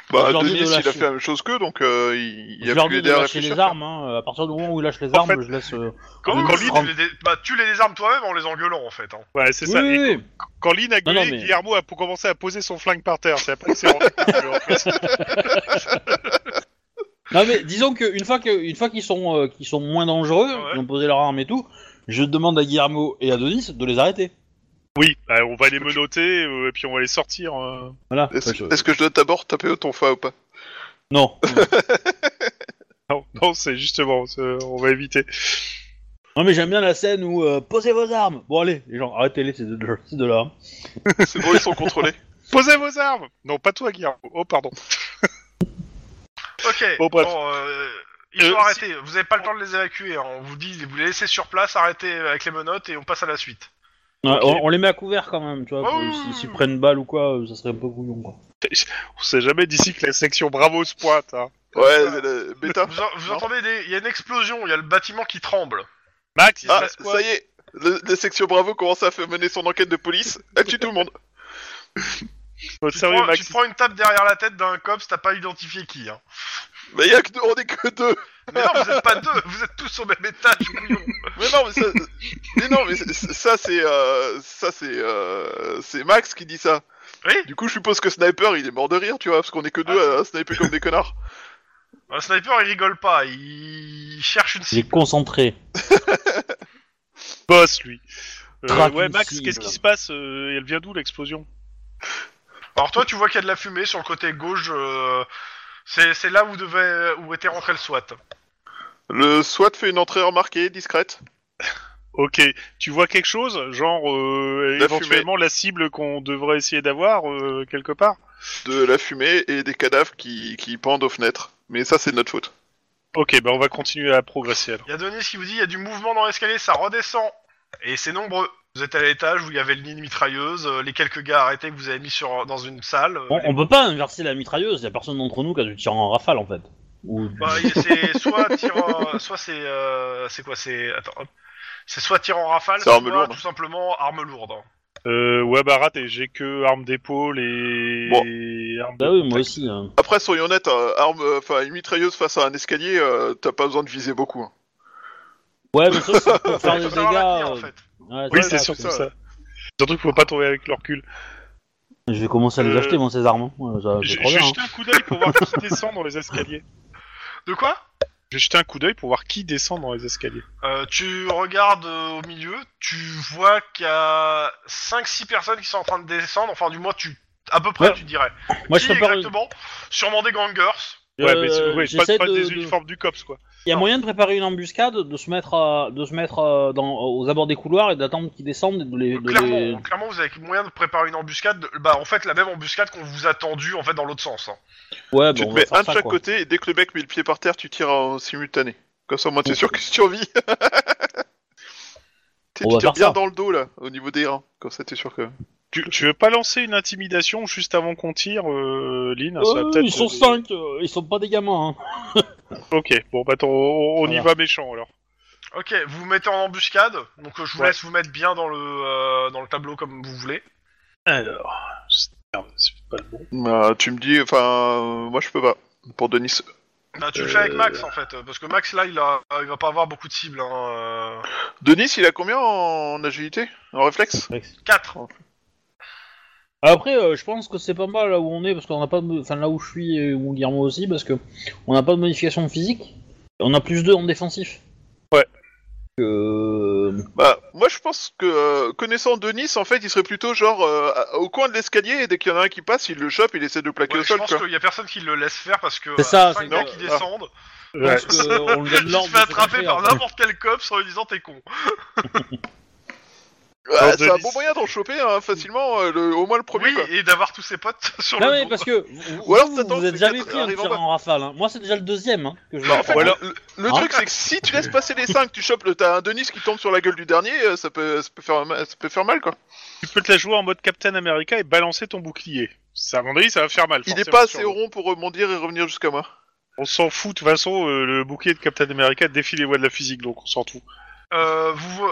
[SPEAKER 3] Bah,
[SPEAKER 1] Je leur dis
[SPEAKER 3] Denis,
[SPEAKER 1] de
[SPEAKER 3] il a
[SPEAKER 1] lâcher.
[SPEAKER 3] fait la même chose qu'eux, donc euh, il, il
[SPEAKER 1] je
[SPEAKER 3] a
[SPEAKER 1] leur
[SPEAKER 3] pu
[SPEAKER 1] dis
[SPEAKER 3] l'aider
[SPEAKER 1] de
[SPEAKER 3] à
[SPEAKER 1] lâcher
[SPEAKER 3] réfléchir.
[SPEAKER 1] les armes, hein. à partir du moment où il lâche les
[SPEAKER 4] En
[SPEAKER 1] armes,
[SPEAKER 4] fait-
[SPEAKER 1] je laisse... euh,
[SPEAKER 2] Quand,
[SPEAKER 1] Euh,
[SPEAKER 2] quand
[SPEAKER 1] je
[SPEAKER 2] Lynn,
[SPEAKER 1] prends-
[SPEAKER 2] tu les, dé- bah, tu les désarmes toi-même en les engueulant, en fait. Hein.
[SPEAKER 4] Ouais, c'est
[SPEAKER 1] Oui,
[SPEAKER 4] ça.
[SPEAKER 1] oui,
[SPEAKER 4] Et
[SPEAKER 1] oui.
[SPEAKER 4] quand Lynn a
[SPEAKER 1] Non,
[SPEAKER 4] gueulé,
[SPEAKER 1] non, mais-
[SPEAKER 4] Guillermo a
[SPEAKER 2] [laughs]
[SPEAKER 4] pour commencer à poser son flingue par terre. C'est après que c'est rendu. que, en fait,
[SPEAKER 1] Non, Non mais disons qu'une fois que, une fois qu'ils sont, euh, qu'ils sont moins dangereux,
[SPEAKER 4] Ouais.
[SPEAKER 1] qu'ils ont posé leur arme et tout, je demande à Guillermo et à Denis de les arrêter.
[SPEAKER 4] Oui, bah, on va les menoter euh, et puis on va les sortir. euh.
[SPEAKER 1] Voilà.
[SPEAKER 3] Est-ce
[SPEAKER 1] Parce que-
[SPEAKER 3] est-ce que je dois d'abord taper au tonfa ou pas
[SPEAKER 1] Non.
[SPEAKER 4] [laughs] Non, non, c'est justement, c'est- on va éviter.
[SPEAKER 1] non mais j'aime bien la scène où euh, posez vos armes. Bon allez, les gens, arrêtez-les ces deux- ces deux-là.
[SPEAKER 3] [laughs] C'est bon, ils sont contrôlés.
[SPEAKER 4] [laughs] Posez vos armes Non, pas toi, Guillermo. Oh, pardon.
[SPEAKER 2] Ok,
[SPEAKER 4] Bon,
[SPEAKER 2] bon,
[SPEAKER 4] bref.
[SPEAKER 2] euh, ils
[SPEAKER 4] Euh,
[SPEAKER 2] sont
[SPEAKER 4] si-
[SPEAKER 2] arrêtés, vous n'avez pas le temps de les évacuer, hein. on vous dit, vous les laissez sur place, arrêtez avec les menottes et on passe à la suite.
[SPEAKER 1] Ouais, on, on les met à couvert quand même, tu vois. pour-
[SPEAKER 2] Oh.
[SPEAKER 1] S'ils s'ils prennent une balle ou quoi, euh, ça serait un peu couillon quoi.
[SPEAKER 4] On sait jamais d'ici que la section Bravo se pointe. hein.
[SPEAKER 3] Ouais, c'est la bêta.
[SPEAKER 2] Vous, en- vous
[SPEAKER 4] Non.
[SPEAKER 2] entendez, des- il y a une explosion, il y a le bâtiment qui tremble.
[SPEAKER 4] Max, il se
[SPEAKER 3] Ah,
[SPEAKER 4] passe quoi
[SPEAKER 3] ça y est le, La section Bravo commence à faire mener son enquête de police. Elle tue tout le monde.
[SPEAKER 4] Oh,
[SPEAKER 2] Tu,
[SPEAKER 4] sérieux,
[SPEAKER 2] prends,
[SPEAKER 4] Max,
[SPEAKER 2] tu prends une tape derrière la tête d'un cops, t'as pas identifié qui. Hein.
[SPEAKER 3] Mais y a que deux, on est que deux
[SPEAKER 2] Mais non, vous êtes pas deux, vous êtes tous au même étage,
[SPEAKER 4] [laughs]
[SPEAKER 2] couillon.
[SPEAKER 3] Mais non, mais ça, mais non, mais c'est- c'est- ça c'est euh, ça c'est euh, c'est Max qui dit ça.
[SPEAKER 2] Oui.
[SPEAKER 3] Du coup, je suppose que Sniper, il est mort de rire, tu vois, parce qu'on est que deux à, à sniper comme des connards.
[SPEAKER 2] Un sniper, il rigole pas, il cherche une
[SPEAKER 1] J'ai
[SPEAKER 2] cible.
[SPEAKER 1] concentré.
[SPEAKER 4] bosse, lui. Euh,
[SPEAKER 1] Traque
[SPEAKER 4] ouais,
[SPEAKER 1] une
[SPEAKER 4] Max,
[SPEAKER 1] cible.
[SPEAKER 4] qu'est-ce qui se passe euh, Elle vient d'où l'explosion
[SPEAKER 2] Alors toi, tu vois qu'il y a de la fumée sur le côté gauche, euh, c'est c'est là où, devait, où était rentré le SWAT.
[SPEAKER 3] Le SWAT fait une entrée remarquée, discrète.
[SPEAKER 4] Ok, tu vois quelque chose Genre, euh,
[SPEAKER 3] La
[SPEAKER 4] éventuellement, la cible qu'on devrait essayer d'avoir euh, quelque part
[SPEAKER 3] de la fumée et des cadavres qui, qui pendent aux fenêtres. Mais ça, c'est de notre faute.
[SPEAKER 4] Ok, bah on va continuer à progresser alors.
[SPEAKER 2] Il y a Denis qui vous dit, il y a du mouvement dans l'escalier, ça redescend. Et c'est nombreux. Vous êtes à l'étage où il y avait le nid de mitrailleuse, euh, les quelques gars arrêtés que vous avez mis sur, dans une salle. euh,
[SPEAKER 1] On, on peut pas inverser la mitrailleuse, y a personne d'entre nous qui a du tir en rafale en fait. Ou...
[SPEAKER 2] Bah, il- c'est soit tir en- soit c'est euh, c'est quoi c'est attends hop. c'est soit tir en rafale
[SPEAKER 3] C'est arme
[SPEAKER 2] soit
[SPEAKER 3] lourde.
[SPEAKER 2] tout simplement arme lourde. hein.
[SPEAKER 4] Euh, ouais, bah raté, j'ai que arme d'épaule et.
[SPEAKER 3] Bon.
[SPEAKER 4] arme
[SPEAKER 1] Bah
[SPEAKER 4] de-
[SPEAKER 1] oui, moi aussi. hein.
[SPEAKER 3] Après, soyons honnêtes, euh, arme, euh, enfin, une mitrailleuse face à un escalier, euh, t'as pas besoin de viser beaucoup. hein.
[SPEAKER 1] Ouais, mais ça, c'est pour faire
[SPEAKER 2] Il
[SPEAKER 1] des
[SPEAKER 2] faut
[SPEAKER 1] dégâts.
[SPEAKER 2] savoir la tenir, en
[SPEAKER 1] euh,
[SPEAKER 2] fait.
[SPEAKER 1] ouais,
[SPEAKER 4] Oui,
[SPEAKER 1] ça,
[SPEAKER 4] c'est
[SPEAKER 1] ça,
[SPEAKER 4] surtout
[SPEAKER 1] ça.
[SPEAKER 4] ça. Surtout qu'il faut pas tomber avec le recul.
[SPEAKER 1] Je vais commencer à les
[SPEAKER 4] Euh,
[SPEAKER 1] acheter, mon César. Hein. Ouais, ça,
[SPEAKER 4] J'ai
[SPEAKER 1] c'est trop bien. hein.
[SPEAKER 4] jeté un coup d'œil pour voir qui descend dans les escaliers.
[SPEAKER 2] De quoi
[SPEAKER 4] J'ai jeté un coup d'œil pour voir qui descend dans les escaliers.
[SPEAKER 2] Euh, Tu regardes euh, au milieu, tu vois qu'il y a 5-6 personnes qui sont en train de descendre. Enfin du moins tu à peu près
[SPEAKER 1] Ouais.
[SPEAKER 2] tu dirais.
[SPEAKER 1] Moi,
[SPEAKER 2] Qui
[SPEAKER 1] je prépare.
[SPEAKER 2] exactement Sûrement des gangers.
[SPEAKER 4] Ouais, mais si-
[SPEAKER 1] euh,
[SPEAKER 4] ouais, pas,
[SPEAKER 1] j'essaie
[SPEAKER 4] pas
[SPEAKER 1] de-
[SPEAKER 4] des
[SPEAKER 1] de-
[SPEAKER 4] uniformes du COPS, quoi.
[SPEAKER 1] Il y a moyen de préparer une embuscade, de se mettre, euh, de se mettre euh, dans, aux abords des couloirs et d'attendre qu'ils descendent et de les. de
[SPEAKER 2] clairement,
[SPEAKER 1] les-
[SPEAKER 2] clairement vous avez moyen de préparer une embuscade. de- Bah en fait la même embuscade qu'on vous a tendue en fait dans l'autre sens. hein.
[SPEAKER 1] Ouais,
[SPEAKER 3] tu
[SPEAKER 1] bon, Ah,
[SPEAKER 3] te
[SPEAKER 1] on va
[SPEAKER 3] mets
[SPEAKER 1] faire
[SPEAKER 3] un de
[SPEAKER 1] ça,
[SPEAKER 3] chaque
[SPEAKER 1] quoi.
[SPEAKER 3] côté et dès que le mec met le pied par terre, tu tires en simultané. Comme ça, au moins, t'es sûr que tu survis. [laughs] Tu
[SPEAKER 1] On
[SPEAKER 3] sais, tu
[SPEAKER 1] va
[SPEAKER 3] tires
[SPEAKER 1] faire
[SPEAKER 3] bien
[SPEAKER 1] ça.
[SPEAKER 3] dans le dos, là, au niveau des reins. Comme ça, t'es sûr que.
[SPEAKER 4] Tu, tu veux pas lancer une intimidation juste avant qu'on tire, euh, Lynn Ça va
[SPEAKER 1] Ouais,
[SPEAKER 4] peut-être-
[SPEAKER 1] ils sont 5, ils sont pas des gamins. Hein.
[SPEAKER 4] Ok, bon, bah attends, on, on y
[SPEAKER 1] Voilà.
[SPEAKER 4] va méchant alors.
[SPEAKER 2] Ok, vous vous mettez en embuscade. Donc euh, je vous
[SPEAKER 4] Ouais.
[SPEAKER 2] laisse vous mettre bien dans le euh, dans le tableau comme vous voulez.
[SPEAKER 4] Alors. Merde, c'est pas le bon.
[SPEAKER 3] Bah, tu me dis, enfin, euh, moi, je peux pas. Pour Denis.
[SPEAKER 2] Bah, tu le fais avec
[SPEAKER 4] Euh,
[SPEAKER 2] Max en fait, euh, parce que Max là il, a, il va pas avoir beaucoup de cibles. Hein,
[SPEAKER 3] Denis, il a combien en agilité En réflexe
[SPEAKER 2] 4.
[SPEAKER 1] Après, euh, je pense que c'est pas mal là où on est, parce qu'on n'a pas de... Enfin, là où je suis et où Guillermo aussi, parce que on n'a pas de modification physique. On a plus 2 en défensif.
[SPEAKER 4] Ouais.
[SPEAKER 1] Euh...
[SPEAKER 3] Bah, moi je pense que euh, connaissant Denis, en fait, il serait plutôt genre euh, à- au coin de l'escalier et dès qu'il y en a un qui passe, il le chope, il essaie de le plaquer au
[SPEAKER 2] je
[SPEAKER 3] sol.
[SPEAKER 2] pense
[SPEAKER 3] quoi.
[SPEAKER 2] qu'il y a personne qui le laisse faire parce que
[SPEAKER 1] C'est ça,
[SPEAKER 2] 5
[SPEAKER 1] c'est
[SPEAKER 2] gars
[SPEAKER 1] que-
[SPEAKER 2] qui descendent,
[SPEAKER 1] Je
[SPEAKER 4] Euh,
[SPEAKER 1] pense qu'on lui
[SPEAKER 3] [laughs]
[SPEAKER 2] je
[SPEAKER 1] donne
[SPEAKER 2] me
[SPEAKER 1] l'ordre.
[SPEAKER 2] suis fait
[SPEAKER 1] de se
[SPEAKER 2] attraper
[SPEAKER 1] cacher,
[SPEAKER 2] par
[SPEAKER 1] après.
[SPEAKER 2] n'importe quel cops en lui disant t'es con.
[SPEAKER 3] Ah,
[SPEAKER 4] Dans
[SPEAKER 3] c'est un
[SPEAKER 4] Denis.
[SPEAKER 3] bon moyen d'en choper hein, facilement, euh, le- au moins le premier.
[SPEAKER 2] Oui,
[SPEAKER 3] quoi.
[SPEAKER 2] et d'avoir tous ses potes [laughs] sur
[SPEAKER 1] Non
[SPEAKER 2] le
[SPEAKER 1] mais
[SPEAKER 2] dos.
[SPEAKER 1] parce que vous,
[SPEAKER 3] Ou alors
[SPEAKER 1] vous,
[SPEAKER 3] t'attends
[SPEAKER 1] vous
[SPEAKER 3] que
[SPEAKER 1] êtes
[SPEAKER 3] les
[SPEAKER 1] jamais
[SPEAKER 3] quatre
[SPEAKER 1] pris un
[SPEAKER 3] arrivent en
[SPEAKER 1] tir
[SPEAKER 3] bas.
[SPEAKER 1] en rafale. hein. Moi c'est déjà le deuxième hein, que je
[SPEAKER 3] Bah, en
[SPEAKER 1] me prends.
[SPEAKER 3] fait,
[SPEAKER 4] voilà.
[SPEAKER 3] le, le
[SPEAKER 1] Hein
[SPEAKER 3] truc c'est que si tu laisses passer les 5, tu chopes le t'as un Denis qui tombe sur la gueule du dernier, euh, ça peut ça peut faire ma- ça peut faire mal quoi.
[SPEAKER 4] Tu peux te la jouer en mode Captain America et balancer ton bouclier. Ça, à mon avis, ça va faire mal.
[SPEAKER 3] Il est
[SPEAKER 4] forcément,
[SPEAKER 3] pas
[SPEAKER 4] sur
[SPEAKER 3] assez
[SPEAKER 4] nous.
[SPEAKER 3] rond pour rebondir et revenir jusqu'à moi.
[SPEAKER 4] On s'en fout, de toute façon, euh, le bouclier de Captain America défie les lois de la physique, donc on s'en fout.
[SPEAKER 2] Euh, vous,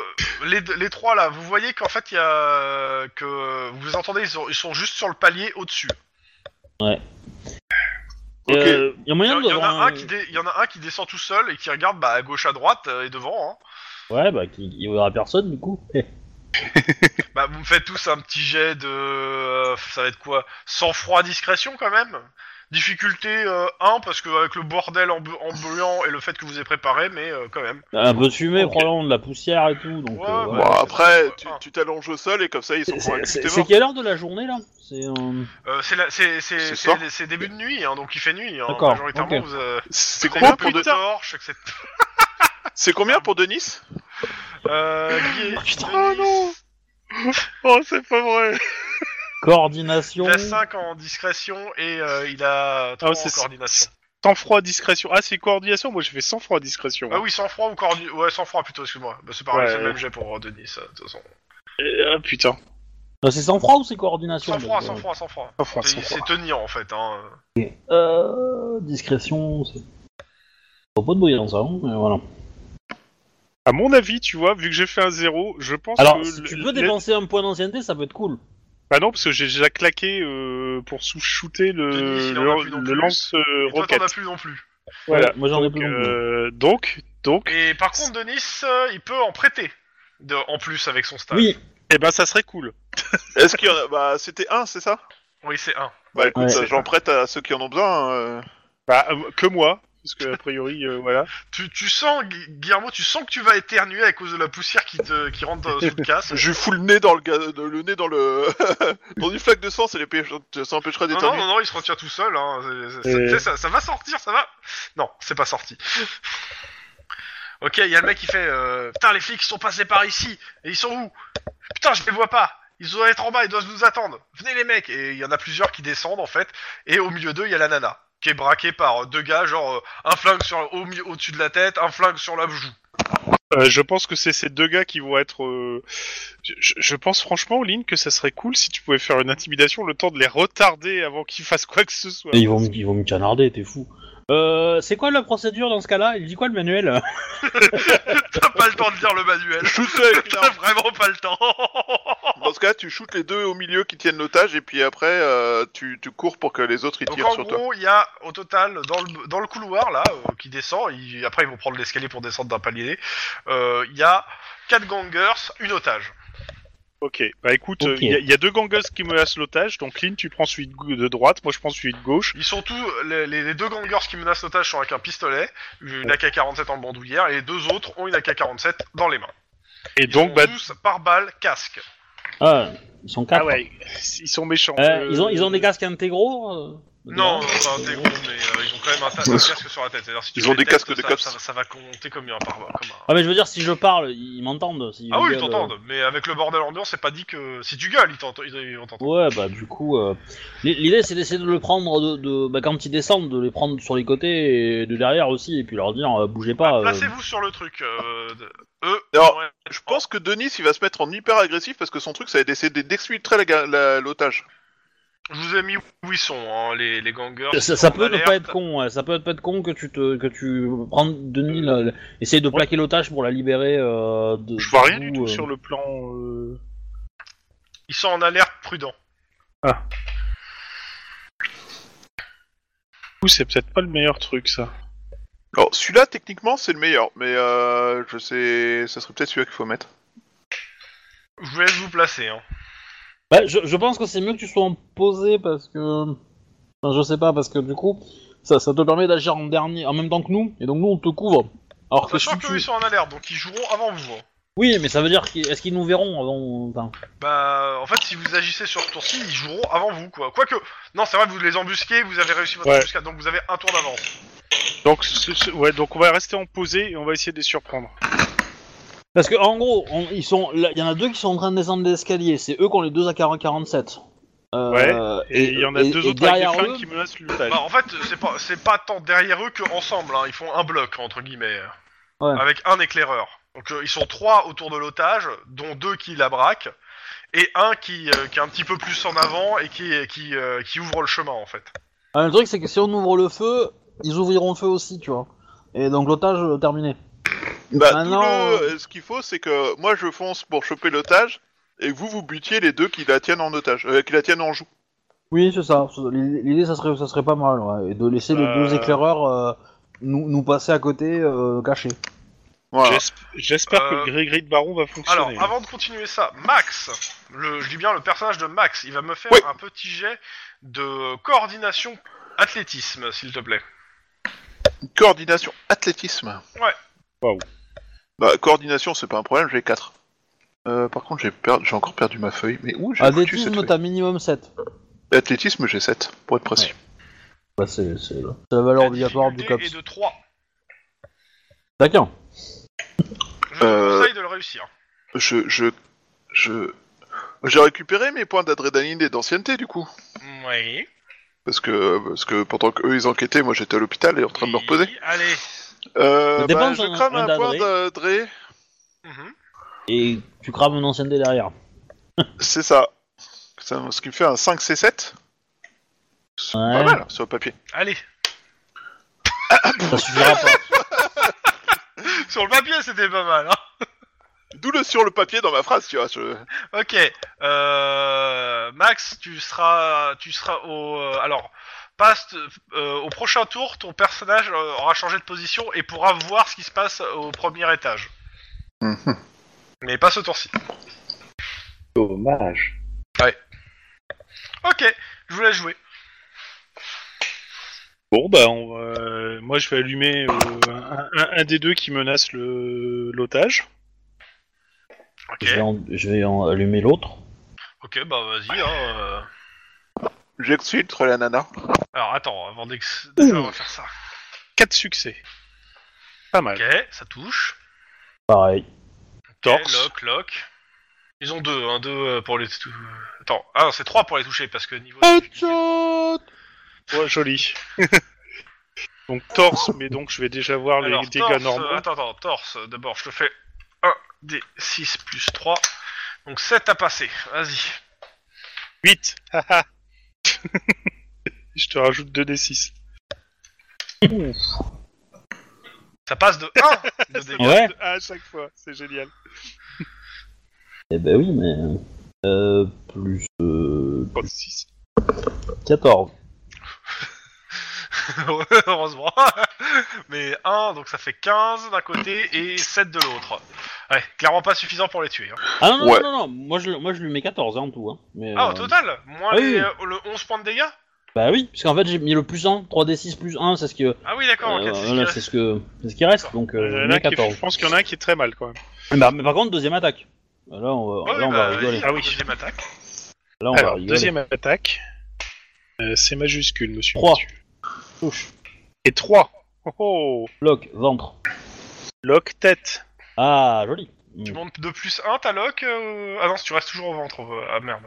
[SPEAKER 2] les, les trois là, vous voyez qu'en fait il y a que vous les entendez, ils sont, ils sont juste sur le palier au-dessus.
[SPEAKER 1] Il
[SPEAKER 3] ok.
[SPEAKER 1] Euh, y a
[SPEAKER 2] Il y,
[SPEAKER 1] moyen
[SPEAKER 2] en-
[SPEAKER 1] de
[SPEAKER 2] il y en
[SPEAKER 1] d'avoir
[SPEAKER 2] a un qui dé- il y en a un qui descend tout seul et qui regarde bah, à gauche à droite euh, et devant. Hein.
[SPEAKER 1] Ouais bah qui- il y aura personne du coup. [laughs] Eh.
[SPEAKER 2] Bah, vous me faites tous un petit jet de. euh, Ça va être quoi Sans froid discrétion quand même Difficulté 1, parce que avec le bordel ambu- ambulant et le fait que vous êtes préparé, mais euh, quand même.
[SPEAKER 1] Un peu de fumée,
[SPEAKER 4] Ok.
[SPEAKER 1] probablement de la poussière et tout. Donc,
[SPEAKER 2] Ouais,
[SPEAKER 1] euh,
[SPEAKER 3] Bon,
[SPEAKER 1] voilà.
[SPEAKER 2] c'est
[SPEAKER 3] après,
[SPEAKER 2] bon,
[SPEAKER 3] tu-
[SPEAKER 2] hein.
[SPEAKER 3] tu t'allonges au sol et comme ça, ils sont
[SPEAKER 1] C'est-
[SPEAKER 3] convaincus que
[SPEAKER 1] C'est
[SPEAKER 3] t'es
[SPEAKER 1] c'est
[SPEAKER 3] mort.
[SPEAKER 1] quelle heure de la journée là C'est euh,
[SPEAKER 2] Euh, c'est la- c'est- c'est-
[SPEAKER 3] Ce
[SPEAKER 2] c'est
[SPEAKER 3] soir.
[SPEAKER 2] les- c'est début de nuit, hein, donc il fait nuit. Hein,
[SPEAKER 1] D'accord,
[SPEAKER 2] Majoritairement,
[SPEAKER 1] ok.
[SPEAKER 2] vous euh,
[SPEAKER 3] C'est
[SPEAKER 2] vous avez
[SPEAKER 3] combien
[SPEAKER 2] un peu
[SPEAKER 3] pour
[SPEAKER 2] de
[SPEAKER 3] de...
[SPEAKER 2] torches, etc.
[SPEAKER 3] C'est combien pour Denis
[SPEAKER 2] Euh, Guy,
[SPEAKER 1] Oh, putain.
[SPEAKER 2] Denis,
[SPEAKER 4] Oh, c'est pas vrai
[SPEAKER 1] coordination.
[SPEAKER 2] Il a 5 en discrétion et euh, il a 3 en
[SPEAKER 4] Ah c'est-
[SPEAKER 2] coordination.
[SPEAKER 4] Sans froid discrétion. Ah, c'est coordination Moi, je fais sans froid discrétion.
[SPEAKER 2] Ah oui, sans froid ou coordination. Ouais, sans froid plutôt, excuse-moi. Bah, c'est pareil,
[SPEAKER 4] Ouais.
[SPEAKER 2] c'est le même jet pour euh, Denis, ça, de toute façon.
[SPEAKER 4] Euh, ah, putain.
[SPEAKER 1] Euh, C'est sans froid ou c'est coordination
[SPEAKER 2] Sans froid,
[SPEAKER 1] donc,
[SPEAKER 2] sans
[SPEAKER 1] euh,
[SPEAKER 2] froid, sans froid.
[SPEAKER 4] Sans froid, sans
[SPEAKER 2] C'est
[SPEAKER 4] froid.
[SPEAKER 2] c'est tenir en fait. Hein.
[SPEAKER 1] Euh, discrétion. c'est- Faut pas de bouillir dans ça, hein, mais voilà.
[SPEAKER 4] À mon avis, tu vois, vu que j'ai fait un zéro, je pense
[SPEAKER 1] Alors,
[SPEAKER 4] que...
[SPEAKER 1] si
[SPEAKER 4] le-
[SPEAKER 1] tu veux
[SPEAKER 4] le-
[SPEAKER 1] dépenser un point d'ancienneté, ça peut être cool.
[SPEAKER 4] Bah non, parce que j'ai déjà claqué euh, pour sous-shooter
[SPEAKER 2] Denis,
[SPEAKER 4] le,
[SPEAKER 2] il en a plus non plus. Et toi,
[SPEAKER 4] le, le
[SPEAKER 2] t'en
[SPEAKER 4] lance-roquette.
[SPEAKER 2] as plus non plus.
[SPEAKER 4] Voilà.
[SPEAKER 1] Moi j'en ai plus. non plus.
[SPEAKER 4] Euh, donc, donc,
[SPEAKER 2] Et par contre, Denis, euh, il peut en prêter. De, en plus avec son staff.
[SPEAKER 1] Oui,
[SPEAKER 4] eh ben, ça serait cool.
[SPEAKER 3] Est-ce qu'il y en a... Bah, c'était un, c'est ça
[SPEAKER 2] Oui, c'est 1.
[SPEAKER 3] Bah écoute,
[SPEAKER 1] Ouais.
[SPEAKER 3] euh, j'en prête à ceux qui en ont besoin. euh.
[SPEAKER 4] Bah, euh, que moi, parce que a priori, euh, voilà.
[SPEAKER 2] Tu, tu sens, Gu- Guillermo, tu sens que tu vas éternuer à cause de la poussière qui, te, qui rentre euh, sous
[SPEAKER 4] [laughs]
[SPEAKER 2] le casque.
[SPEAKER 3] Je lui fous le nez dans le, ga- de- le nez dans le [laughs] dans une flaque de sang, ça, les pêche- ça empêchera
[SPEAKER 2] Non, non,
[SPEAKER 3] d'éternuer.
[SPEAKER 2] non, non, il se retient tout seul. Hein. C'est- c'est-
[SPEAKER 4] Euh.
[SPEAKER 2] tu sais, ça, ça va sortir, ça va. Non, c'est pas sorti. ok, il y a le mec qui fait euh, Putain, les flics ils sont passés par ici. Et ils sont où Putain, je les vois pas. Ils doivent être en bas, ils doivent nous attendre. Venez les mecs. Et il y en a plusieurs qui descendent en fait. Et au milieu d'eux, il y a la nana qui est braquée par euh, deux gars, genre euh, un flingue sur au mi- au-dessus de la tête, un flingue sur la joue.
[SPEAKER 4] Euh, je pense que c'est ces deux gars qui vont être. euh, Je, je- je pense franchement, Lynn, que ça serait cool si tu pouvais faire une intimidation, le temps de les retarder avant qu'ils fassent quoi que ce soit.
[SPEAKER 1] Et ils vont, me- ils vont me canarder, t'es fou. Euh, c'est quoi la procédure dans ce cas-là Il dit quoi le manuel
[SPEAKER 2] T'as pas le temps de lire le
[SPEAKER 4] [laughs]
[SPEAKER 2] manuel.
[SPEAKER 3] Shoot avec une
[SPEAKER 2] T'as
[SPEAKER 3] arme.
[SPEAKER 2] vraiment pas le temps. [laughs]
[SPEAKER 3] Dans ce cas, tu shootes les deux au milieu qui tiennent l'otage et puis après, euh, tu, tu cours pour que les autres ils
[SPEAKER 2] Donc
[SPEAKER 3] tirent
[SPEAKER 2] en
[SPEAKER 3] sur toi.
[SPEAKER 2] gros, il y a au total dans le, dans le couloir là euh, qui descend, il- après ils vont prendre l'escalier pour descendre d'un palier. euh, Il y a quatre gangers, une otage.
[SPEAKER 4] Ok, bah écoute, il
[SPEAKER 1] Ok.
[SPEAKER 4] y, a- y a deux gangers qui menacent l'otage, donc Lynn, tu prends celui de, gau- de droite, moi je prends celui de gauche.
[SPEAKER 2] Ils sont tous les, les- les deux gangers qui menacent l'otage sont avec un pistolet, une AK-47 en bandoulière et les deux autres ont une AK-47 dans les mains.
[SPEAKER 4] Et
[SPEAKER 2] Ils
[SPEAKER 4] donc,
[SPEAKER 2] sont
[SPEAKER 4] bah.
[SPEAKER 2] tous par balle, casque.
[SPEAKER 1] Ah, ils sont quatre.
[SPEAKER 4] Ah ouais, ils sont méchants.
[SPEAKER 1] Euh,
[SPEAKER 4] euh,
[SPEAKER 1] ils, ont, ils ont des casques intégraux euh,
[SPEAKER 2] Non, enfin t'es gros, mais euh, ils ont quand même un, ta- un casque sur la tête. C'est-à-dire, si tu
[SPEAKER 3] Ils
[SPEAKER 2] fais
[SPEAKER 3] ont
[SPEAKER 2] les
[SPEAKER 3] des casques
[SPEAKER 2] tests,
[SPEAKER 3] de
[SPEAKER 2] ça-
[SPEAKER 3] cops.
[SPEAKER 2] Ça, ça va compter comme un par comme un-
[SPEAKER 1] Ah, mais je veux dire, si je parle, ils m'entendent. s'ils
[SPEAKER 2] Ah oui, ils
[SPEAKER 1] gueulent, euh.
[SPEAKER 2] t'entendent, mais avec le bordel ambiant, c'est pas dit que si tu gueules, ils t'entendent. Ils, ils vont t'entendre.
[SPEAKER 1] Ouais, bah du coup, euh, l'i- l'idée c'est d'essayer de le prendre de, de- bah, quand ils descendent, de les prendre sur les côtés et de derrière aussi, et puis leur dire euh, bougez pas. euh.
[SPEAKER 2] Bah, Placez-vous sur le truc. Euh, de- eux,
[SPEAKER 3] Alors,
[SPEAKER 2] ouais.
[SPEAKER 3] Je pense que Denis il va se mettre en hyper agressif parce que son truc ça va être d'essayer d'exfiltrer la ga- la- l'otage.
[SPEAKER 2] je vous ai mis où ils sont, hein, les, les gangers.
[SPEAKER 1] Ça, ça
[SPEAKER 2] ils sont en
[SPEAKER 1] peut ne
[SPEAKER 2] alerte.
[SPEAKER 1] pas être con, ouais, ça peut pas être con que tu te que tu prends Denis, la- la- essayer de plaquer l'otage pour la libérer. euh, de,
[SPEAKER 4] Je vois rien du tout
[SPEAKER 1] euh.
[SPEAKER 4] sur le plan. euh,
[SPEAKER 2] Ils sont en alerte prudent.
[SPEAKER 4] Du coup, c'est peut-être pas le meilleur truc ça.
[SPEAKER 3] Alors celui-là techniquement c'est le meilleur, mais euh, je sais, ça serait peut-être celui-là qu'il faut mettre.
[SPEAKER 2] Je vous laisse vous placer. Hein.
[SPEAKER 1] Bah, je, je pense que c'est mieux que tu sois en posé parce que. Enfin, je sais pas, parce que du coup, ça, ça te permet d'agir en dernier, en même temps que nous, et donc nous on te couvre. Alors que si
[SPEAKER 2] Sachant
[SPEAKER 1] tu-
[SPEAKER 2] qu'eux, ils sont en alerte, donc ils joueront avant vous. hein.
[SPEAKER 1] Oui, mais ça veut dire qu'ils- est-ce qu'ils nous verront avant. enfin,
[SPEAKER 2] Bah, en fait, si vous agissez sur ce tour-ci, ils joueront avant vous, quoi. Quoique, non, c'est vrai, vous les embusquez, vous avez réussi votre
[SPEAKER 4] Ouais.
[SPEAKER 2] embuscade, donc vous avez un tour d'avance.
[SPEAKER 4] Donc, ce- ce- ouais, donc on va rester en posé et on va essayer de les surprendre.
[SPEAKER 1] Parce que en gros, on- ils sont, là, il y en a deux qui sont en train de descendre l'escalier. C'est eux qui ont les deux AK-47. Euh,
[SPEAKER 4] Ouais, Et il y en a
[SPEAKER 1] et-
[SPEAKER 4] deux
[SPEAKER 1] et
[SPEAKER 4] autres avec des
[SPEAKER 1] derrière
[SPEAKER 4] flingues
[SPEAKER 1] eux-
[SPEAKER 4] qui menacent l'otage.
[SPEAKER 2] Bah, en fait, c'est pas, c'est pas tant derrière eux qu'ensemble, hein. ils font un bloc, entre guillemets,
[SPEAKER 1] Ouais.
[SPEAKER 2] avec un éclaireur. Donc euh, ils sont trois autour de l'otage, dont deux qui la braquent, et un qui, euh, qui est un petit peu plus en avant et qui, qui, euh, qui ouvre le chemin, en fait.
[SPEAKER 1] Ah, le truc, c'est que si on ouvre le feu, ils ouvriront le feu aussi, tu vois. Et donc l'otage euh, terminé.
[SPEAKER 3] Bah,
[SPEAKER 1] Ah
[SPEAKER 3] tout
[SPEAKER 1] non.
[SPEAKER 3] le- euh, ce qu'il faut, c'est que moi je fonce pour choper l'otage et que vous vous butiez les deux qui la tiennent en otage, euh, qui la tiennent en joue.
[SPEAKER 1] Oui, c'est ça. L'idée, l'idée, ça serait, ça serait pas mal, ouais. Et de laisser les
[SPEAKER 4] Euh.
[SPEAKER 1] deux éclaireurs euh, nous, nous passer à côté, euh, cachés.
[SPEAKER 3] Voilà.
[SPEAKER 4] J'esp- J'espère que
[SPEAKER 2] Euh,
[SPEAKER 4] le gris-gris de Baron va
[SPEAKER 2] Alors,
[SPEAKER 4] fonctionner.
[SPEAKER 2] avant de continuer ça, Max, le, je dis bien le personnage de Max, il va me faire
[SPEAKER 3] Oui.
[SPEAKER 2] un petit jet de coordination Athlétisme, s'il te plaît.
[SPEAKER 3] Coordination, athlétisme.
[SPEAKER 2] Ouais.
[SPEAKER 4] Waouh.
[SPEAKER 3] Bah, coordination, c'est pas un problème, j'ai 4. Euh, par contre, j'ai per- j'ai encore perdu ma feuille. Mais où j'ai
[SPEAKER 1] Ah,
[SPEAKER 3] foutu cette
[SPEAKER 1] Athlétisme,
[SPEAKER 3] feuille
[SPEAKER 1] t'as minimum 7.
[SPEAKER 3] Athlétisme, j'ai 7, pour être précis.
[SPEAKER 1] Bah, c'est c'est la c'est la valeur obligatoire du
[SPEAKER 2] difficulté
[SPEAKER 1] COPS.
[SPEAKER 2] est de 3.
[SPEAKER 1] D'accord.
[SPEAKER 2] Je te
[SPEAKER 3] Euh.
[SPEAKER 2] conseille de le réussir.
[SPEAKER 3] Je. je. je. J'ai récupéré mes points d'adrénaline et d'ancienneté, du coup.
[SPEAKER 2] Oui.
[SPEAKER 3] Parce que, parce que pendant qu'eux ils enquêtaient, moi j'étais à l'hôpital et en train de me reposer.
[SPEAKER 2] Allez.
[SPEAKER 3] Euh,
[SPEAKER 1] Ça dépend
[SPEAKER 3] bah,
[SPEAKER 1] de
[SPEAKER 3] je
[SPEAKER 1] ton-
[SPEAKER 3] crame
[SPEAKER 1] un
[SPEAKER 3] un point
[SPEAKER 1] d'adré.
[SPEAKER 3] d'adré.
[SPEAKER 2] Mhm.
[SPEAKER 1] Et tu crames une ancienneté derrière.
[SPEAKER 3] C'est ça. Ça- Ce qui me fait un 5C7. C'est
[SPEAKER 1] Ouais.
[SPEAKER 3] Pas mal hein, sur le papier.
[SPEAKER 2] Allez.
[SPEAKER 1] Ça suffira pas.
[SPEAKER 2] Sur le papier, c'était pas mal. Hein
[SPEAKER 3] D'où le sur le papier dans ma phrase, tu vois. je-
[SPEAKER 2] ok. Euh, Max, tu seras, tu seras au. euh, alors, passe euh, au prochain tour, ton personnage euh, aura changé de position et pourra voir ce qui se passe au premier étage.
[SPEAKER 3] Mhm.
[SPEAKER 2] Mais pas ce tour-ci.
[SPEAKER 5] Dommage.
[SPEAKER 2] Ok. Je voulais jouer.
[SPEAKER 4] Bon, bah, on va- euh, moi je vais allumer euh, un, un- un des deux qui menace le- l'otage.
[SPEAKER 2] Ok.
[SPEAKER 1] Je vais en- je vais en allumer l'autre.
[SPEAKER 2] Ok, bah vas-y. Hein, euh.
[SPEAKER 3] J'exfiltre la nana.
[SPEAKER 2] Alors attends, avant d'ex... déjà, on va faire ça.
[SPEAKER 4] Quatre succès. Pas mal.
[SPEAKER 2] Ok, ça touche.
[SPEAKER 1] Pareil.
[SPEAKER 2] Ok,
[SPEAKER 4] Torse.
[SPEAKER 2] lock, lock. Ils ont deux, hein, deux euh, pour les... tou- Attends, ah non, c'est trois pour les toucher, parce que niveau...
[SPEAKER 1] Headshot
[SPEAKER 4] Ouais, joli. [laughs] donc torse, mais donc je vais déjà voir les
[SPEAKER 2] Alors,
[SPEAKER 4] dégâts
[SPEAKER 2] torse,
[SPEAKER 4] normaux.
[SPEAKER 2] euh, attends, attends, torse, euh, d'abord, je te fais 1 des 6 plus 3. Donc 7 à passer, vas-y.
[SPEAKER 4] 8 [laughs] Je te rajoute 2d6.
[SPEAKER 2] Ça passe de
[SPEAKER 1] [laughs]
[SPEAKER 2] 1 de dégâts.
[SPEAKER 1] Ouais.
[SPEAKER 4] [laughs] À chaque fois, c'est génial.
[SPEAKER 1] Eh ben oui, mais. Euh, plus euh,
[SPEAKER 4] 36.
[SPEAKER 1] 14.
[SPEAKER 2] Heureusement. [laughs] Mais 1, donc ça fait 15 d'un côté et 7 de l'autre. Ouais, clairement pas suffisant pour les tuer. hein.
[SPEAKER 1] Ah non, non,
[SPEAKER 3] Ouais.
[SPEAKER 1] non, non, moi je, moi je lui mets 14 hein, en tout. Hein. Mais,
[SPEAKER 2] Ah,
[SPEAKER 1] euh,
[SPEAKER 2] au total Moins
[SPEAKER 1] ah oui.
[SPEAKER 2] les, euh, le 11 points de dégâts
[SPEAKER 1] Bah oui, parce qu'en fait j'ai mis le plus 1, 3d6 plus 1, c'est ce que.
[SPEAKER 2] Ah oui, d'accord,
[SPEAKER 1] euh,
[SPEAKER 2] ok, c'est ce qui
[SPEAKER 1] voilà,
[SPEAKER 2] reste.
[SPEAKER 1] c'est ce, que... c'est ce qui reste, donc euh,
[SPEAKER 4] Il y
[SPEAKER 1] je
[SPEAKER 4] en
[SPEAKER 1] lui
[SPEAKER 4] a
[SPEAKER 1] mets
[SPEAKER 4] qui est-
[SPEAKER 1] 14.
[SPEAKER 4] je pense qu'il y en a un qui est très mal quand même.
[SPEAKER 1] Bah, mais par contre, deuxième attaque. Là, on va,
[SPEAKER 2] Ouais,
[SPEAKER 1] là, on va
[SPEAKER 2] bah,
[SPEAKER 1] rigoler.
[SPEAKER 2] vas-y,
[SPEAKER 4] Ah oui.
[SPEAKER 2] deuxième attaque.
[SPEAKER 1] Là, on va
[SPEAKER 4] Alors,
[SPEAKER 1] rigoler.
[SPEAKER 4] deuxième attaque. Euh, c'est majuscule, monsieur.
[SPEAKER 1] Trois.
[SPEAKER 4] Mathieu.
[SPEAKER 1] Touche,
[SPEAKER 4] Et 3. Oh, oh.
[SPEAKER 1] bloc, ventre.
[SPEAKER 4] Lock tête.
[SPEAKER 1] Ah, joli. Mm.
[SPEAKER 2] Tu montes de plus 1, ta lock euh, Ah non, tu restes toujours au ventre. euh, Ah merde.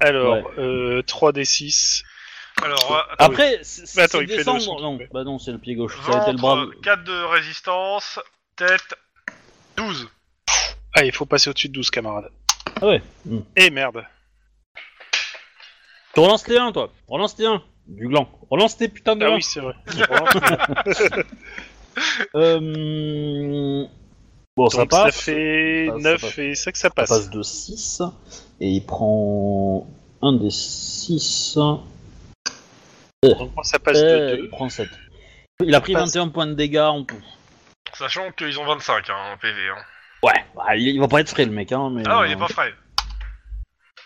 [SPEAKER 4] Alors, euh, 3d6.
[SPEAKER 2] Alors, euh, attends,
[SPEAKER 1] Après, c'est- c'est
[SPEAKER 4] Ah Mais attends, il fait
[SPEAKER 1] descendre.
[SPEAKER 4] deux sens,
[SPEAKER 1] non,
[SPEAKER 4] ouais.
[SPEAKER 1] bah non, c'est le pied gauche. Ça a été le bras.
[SPEAKER 2] ventre, 4 de résistance, tête, 12.
[SPEAKER 4] Ah, il faut passer au-dessus de 12, camarade.
[SPEAKER 1] Ah ouais. Mm.
[SPEAKER 4] Eh merde.
[SPEAKER 1] Tu relances tes 1, toi. Relance tes 1. Du gland. Relance tes putains de
[SPEAKER 4] Ah
[SPEAKER 1] uns.
[SPEAKER 4] oui, c'est vrai.
[SPEAKER 1] [laughs] Euh... Bon, ça
[SPEAKER 4] Donc,
[SPEAKER 1] passe.
[SPEAKER 4] ça fait
[SPEAKER 1] Ça passe, ça
[SPEAKER 4] 9
[SPEAKER 1] passe.
[SPEAKER 4] et 5, ça
[SPEAKER 1] Ça
[SPEAKER 4] passe.
[SPEAKER 1] passe de 6. Et il prend un des 6.
[SPEAKER 4] Donc, moi, ça passe de 2.
[SPEAKER 1] il Euh, prend 7. Il a pris
[SPEAKER 4] passe.
[SPEAKER 1] 21 points de dégâts en tout.
[SPEAKER 2] Sachant qu'ils ont 25 hein, en PV. Hein.
[SPEAKER 1] Ouais, bah, il il va pas être frais le mec. Hein, mais,
[SPEAKER 2] Ah non, il est
[SPEAKER 1] euh,
[SPEAKER 2] pas frais.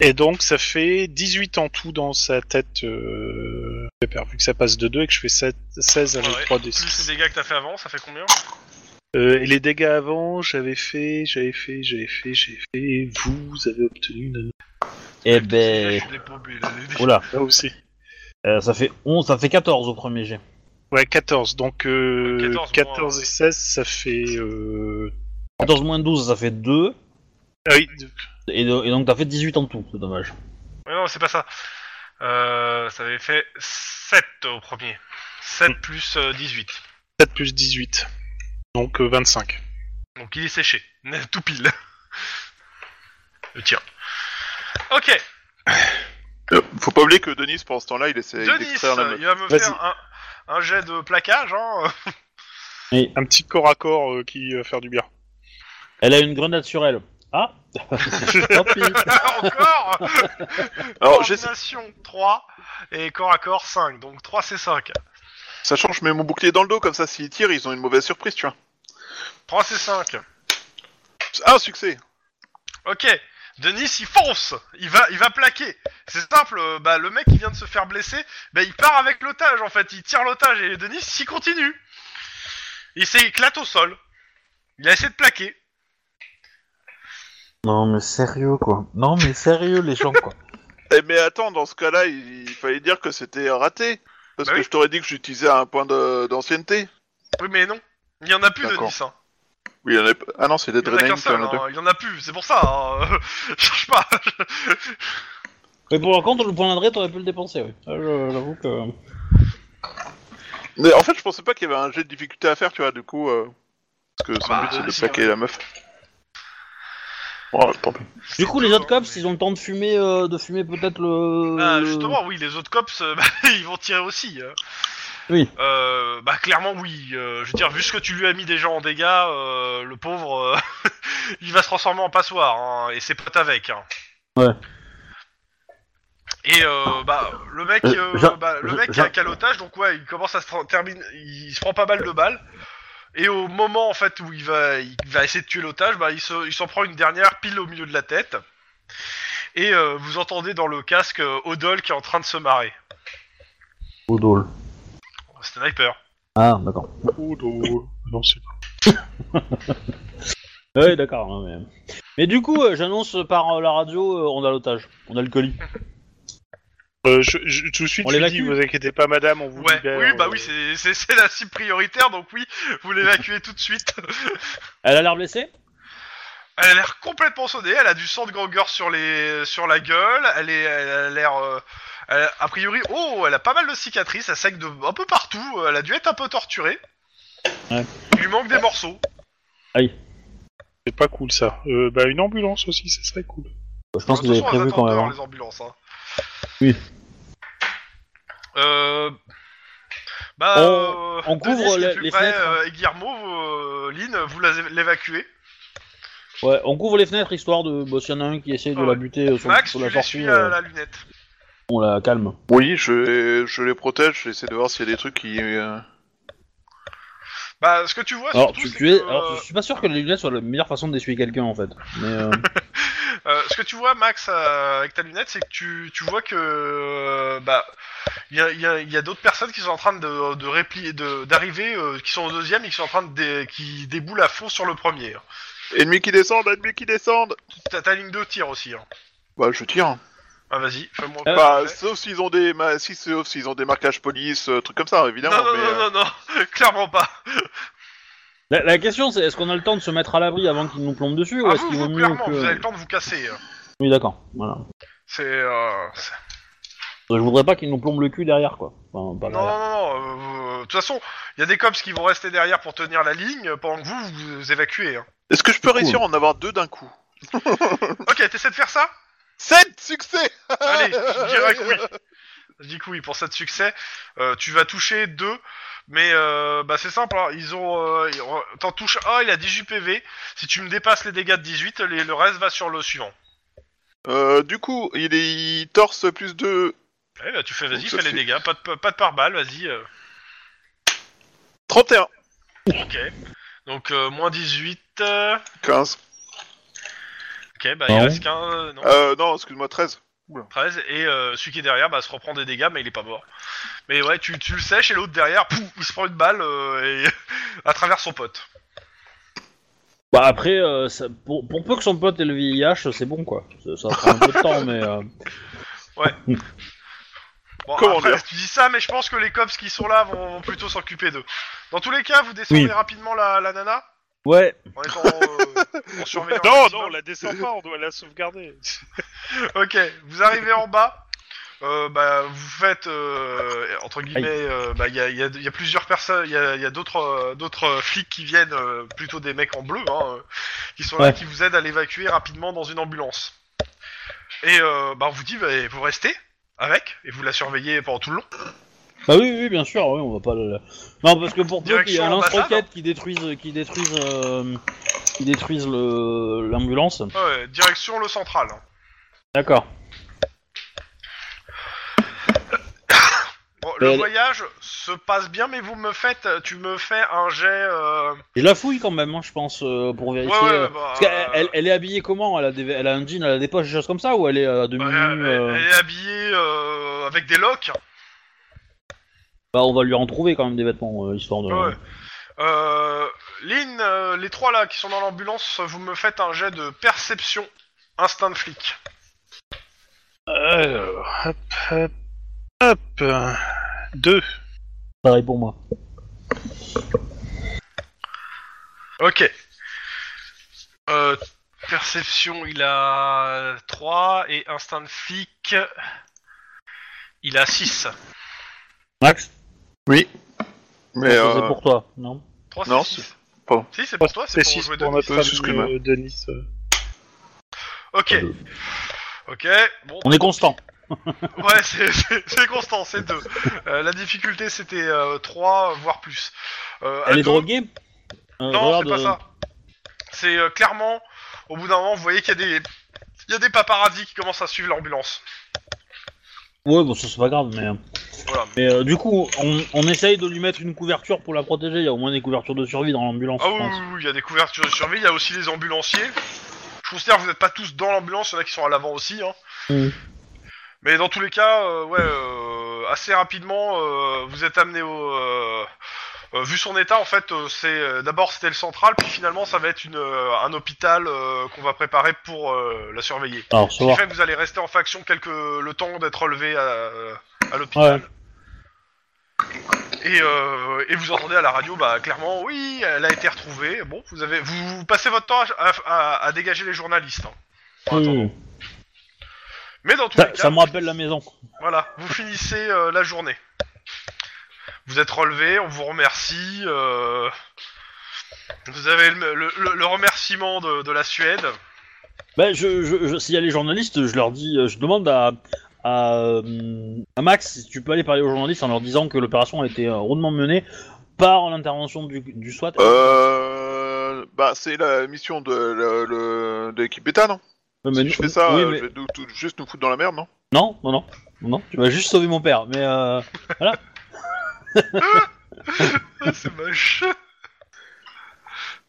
[SPEAKER 4] Et donc ça fait 18 en tout dans sa tête euh, Pepper, vu que ça passe de 2 et que je fais 7, 16 avec
[SPEAKER 2] Ouais,
[SPEAKER 4] 3 d
[SPEAKER 2] Plus les dégâts que t'as fait avant, ça fait combien
[SPEAKER 4] Euh, et les dégâts avant, j'avais fait, j'avais fait, j'avais fait, j'avais fait, vous avez obtenu une...
[SPEAKER 1] Eh
[SPEAKER 2] Là, je
[SPEAKER 1] ben.
[SPEAKER 2] suis déplombé, là, les dégâts.
[SPEAKER 1] Oula,
[SPEAKER 4] Là Ah, aussi.
[SPEAKER 1] euh, ça fait 11, ça fait 14 au premier jet.
[SPEAKER 4] Ouais, 14, donc euh, 14,
[SPEAKER 2] 14,
[SPEAKER 4] et 16, ça fait... Euh...
[SPEAKER 1] 14 moins 12, ça fait 2.
[SPEAKER 4] Ah oui,
[SPEAKER 1] Et, de- et donc t'as fait 18 en tout, c'est dommage.
[SPEAKER 2] Ouais, non, c'est pas ça. Euh, ça avait fait 7 au premier. 7
[SPEAKER 1] Hmm.
[SPEAKER 2] plus euh, 18.
[SPEAKER 4] 7 plus 18, donc euh, 25.
[SPEAKER 2] Donc il est séché, [laughs] tout pile. Le tir. Ok,
[SPEAKER 3] Euh, faut pas oublier que Denis, pendant ce temps-là, il essaie
[SPEAKER 2] Denis,
[SPEAKER 3] d'extraire
[SPEAKER 1] [laughs]
[SPEAKER 3] la meuf.
[SPEAKER 2] il va me
[SPEAKER 4] Vas-y.
[SPEAKER 2] faire un, un jet de plaquage. Hein. [laughs]
[SPEAKER 4] Un petit corps à corps euh, qui va faire du bien.
[SPEAKER 1] Elle a une grenade sur elle. Ah [laughs] Tant pis.
[SPEAKER 2] Encore
[SPEAKER 3] Alors, j'essa-
[SPEAKER 2] Coordination 3 et corps à corps 5, donc 3 c'est 5.
[SPEAKER 3] sachant que je mets mon bouclier dans le dos, comme ça, s'ils tirent, ils ont une mauvaise surprise, tu vois.
[SPEAKER 2] 3 c'est 5.
[SPEAKER 3] Ah, Un succès
[SPEAKER 2] Ok, Denis, il fonce, il va, il va plaquer. C'est simple, euh, bah, le mec qui vient de se faire blesser, bah, il part avec l'otage en fait, il tire l'otage et Denis, il continue. Il s'éclate au sol. Il a essayé de plaquer.
[SPEAKER 5] Non, mais sérieux, quoi. Non, mais sérieux, les gens, quoi.
[SPEAKER 3] Eh, mais attends, dans ce cas-là, il, il fallait dire que c'était raté. Parce
[SPEAKER 2] Bah
[SPEAKER 3] que
[SPEAKER 2] oui.
[SPEAKER 3] je t'aurais dit que j'utilisais un point de- d'ancienneté.
[SPEAKER 2] Oui, mais non, il y en a plus,
[SPEAKER 3] D'accord.
[SPEAKER 2] Denis. Hein.
[SPEAKER 3] Oui, il y en a... Ah non, c'est
[SPEAKER 2] Il y en a
[SPEAKER 3] Adrenaline
[SPEAKER 2] qu'un
[SPEAKER 3] qui en
[SPEAKER 2] seul,
[SPEAKER 3] a deux.
[SPEAKER 2] hein, il y en a plus, c'est pour ça. hein. [laughs] Cherche pas.
[SPEAKER 1] Mais pour le contre, le point d'adresse, t'aurais pu le dépenser, oui. Ça, je- J'avoue que. euh.
[SPEAKER 3] Mais en fait, je pensais pas qu'il y avait un jet de difficulté à faire, tu vois, du coup. euh, Parce que son
[SPEAKER 2] bah,
[SPEAKER 3] but, c'est de
[SPEAKER 2] si,
[SPEAKER 3] plaquer la meuf. Ouais, tant pis.
[SPEAKER 1] Du coup, les autres cops, ils ont le temps de fumer, euh, de fumer peut-être le.
[SPEAKER 2] Bah,
[SPEAKER 1] le-
[SPEAKER 2] justement, oui, les autres cops, euh, [laughs] bah, ils vont tirer aussi. euh.
[SPEAKER 1] Oui.
[SPEAKER 2] Euh, bah, clairement, oui. euh, je veux dire, vu ce que tu lui as mis déjà en dégâts, euh, le pauvre, euh, [laughs] il va se transformer en passoire, hein, et ses potes avec. Hein.
[SPEAKER 1] Ouais.
[SPEAKER 2] Et euh, bah, le mec,
[SPEAKER 5] Euh,
[SPEAKER 2] euh,
[SPEAKER 5] Jean-
[SPEAKER 2] bah, le
[SPEAKER 5] Jean-
[SPEAKER 2] mec qui a,
[SPEAKER 5] Jean-
[SPEAKER 2] qui a l'otage, donc ouais, il commence à se tra- termine, il se prend pas mal de balles. Et au moment en fait où il va, il va essayer de tuer l'otage, bah, il se- il s'en prend une dernière pile au milieu de la tête. Et euh, vous entendez dans le casque euh, Odol qui est en train de se marrer.
[SPEAKER 5] Odol.
[SPEAKER 2] Sniper.
[SPEAKER 5] Ah, d'accord.
[SPEAKER 4] Non, c'est pas.
[SPEAKER 1] Ouais, d'accord. hein, mais... mais du coup, euh, j'annonce par euh, la radio, euh, on a l'otage, on a le colis.
[SPEAKER 4] Euh, je, je- tout de suite,
[SPEAKER 1] On
[SPEAKER 4] je lui
[SPEAKER 1] l'évacue
[SPEAKER 4] dis, vous inquiétez pas, madame, on vous
[SPEAKER 2] Ouais,
[SPEAKER 4] libère.
[SPEAKER 2] oui, bah
[SPEAKER 4] euh,
[SPEAKER 2] oui, c'est- c'est c'est la cible prioritaire, donc oui, vous l'évacuez tout de suite.
[SPEAKER 1] Elle a l'air blessée
[SPEAKER 2] Elle a l'air complètement sonnée, elle a du sang de Ganger sur, les, sur la gueule, elle, est, elle a l'air... euh, elle- a priori, oh, elle a pas mal de cicatrices, elle saigne de, un peu partout, elle a dû être un peu torturée.
[SPEAKER 1] Ouais.
[SPEAKER 2] Il lui manque des morceaux.
[SPEAKER 4] C'est pas cool, ça. Euh, bah, une ambulance aussi, ça serait cool.
[SPEAKER 5] Euh, Je pense
[SPEAKER 2] De
[SPEAKER 5] qu'ils avaient
[SPEAKER 2] toute façon,
[SPEAKER 5] prévu
[SPEAKER 2] elles
[SPEAKER 5] quand
[SPEAKER 2] attendent
[SPEAKER 5] même. hein.
[SPEAKER 2] dehors, Euh, les ambulances, hein.
[SPEAKER 1] Oui.
[SPEAKER 2] Euh... Bah,
[SPEAKER 1] On-
[SPEAKER 2] euh,
[SPEAKER 1] on couvre
[SPEAKER 2] Denis, qui est
[SPEAKER 1] les-
[SPEAKER 2] plus
[SPEAKER 1] les
[SPEAKER 2] près,
[SPEAKER 1] fenêtres, hein.
[SPEAKER 2] euh, et Guillermo, vous, euh, Lynn, vous la- l'évacuez.
[SPEAKER 1] Ouais, on couvre les fenêtres histoire de. Bah, s'il y en a un qui essaye de
[SPEAKER 2] Ah
[SPEAKER 1] la
[SPEAKER 2] ouais.
[SPEAKER 1] buter euh, sur,
[SPEAKER 2] Max,
[SPEAKER 1] sur
[SPEAKER 2] tu
[SPEAKER 1] la sortie,
[SPEAKER 2] l'essuies
[SPEAKER 1] euh,
[SPEAKER 2] à la lunette.
[SPEAKER 1] on la calme.
[SPEAKER 3] Oui, je, je les protège, j'essaie de voir s'il y a des trucs qui. euh,
[SPEAKER 2] Bah, ce que tu vois,
[SPEAKER 1] Alors,
[SPEAKER 2] surtout,
[SPEAKER 1] tu,
[SPEAKER 2] c'est
[SPEAKER 1] tu es...
[SPEAKER 2] que,
[SPEAKER 1] Alors,
[SPEAKER 2] euh,
[SPEAKER 1] je suis pas sûr que les lunettes soient la meilleure façon d'essuyer quelqu'un en fait. Mais.
[SPEAKER 2] [laughs]
[SPEAKER 1] euh,
[SPEAKER 2] euh, ce que tu vois, Max, euh, avec ta lunette, c'est que tu, tu vois que euh, bah il y a, il y a- il y a d'autres personnes qui sont en train de, de réplier, de- d'arriver, euh, qui sont au deuxième et qui sont en train de dé- qui déboulent à fond sur le premier.
[SPEAKER 3] Ennemis qui descendent, ennemis qui descendent
[SPEAKER 2] T'as ta ligne de tir aussi. Hein.
[SPEAKER 3] Bah, je tire.
[SPEAKER 2] Ah, vas-y, fais-moi.
[SPEAKER 1] Euh,
[SPEAKER 3] Bah, sauf s'ils ont des ma- si, sauf s'ils ont des marquages police, euh, trucs comme ça,
[SPEAKER 2] non,
[SPEAKER 3] évidemment.
[SPEAKER 2] non,
[SPEAKER 3] mais,
[SPEAKER 2] non,
[SPEAKER 3] euh,
[SPEAKER 2] non, non, [laughs] clairement pas.
[SPEAKER 1] La, la question c'est est-ce qu'on a le temps de se mettre à l'abri avant qu'ils nous plombent dessus ou
[SPEAKER 2] Ah,
[SPEAKER 1] est-ce
[SPEAKER 2] vous,
[SPEAKER 1] qu'il vaut
[SPEAKER 2] vous,
[SPEAKER 1] mieux
[SPEAKER 2] clairement,
[SPEAKER 1] que.
[SPEAKER 2] vous avez le temps de vous casser. hein.
[SPEAKER 1] Oui, d'accord. Voilà.
[SPEAKER 2] C'est. euh, c'est-
[SPEAKER 1] Je voudrais pas qu'ils nous plombent le cul derrière quoi. Enfin, pas
[SPEAKER 2] Non,
[SPEAKER 1] derrière.
[SPEAKER 2] non, non, non, euh, vous- de toute façon, il y a des cops qui vont rester derrière pour tenir la ligne pendant que vous vous, vous évacuez. hein.
[SPEAKER 3] Est-ce que je peux réussir à en avoir deux d'un coup
[SPEAKER 2] Ok, t'essaies de faire ça
[SPEAKER 3] 7 succès
[SPEAKER 2] Allez,
[SPEAKER 3] [laughs]
[SPEAKER 2] je dirais que oui. Je dis que oui, pour cette succès, euh, tu vas toucher deux, mais euh, bah, c'est simple, hein, ils ont... euh, ils ont- T'en touches un, il a 18 PV, si tu me dépasses les dégâts de 18, les- le reste va sur le suivant.
[SPEAKER 3] euh, Du coup, il est il torse plus 2,
[SPEAKER 2] Allez, bah, tu fais, vas-y,
[SPEAKER 3] Donc, ça
[SPEAKER 2] fais les
[SPEAKER 3] fait-
[SPEAKER 2] dégâts, pas de, pas de pare-balles, vas-y, euh,
[SPEAKER 3] 31,
[SPEAKER 2] ok. Donc, euh, moins 18, euh,
[SPEAKER 3] 15,
[SPEAKER 2] ok, bah il
[SPEAKER 1] Non.
[SPEAKER 2] reste qu'un, euh, non,
[SPEAKER 3] euh, non, excuse-moi, 13.
[SPEAKER 2] 13, et euh, celui qui est derrière, bah se reprend des dégâts, mais il est pas mort. Mais ouais, tu, tu le sèches, et l'autre derrière, pouf, il se prend une balle, euh, et [laughs] à travers son pote.
[SPEAKER 1] Bah après, euh, ça- pour, pour peu que son pote ait le VIH, c'est bon quoi. Ça, ça prend un peu de temps, mais. euh,
[SPEAKER 2] Bon,
[SPEAKER 3] Comment
[SPEAKER 2] après,
[SPEAKER 3] dire
[SPEAKER 2] tu dis ça, mais je pense que les cops qui sont là vont, vont plutôt s'occuper d'eux. Dans tous les cas, vous descendez
[SPEAKER 1] Oui.
[SPEAKER 2] rapidement la, la nana
[SPEAKER 1] Ouais.
[SPEAKER 2] en étant
[SPEAKER 1] [laughs]
[SPEAKER 2] euh, en
[SPEAKER 4] [laughs]
[SPEAKER 2] surveillant.
[SPEAKER 4] Non,
[SPEAKER 2] un
[SPEAKER 4] non, on
[SPEAKER 2] maximum.
[SPEAKER 4] la descend pas, on doit la sauvegarder.
[SPEAKER 2] Ok, vous arrivez en bas. Euh, bah, vous faites euh, entre guillemets, euh, bah, il y a, il y a- il y a plusieurs personnes, il y a, il y a d'autres euh, d'autres euh, flics qui viennent, euh, plutôt des mecs en bleu, hein, euh, qui sont là,
[SPEAKER 1] Ouais.
[SPEAKER 2] qui vous aident à l'évacuer rapidement dans une ambulance. Et euh, bah, on vous dit, bah, vous restez avec et vous la surveillez pendant tout le long.
[SPEAKER 1] Bah oui, oui, bien sûr, oui, on va pas le. Non, parce que pour peu qu'il y ait un
[SPEAKER 2] Direction ambassade,
[SPEAKER 1] lance-roquette qui détruise, qui détruise, euh, qui détruise le- l'ambulance.
[SPEAKER 2] Ouais, Euh, direction le central. hein.
[SPEAKER 1] D'accord.
[SPEAKER 2] Bon, le
[SPEAKER 1] Elle-
[SPEAKER 2] voyage se passe bien, mais vous me faites, tu me fais un jet. euh,
[SPEAKER 1] Et la fouille quand même, hein, je pense, euh, pour
[SPEAKER 2] Ouais,
[SPEAKER 1] vérifier.
[SPEAKER 2] ouais,
[SPEAKER 1] euh,
[SPEAKER 2] bah,
[SPEAKER 1] parce qu'elle- elle, elle est habillée comment elle a, des, elle a un jean, elle a des poches, des choses comme ça, ou elle est euh, à demi
[SPEAKER 2] bah,
[SPEAKER 1] nue
[SPEAKER 2] elle,
[SPEAKER 1] euh,
[SPEAKER 2] elle est habillée euh, avec des loques.
[SPEAKER 1] Bah, on va lui en trouver quand même des vêtements, euh, histoire de.
[SPEAKER 2] Ouais. Euh, Lynn, euh, les trois là qui sont dans l'ambulance, vous me faites un jet de perception instinct de flic.
[SPEAKER 4] Alors, hop, hop, hop. Deux.
[SPEAKER 1] Pareil pour moi.
[SPEAKER 2] Ok. Euh, perception, il a 3 et instinct de flic, il a 6.
[SPEAKER 1] Max,
[SPEAKER 3] Mais
[SPEAKER 1] ça, c'est
[SPEAKER 3] euh,
[SPEAKER 1] pour toi, non
[SPEAKER 2] 3
[SPEAKER 3] Non,
[SPEAKER 2] c'est 6.
[SPEAKER 3] pardon.
[SPEAKER 2] Si, c'est pour toi, c'est pour jouer
[SPEAKER 4] pour
[SPEAKER 2] de
[SPEAKER 3] Denis.
[SPEAKER 4] notre
[SPEAKER 3] Oui,
[SPEAKER 4] ami
[SPEAKER 3] excuse-moi.
[SPEAKER 4] euh, Denis. euh.
[SPEAKER 2] Ok,
[SPEAKER 1] Deux.
[SPEAKER 2] ok. Bon, [laughs]
[SPEAKER 1] On est constant.
[SPEAKER 2] ouais, c'est- c'est c'est constant, c'est 2. la difficulté, c'était 3, voire plus. Euh,
[SPEAKER 1] Elle est
[SPEAKER 2] ado-
[SPEAKER 1] droguée Euh,
[SPEAKER 2] Non, c'est
[SPEAKER 1] regarde,
[SPEAKER 2] pas
[SPEAKER 1] euh,
[SPEAKER 2] ça. C'est euh, clairement, au bout d'un moment, vous voyez qu'il y a des... Il y a des paparazzis qui commencent à suivre l'ambulance.
[SPEAKER 1] Ouais, bon, ça c'est pas grave, mais. euh,
[SPEAKER 2] Voilà.
[SPEAKER 1] Mais euh, du coup, on, on essaye de lui mettre une couverture pour la protéger. Il y a au moins des couvertures de survie dans l'ambulance,
[SPEAKER 2] Ah
[SPEAKER 1] je
[SPEAKER 2] oui,
[SPEAKER 1] pense.
[SPEAKER 2] oui, oui, il y a des couvertures de survie, il y a aussi les ambulanciers. Je considère que vous n'êtes pas tous dans l'ambulance, il y en a qui sont à l'avant aussi. Hein.
[SPEAKER 1] Mm.
[SPEAKER 2] Mais dans tous les cas, euh, ouais, euh, assez rapidement, euh, vous êtes amené au... euh, euh, vu son état, en fait, euh, c'est euh, d'abord c'était le central, puis finalement ça va être une, euh, un hôpital euh, qu'on va préparer pour euh, la surveiller.
[SPEAKER 1] Alors,
[SPEAKER 2] Ce
[SPEAKER 1] ça
[SPEAKER 2] qui
[SPEAKER 1] va.
[SPEAKER 2] fait que vous allez rester en faction quelques... le temps d'être relevé à, à l'hôpital. Et, euh, et vous entendez à la radio, bah clairement, oui, elle a été retrouvée. Bon, vous avez, vous, vous passez votre temps à, à- à dégager les journalistes. hein. En attendant.
[SPEAKER 1] Oui.
[SPEAKER 2] Mais dans tous les
[SPEAKER 1] Hmm. Ça,
[SPEAKER 2] cas,
[SPEAKER 1] ça me rappelle la maison.
[SPEAKER 2] voilà, vous finissez euh, la journée. Vous êtes relevé, on vous remercie. euh, vous avez le, le- le- le remerciement de- de la Suède.
[SPEAKER 1] Ben, je, je, je- s'il y a les journalistes, je leur dis, euh, je demande à, à, euh, à Max si tu peux aller parler aux journalistes en leur disant que l'opération a été euh, rondement menée par l'intervention du, du SWAT.
[SPEAKER 3] euh, bah c'est la mission de, le- le- de l'équipe bêta, non
[SPEAKER 1] Ouais, mais
[SPEAKER 3] Si
[SPEAKER 1] nous-
[SPEAKER 3] je fais ça,
[SPEAKER 1] oui,
[SPEAKER 3] euh,
[SPEAKER 1] mais-
[SPEAKER 3] je vais nous- tout- juste nous foutre dans la merde, non
[SPEAKER 1] Non, non, non, non, tu vas juste sauver mon père. Mais euh,
[SPEAKER 2] Ah, [laughs] C'est moche.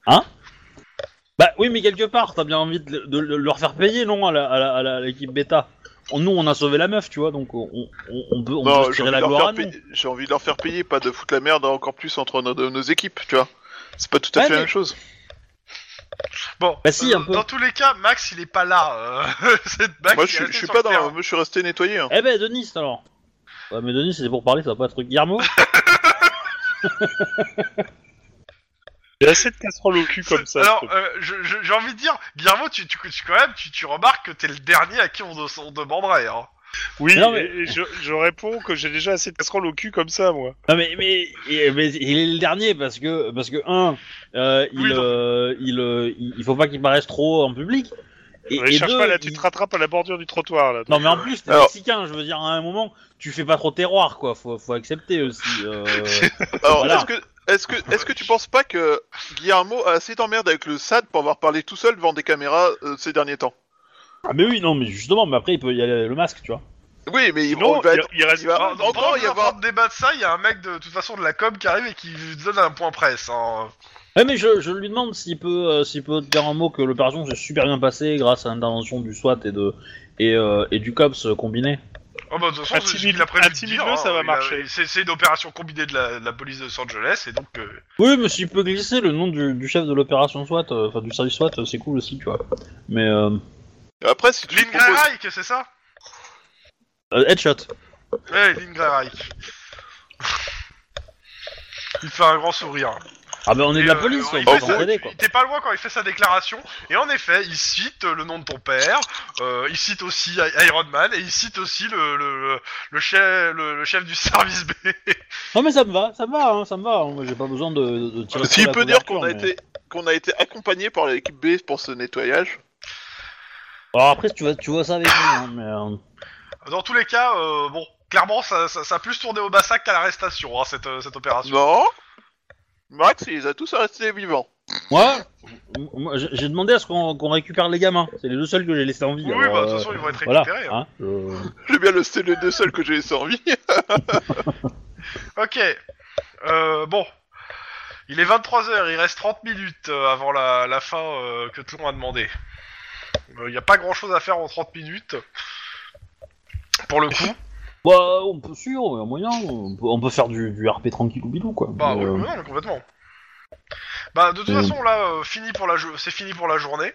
[SPEAKER 1] bah oui, mais quelque part, t'as bien envie de, de- de leur faire payer, non, à la- à la- à la- à l'équipe bêta. Nous, on a sauvé la meuf, tu vois, donc on, on- on peut, on peut se
[SPEAKER 3] j'ai
[SPEAKER 1] tirer
[SPEAKER 3] envie,
[SPEAKER 1] la
[SPEAKER 3] de leur
[SPEAKER 1] gloire à
[SPEAKER 3] faire
[SPEAKER 1] nous.
[SPEAKER 3] payer- j'ai envie de leur faire payer, pas de foutre la merde encore plus entre nos, nos équipes, tu vois. C'est pas tout à
[SPEAKER 1] Ouais,
[SPEAKER 3] fait la
[SPEAKER 1] mais-
[SPEAKER 3] même chose.
[SPEAKER 2] Bon, euh,
[SPEAKER 1] Bah si, un peu.
[SPEAKER 2] dans tous les cas, Max il est pas là. euh, [laughs] c'est- Max,
[SPEAKER 3] Moi,
[SPEAKER 2] il est
[SPEAKER 3] je, suis-
[SPEAKER 2] resté
[SPEAKER 3] je suis
[SPEAKER 2] sur
[SPEAKER 3] pas
[SPEAKER 2] le terrain.
[SPEAKER 3] dans. Moi, je suis resté nettoyé. hein.
[SPEAKER 1] Eh ben, Denis, alors. Ouais, mais Denis, c'est pour parler, ça va pas être Guillermo.
[SPEAKER 4] J'ai assez de casseroles au cul comme ça.
[SPEAKER 2] Alors,
[SPEAKER 4] ce truc.
[SPEAKER 2] euh, je- je- j'ai envie de dire, Guillermo, tu, tu, tu- quand même, tu, tu remarques que t'es le dernier à qui on, de- on demanderait. Hein.
[SPEAKER 4] oui,
[SPEAKER 1] non, mais-
[SPEAKER 4] et je,
[SPEAKER 1] [laughs]
[SPEAKER 4] je réponds que j'ai déjà assez de casseroles au cul comme ça, moi.
[SPEAKER 1] Non mais, mais, et- mais il est le dernier parce que parce que un euh, il,
[SPEAKER 2] Oui, non.
[SPEAKER 1] euh, il euh, il il faut pas qu'il paraisse trop en public et,
[SPEAKER 4] Ouais,
[SPEAKER 1] et
[SPEAKER 4] cherche
[SPEAKER 1] deux,
[SPEAKER 4] pas, là, tu
[SPEAKER 1] il-
[SPEAKER 4] te rattrapes à la bordure du trottoir, là.
[SPEAKER 1] non mais en plus t'es
[SPEAKER 3] Alors-
[SPEAKER 1] mexicain je veux dire à un moment tu fais pas trop terroir quoi faut faut accepter aussi
[SPEAKER 3] [laughs]
[SPEAKER 1] euh,
[SPEAKER 3] Alors,
[SPEAKER 1] Voilà.
[SPEAKER 3] est-ce que, est-ce que, est-ce que tu penses pas que Guillermo a assez d'emmerde avec le SAD pour avoir parlé tout seul devant des caméras euh, ces derniers temps
[SPEAKER 1] ah, mais oui non mais justement mais après il peut y aller le masque tu vois
[SPEAKER 3] Oui, mais il,
[SPEAKER 4] Non,
[SPEAKER 3] il va
[SPEAKER 4] il,
[SPEAKER 3] être-
[SPEAKER 4] il reste
[SPEAKER 3] il va
[SPEAKER 2] Pendant- pendant
[SPEAKER 3] encore
[SPEAKER 2] que
[SPEAKER 3] y
[SPEAKER 2] t'es en train
[SPEAKER 3] avoir.
[SPEAKER 2] de débat de ça, il y a un mec de, de toute façon de la com qui arrive et qui vous donne un point presse. hein.
[SPEAKER 1] ouais Eh, mais je, je lui demande s'il peut euh, s'il peut te dire un mot que l'opération s'est super bien passée grâce à l'intervention du SWAT et de et, euh, et du COPS combiné
[SPEAKER 2] Oh, bah, de toute façon, c'est ce
[SPEAKER 4] Intimide-
[SPEAKER 2] qu'il a prévu de
[SPEAKER 4] intimide-le,
[SPEAKER 2] dire, hein,
[SPEAKER 4] ça va
[SPEAKER 2] il a-
[SPEAKER 4] marcher.
[SPEAKER 2] C'est c'est une opération combinée de la, de la police de Los Angeles et donc. euh,
[SPEAKER 1] Oui, mais s'il peut glisser le nom du, du chef de l'opération SWAT, euh, enfin du service SWAT, euh, c'est cool aussi, tu vois. Mais euh,
[SPEAKER 3] Après, si tu
[SPEAKER 2] Lynn
[SPEAKER 3] proposes-
[SPEAKER 2] Grey Reich, c'est ça
[SPEAKER 1] euh, headshot.
[SPEAKER 2] Ouais, Lynn Grey Reich. [laughs] Il fait un grand sourire.
[SPEAKER 1] Ah ben on est
[SPEAKER 2] Et,
[SPEAKER 1] de la
[SPEAKER 2] euh,
[SPEAKER 1] police, quoi,
[SPEAKER 2] il
[SPEAKER 1] on peut
[SPEAKER 2] fait
[SPEAKER 1] s'entraider,
[SPEAKER 2] ça,
[SPEAKER 1] quoi.
[SPEAKER 2] tu- T'es pas loin quand il fait sa déclaration. Et en effet, il cite euh, le nom de ton père, euh, il cite aussi I- Iron Man, et il cite aussi le, le, le- le chef, le, le chef du [laughs] service B.
[SPEAKER 1] Non mais ça me va, ça me va, hein, ça me va. hein, moi, J'ai pas besoin de, de tirer. sur
[SPEAKER 3] S'il
[SPEAKER 1] la
[SPEAKER 3] peut dire qu'on a
[SPEAKER 1] couverture, mais-
[SPEAKER 3] été qu'on a été accompagné par l'équipe B pour ce nettoyage.
[SPEAKER 1] Alors après, tu vois, tu vois ça avec nous, hein, mais. euh,
[SPEAKER 2] Dans tous les cas, euh, bon, clairement, ça, ça, ça a plus tourné au massacre qu'à l'arrestation, hein, cette, euh, cette opération.
[SPEAKER 3] Non. Max, il les a tous arrêtés vivants.
[SPEAKER 1] Moi, m- moi, j'ai j'ai demandé à ce qu'on qu'on récupère les gamins. C'est les deux seuls que j'ai laissés en vie.
[SPEAKER 2] Oui,
[SPEAKER 1] alors,
[SPEAKER 2] bah, de toute
[SPEAKER 1] euh,
[SPEAKER 2] façon, ils vont être
[SPEAKER 1] voilà.
[SPEAKER 2] récupérés.
[SPEAKER 1] hein,
[SPEAKER 2] hein.
[SPEAKER 1] euh,
[SPEAKER 3] J'ai bien le, c'est le deux seuls que j'ai laissé en vie.
[SPEAKER 2] Ok. Euh, bon. Il est 23h, il reste 30 minutes euh, avant la, la fin euh, que Tlon a demandé. Euh, Il n'y a pas grand chose à faire en 30 minutes. Pour le coup.
[SPEAKER 1] Bah, on peut sûr, il y a moyen, on peut, on peut faire du, du RP tranquille ou bidou, quoi.
[SPEAKER 2] Bah,
[SPEAKER 1] Mais,
[SPEAKER 2] ouais,
[SPEAKER 1] euh,
[SPEAKER 2] non, mais complètement. Bah, de toute
[SPEAKER 1] Euh.
[SPEAKER 2] façon, là, euh, fini pour la jo- c'est fini pour la journée.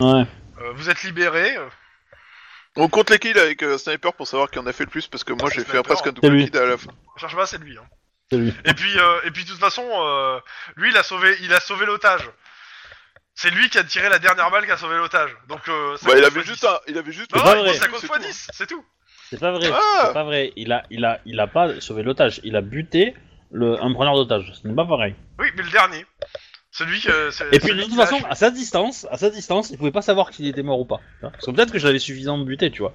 [SPEAKER 1] ouais.
[SPEAKER 2] Euh, vous êtes libérés. euh,
[SPEAKER 3] [laughs] On compte les kills avec euh, Sniper pour savoir qui en a fait le plus parce que moi j'ai fait
[SPEAKER 2] Sniper.
[SPEAKER 3] presque un
[SPEAKER 1] C'est
[SPEAKER 3] double
[SPEAKER 1] lui.
[SPEAKER 3] kill à la fin.
[SPEAKER 2] cherche pas, c'est lui. hein.
[SPEAKER 1] C'est lui.
[SPEAKER 2] Et puis, euh, et puis, de toute façon, euh, lui, il a sauvé, il a sauvé l'otage. C'est lui qui a tiré la dernière balle qui a sauvé l'otage. Donc, euh, ça
[SPEAKER 3] Bah, il
[SPEAKER 2] compte
[SPEAKER 3] avait
[SPEAKER 2] pas
[SPEAKER 3] juste
[SPEAKER 2] 10.
[SPEAKER 3] un. Il avait juste.
[SPEAKER 1] C'est
[SPEAKER 2] Non,
[SPEAKER 1] pas
[SPEAKER 2] non,
[SPEAKER 1] vrai.
[SPEAKER 2] ça compte
[SPEAKER 3] C'est
[SPEAKER 2] pas
[SPEAKER 3] tout. hein.
[SPEAKER 2] 10, c'est tout.
[SPEAKER 1] C'est pas vrai,
[SPEAKER 3] Ah
[SPEAKER 1] c'est pas vrai. Il a, il a, il a pas sauvé l'otage, il a buté le, un preneur d'otage. Ce n'est pas pareil.
[SPEAKER 2] Oui, mais le dernier. Celui que. c'est-
[SPEAKER 1] Et puis
[SPEAKER 2] celui
[SPEAKER 1] de toute
[SPEAKER 2] qui l'a
[SPEAKER 1] façon,
[SPEAKER 2] achevé.
[SPEAKER 1] à sa distance, à sa distance, il pouvait pas savoir qu'il était mort ou pas. tu vois. Parce que peut-être que je l'avais suffisamment buté, tu vois.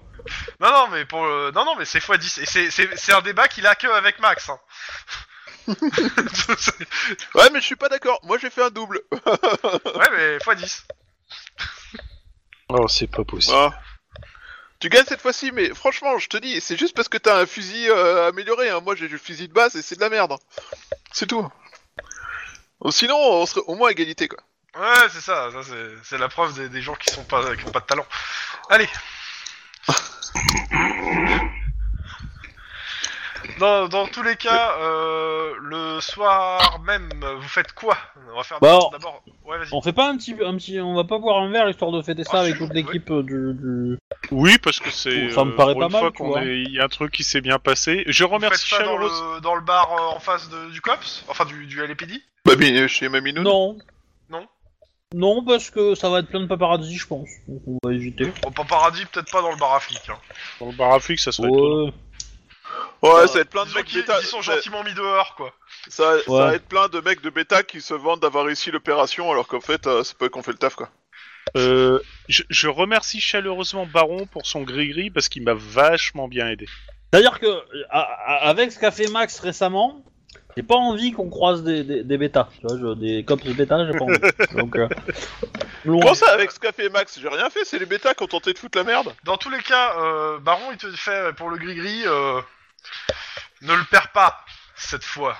[SPEAKER 2] Non, non, mais pour. euh, Non, non, mais c'est x10. Et c'est- c'est c'est un débat qu'il a que avec Max.
[SPEAKER 1] [laughs]
[SPEAKER 2] hein. [laughs] ouais,
[SPEAKER 3] Ouais, mais je suis pas d'accord. Moi j'ai fait un double.
[SPEAKER 2] mais x10.
[SPEAKER 4] Oh, c'est pas possible.
[SPEAKER 3] Ah. Tu gagnes cette fois-ci, mais franchement, je te dis, c'est juste parce que t'as un fusil euh, amélioré. hein. Moi, j'ai du fusil de base et c'est de la merde. C'est tout. Sinon, on serait au moins à égalité, quoi.
[SPEAKER 2] Ouais, c'est ça. ça c'est- c'est la preuve des, des gens qui sont pas qui ont pas de talent. Allez. Dans, dans tous les cas, euh, le soir même, vous faites quoi On va faire
[SPEAKER 1] Bah,
[SPEAKER 2] d'abord. Ouais, vas-y.
[SPEAKER 1] On fait pas un petit, un petit, on va pas boire un verre histoire de fêter ça
[SPEAKER 2] Ah,
[SPEAKER 1] avec
[SPEAKER 2] si,
[SPEAKER 1] toute
[SPEAKER 2] oui.
[SPEAKER 1] l'équipe euh, du, du-
[SPEAKER 4] Oui, parce que c'est.
[SPEAKER 1] Ça me paraît
[SPEAKER 4] pour
[SPEAKER 1] pas
[SPEAKER 4] une
[SPEAKER 1] mal,
[SPEAKER 4] fois
[SPEAKER 1] tu
[SPEAKER 4] qu'on
[SPEAKER 1] vois.
[SPEAKER 4] est- Il y a un truc qui s'est bien passé. Je
[SPEAKER 2] Vous faites
[SPEAKER 4] remercie
[SPEAKER 2] ça dans
[SPEAKER 4] chaleureusement.
[SPEAKER 2] le, dans le bar euh, en face de- du COPS Enfin, du, du LAPD
[SPEAKER 3] Bah, mais chez Maminou.
[SPEAKER 1] Non.
[SPEAKER 2] Non.
[SPEAKER 1] Non, parce que ça va être plein de paparazzi, je pense. Donc on va éviter.
[SPEAKER 2] Au paradis, peut-être pas dans le bar à flics. Hein.
[SPEAKER 4] Dans le bar à flics, ça serait. étonnant.
[SPEAKER 1] Ouais.
[SPEAKER 3] Ouais, ça va être plein de
[SPEAKER 2] Disons
[SPEAKER 3] mecs
[SPEAKER 2] qu'ils
[SPEAKER 3] bêta.
[SPEAKER 2] ils sont
[SPEAKER 3] ça-
[SPEAKER 2] gentiment mis dehors, quoi.
[SPEAKER 3] Ça, ça va
[SPEAKER 1] Ouais.
[SPEAKER 3] être plein de mecs de bêta qui se vantent d'avoir réussi l'opération alors qu'en fait, euh, c'est pas eux qui ont fait le taf, quoi.
[SPEAKER 4] Euh, je, je remercie chaleureusement Baron pour son gris-gris parce qu'il m'a vachement bien aidé.
[SPEAKER 1] C'est-à-dire que euh, à- à- avec ce qu'a fait Max récemment, j'ai pas envie qu'on croise des, des, des bêtas, tu vois, je- des cops de bêta, j'ai pas
[SPEAKER 3] [laughs]
[SPEAKER 1] envie. Donc, euh, loin.
[SPEAKER 3] Comment ça, avec ce qu'a fait Max J'ai rien fait, c'est les bêtas qui ont tenté de foutre la merde.
[SPEAKER 2] Dans tous les cas, euh, Baron, il te fait euh, pour le gris-gris, euh, ne le perds pas cette fois.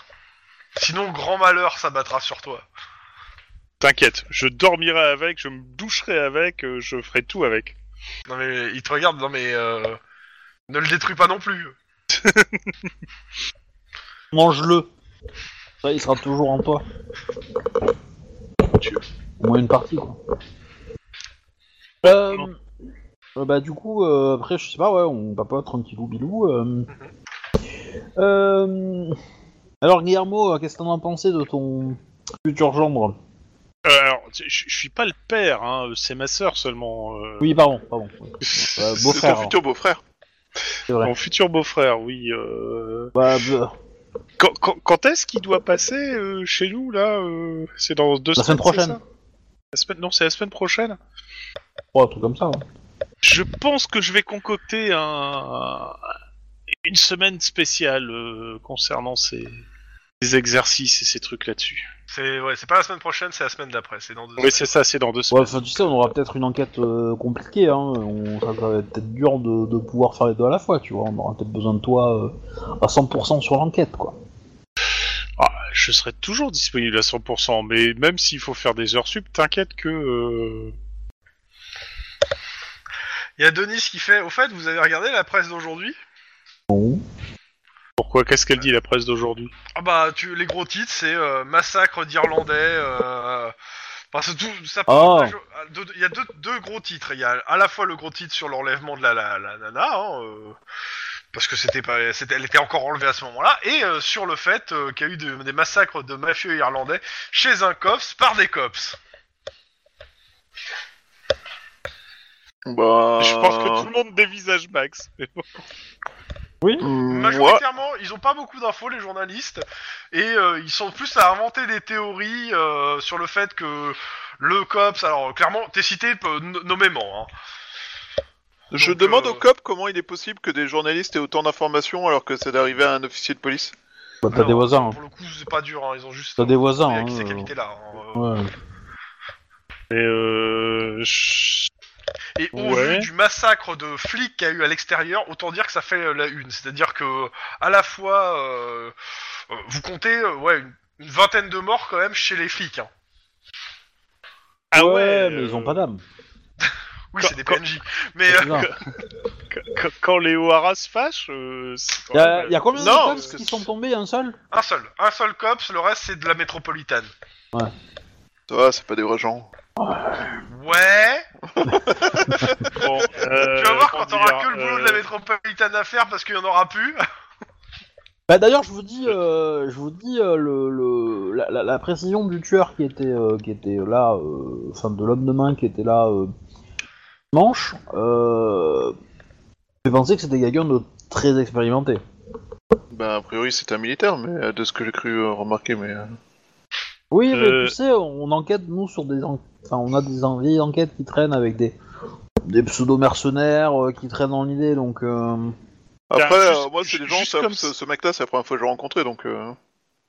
[SPEAKER 2] Sinon, grand malheur s'abattra sur toi.
[SPEAKER 4] T'inquiète, je dormirai avec, je me doucherai avec, euh, je ferai tout avec.
[SPEAKER 2] Non mais, il te regarde, non mais, euh, ne le détruis pas non plus.
[SPEAKER 1] mange-le. Ça, il sera toujours en toi. Au moins une partie, quoi. Euh, euh, bah, du coup, euh, après, je sais pas, ouais, on va pas tranquillou bilou.
[SPEAKER 3] Mhm.
[SPEAKER 1] euh. Euh, alors, Guillermo, euh, qu'est-ce que t'en as pensé de ton futur gendre
[SPEAKER 4] Euh, Alors, je je- je suis pas le père, hein, c'est ma sœur seulement. euh,
[SPEAKER 1] Oui, pardon, pardon.
[SPEAKER 3] [laughs]
[SPEAKER 1] Euh,
[SPEAKER 3] C'est
[SPEAKER 1] beau-frère,
[SPEAKER 3] ton
[SPEAKER 1] alors.
[SPEAKER 3] futur beau-frère.
[SPEAKER 1] C'est vrai.
[SPEAKER 4] Mon futur beau-frère, oui. euh,
[SPEAKER 1] Bah, bah,
[SPEAKER 4] Quand, quand- quand est-ce qu'il doit passer euh, chez nous, là euh, C'est dans deux
[SPEAKER 1] La semaine
[SPEAKER 4] semaines
[SPEAKER 1] prochaine.
[SPEAKER 4] c'est ça La semaine- Non, c'est la semaine prochaine.
[SPEAKER 1] oh, un truc comme ça, ouais.
[SPEAKER 4] Je pense que je vais concocter un... une semaine spéciale euh, concernant ces... ces exercices et ces trucs là-dessus.
[SPEAKER 2] C'est, ouais, c'est pas la semaine prochaine, c'est la semaine d'après, c'est dans deux
[SPEAKER 4] Oui, c'est ça, c'est dans deux
[SPEAKER 1] Ouais,
[SPEAKER 4] semaines.
[SPEAKER 1] enfin, tu sais, on aura peut-être une enquête euh, compliquée, hein. On, ça, ça va être peut-être dur de, de pouvoir faire les deux à la fois, tu vois. On aura peut-être besoin de toi euh, à 100% sur l'enquête, quoi.
[SPEAKER 4] Ah, je serai toujours disponible à 100%, mais même s'il faut faire des heures sup, t'inquiète que... euh,
[SPEAKER 2] Il y a Denis qui fait, au fait, vous avez regardé la presse d'aujourd'hui
[SPEAKER 1] Bon.
[SPEAKER 4] Pourquoi Qu'est-ce qu'elle dit, la presse d'aujourd'hui
[SPEAKER 2] Ah bah, tu, les gros titres, c'est euh, massacre d'Irlandais. Euh, enfin, c'est tout. Ça.
[SPEAKER 1] Oh.
[SPEAKER 2] deux- Il y a deux, deux gros titres. Il y a à la fois le gros titre sur l'enlèvement de la, la, la nana, hein, euh, parce que c'était pas, c'était, elle était encore enlevée à ce moment-là, et euh, sur le fait euh, qu'il y a eu de- des massacres de mafieux irlandais chez un cops par des cops.
[SPEAKER 3] Bah.
[SPEAKER 1] Euh.
[SPEAKER 4] Je pense que tout le monde dévisage Max. mais bon.
[SPEAKER 3] Moi,
[SPEAKER 2] Majoritairement, ils ont pas beaucoup d'infos, les journalistes, et euh, ils sont plus à inventer des théories euh, sur le fait que le COPS, alors clairement, t'es cité peu- n- nommément, hein.
[SPEAKER 3] je
[SPEAKER 2] Donc,
[SPEAKER 3] demande
[SPEAKER 2] euh,
[SPEAKER 3] au COP comment il est possible que des journalistes aient autant d'informations alors que c'est d'arriver à un officier de police.
[SPEAKER 1] Bah, t'as
[SPEAKER 2] Alors,
[SPEAKER 1] des voisins, hein.
[SPEAKER 2] Pour le coup, c'est pas dur, hein, ils ont juste.
[SPEAKER 1] T'as des voisins,
[SPEAKER 2] Avec
[SPEAKER 1] hein,
[SPEAKER 2] ces
[SPEAKER 1] euh,
[SPEAKER 2] qualités-là. hein, euh.
[SPEAKER 1] Ouais.
[SPEAKER 4] Mais euh, je-
[SPEAKER 2] Et au
[SPEAKER 4] Ouais.
[SPEAKER 2] vu du massacre de flics qu'il y a eu à l'extérieur, autant dire que ça fait euh, la une. C'est-à-dire que, à la fois, euh, euh, vous comptez euh, ouais, une, une vingtaine de morts quand même chez les flics. hein.
[SPEAKER 4] Ah ouais,
[SPEAKER 1] mais
[SPEAKER 4] euh,
[SPEAKER 1] ils ont pas
[SPEAKER 3] [laughs]
[SPEAKER 1] d'âme.
[SPEAKER 2] Oui,
[SPEAKER 4] Quand-
[SPEAKER 2] c'est des
[SPEAKER 4] quand-
[SPEAKER 2] PNJ. Mais euh,
[SPEAKER 1] Non.
[SPEAKER 4] qu- quand, les O'Hara se fâchent, euh, c'est quand
[SPEAKER 1] Y a,
[SPEAKER 4] même-
[SPEAKER 1] y a combien
[SPEAKER 3] Non,
[SPEAKER 1] de
[SPEAKER 3] parce
[SPEAKER 1] cops
[SPEAKER 3] que
[SPEAKER 1] qui
[SPEAKER 3] c'est-
[SPEAKER 1] sont tombés Un seul
[SPEAKER 2] un seul. Un seul cops, le reste c'est de la métropolitaine.
[SPEAKER 3] Ça va, c'est pas des vrais gens.
[SPEAKER 2] Ouais.
[SPEAKER 4] Bon, euh,
[SPEAKER 2] tu vas voir quand
[SPEAKER 4] comment
[SPEAKER 2] t'auras
[SPEAKER 4] dire,
[SPEAKER 2] que le boulot de la
[SPEAKER 4] euh,
[SPEAKER 2] métropolitaine à faire parce qu'il y en aura plus.
[SPEAKER 1] Bah d'ailleurs, je vous dis, euh, je vous dis euh, le, le- la, la- la précision du tueur qui était euh, qui était là, euh, enfin de l'homme de main qui était là euh, manche, euh, fait penser que c'était quelqu'un de très expérimenté.
[SPEAKER 3] Ben, a priori, c'est un militaire, mais euh, de ce que j'ai cru euh, remarquer, mais. euh,
[SPEAKER 1] Oui, mais
[SPEAKER 4] Euh.
[SPEAKER 1] tu sais, on enquête nous sur des, en- enfin on a des en- vieilles enquêtes qui traînent avec des des pseudo mercenaires qui traînent dans l'idée, donc. euh,
[SPEAKER 3] Après,
[SPEAKER 4] Ben,
[SPEAKER 3] euh,
[SPEAKER 4] juste-
[SPEAKER 3] moi, c'est des
[SPEAKER 4] ju-
[SPEAKER 3] gens,
[SPEAKER 4] juste
[SPEAKER 3] ça-
[SPEAKER 4] comme
[SPEAKER 3] ce,
[SPEAKER 4] ça.
[SPEAKER 3] ce mec-là, c'est la première fois que je l'ai rencontré, donc. euh,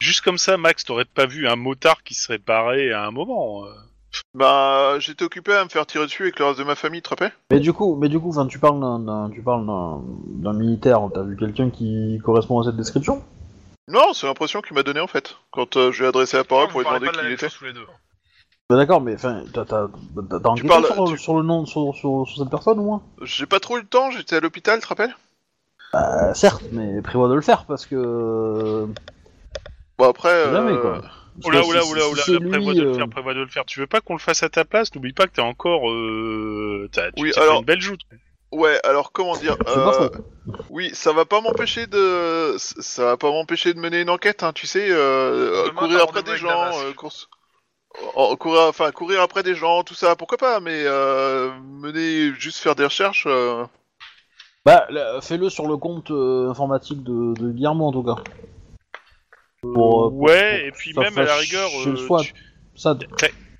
[SPEAKER 4] Juste comme ça, Max, t'aurais pas vu un motard qui serait barré à un moment. euh.
[SPEAKER 3] Ben, j'étais occupé à me faire tirer dessus avec le reste de ma famille, tu te rappelles
[SPEAKER 1] Mais du coup, mais du coup, enfin, tu parles d'un- d'un, tu parles d'un, d'un militaire. T'as vu quelqu'un qui correspond à cette description
[SPEAKER 3] Non, c'est l'impression qu'il m'a donné en fait, quand euh, je lui ai adressé la parole
[SPEAKER 2] Vous
[SPEAKER 3] pour lui
[SPEAKER 2] parlez
[SPEAKER 3] demander
[SPEAKER 2] pas de la
[SPEAKER 3] qui
[SPEAKER 2] même
[SPEAKER 3] il était.
[SPEAKER 2] chose tous les deux.
[SPEAKER 1] Bah d'accord, mais enfin, t'as, t'as, t'as- t'as enquêté
[SPEAKER 3] parles-
[SPEAKER 1] sur,
[SPEAKER 3] tu-
[SPEAKER 1] sur le nom, sur, sur, sur cette personne au moins
[SPEAKER 3] J'ai pas trop eu le temps, j'étais à l'hôpital, tu te rappelles
[SPEAKER 1] Bah certes, mais prévois de le faire parce que.
[SPEAKER 3] Bon, après.
[SPEAKER 1] C'est jamais,
[SPEAKER 3] euh,
[SPEAKER 1] quoi. parce
[SPEAKER 4] Oula,
[SPEAKER 1] que
[SPEAKER 4] oula,
[SPEAKER 1] Bah, si-
[SPEAKER 4] oula,
[SPEAKER 1] si
[SPEAKER 4] oula,
[SPEAKER 1] c'est
[SPEAKER 4] oh prévois
[SPEAKER 1] lui,
[SPEAKER 4] de le
[SPEAKER 1] euh,
[SPEAKER 4] faire, prévois de le faire. Tu veux pas qu'on le fasse à ta place N'oublie pas que t'es encore. Euh, t'as, tu
[SPEAKER 3] Oui,
[SPEAKER 4] t'es
[SPEAKER 3] alors-
[SPEAKER 4] fait une belle joute.
[SPEAKER 3] Ouais, alors comment dire
[SPEAKER 1] C'est pas
[SPEAKER 3] euh,
[SPEAKER 1] faux.
[SPEAKER 3] Oui, ça va pas m'empêcher de. Ça va pas m'empêcher de mener une enquête, hein, tu sais, euh,
[SPEAKER 2] Demain,
[SPEAKER 3] courir
[SPEAKER 2] t'as
[SPEAKER 3] après
[SPEAKER 2] rendez-vous
[SPEAKER 3] des
[SPEAKER 2] avec
[SPEAKER 3] gens,
[SPEAKER 2] Damas.
[SPEAKER 3] euh, course. en- courir, enfin, courir après des gens, tout ça, pourquoi pas, mais euh, mener, juste faire des recherches. euh,
[SPEAKER 1] Bah là, fais-le sur le compte euh, informatique de, de Guillermo en tout cas. Pour, euh, pour-
[SPEAKER 4] ouais,
[SPEAKER 1] pour-
[SPEAKER 4] et puis
[SPEAKER 1] ça
[SPEAKER 4] même à la
[SPEAKER 1] fasse
[SPEAKER 4] rigueur,
[SPEAKER 1] chez le
[SPEAKER 4] euh,
[SPEAKER 1] SWAT.
[SPEAKER 4] tu-
[SPEAKER 1] ça.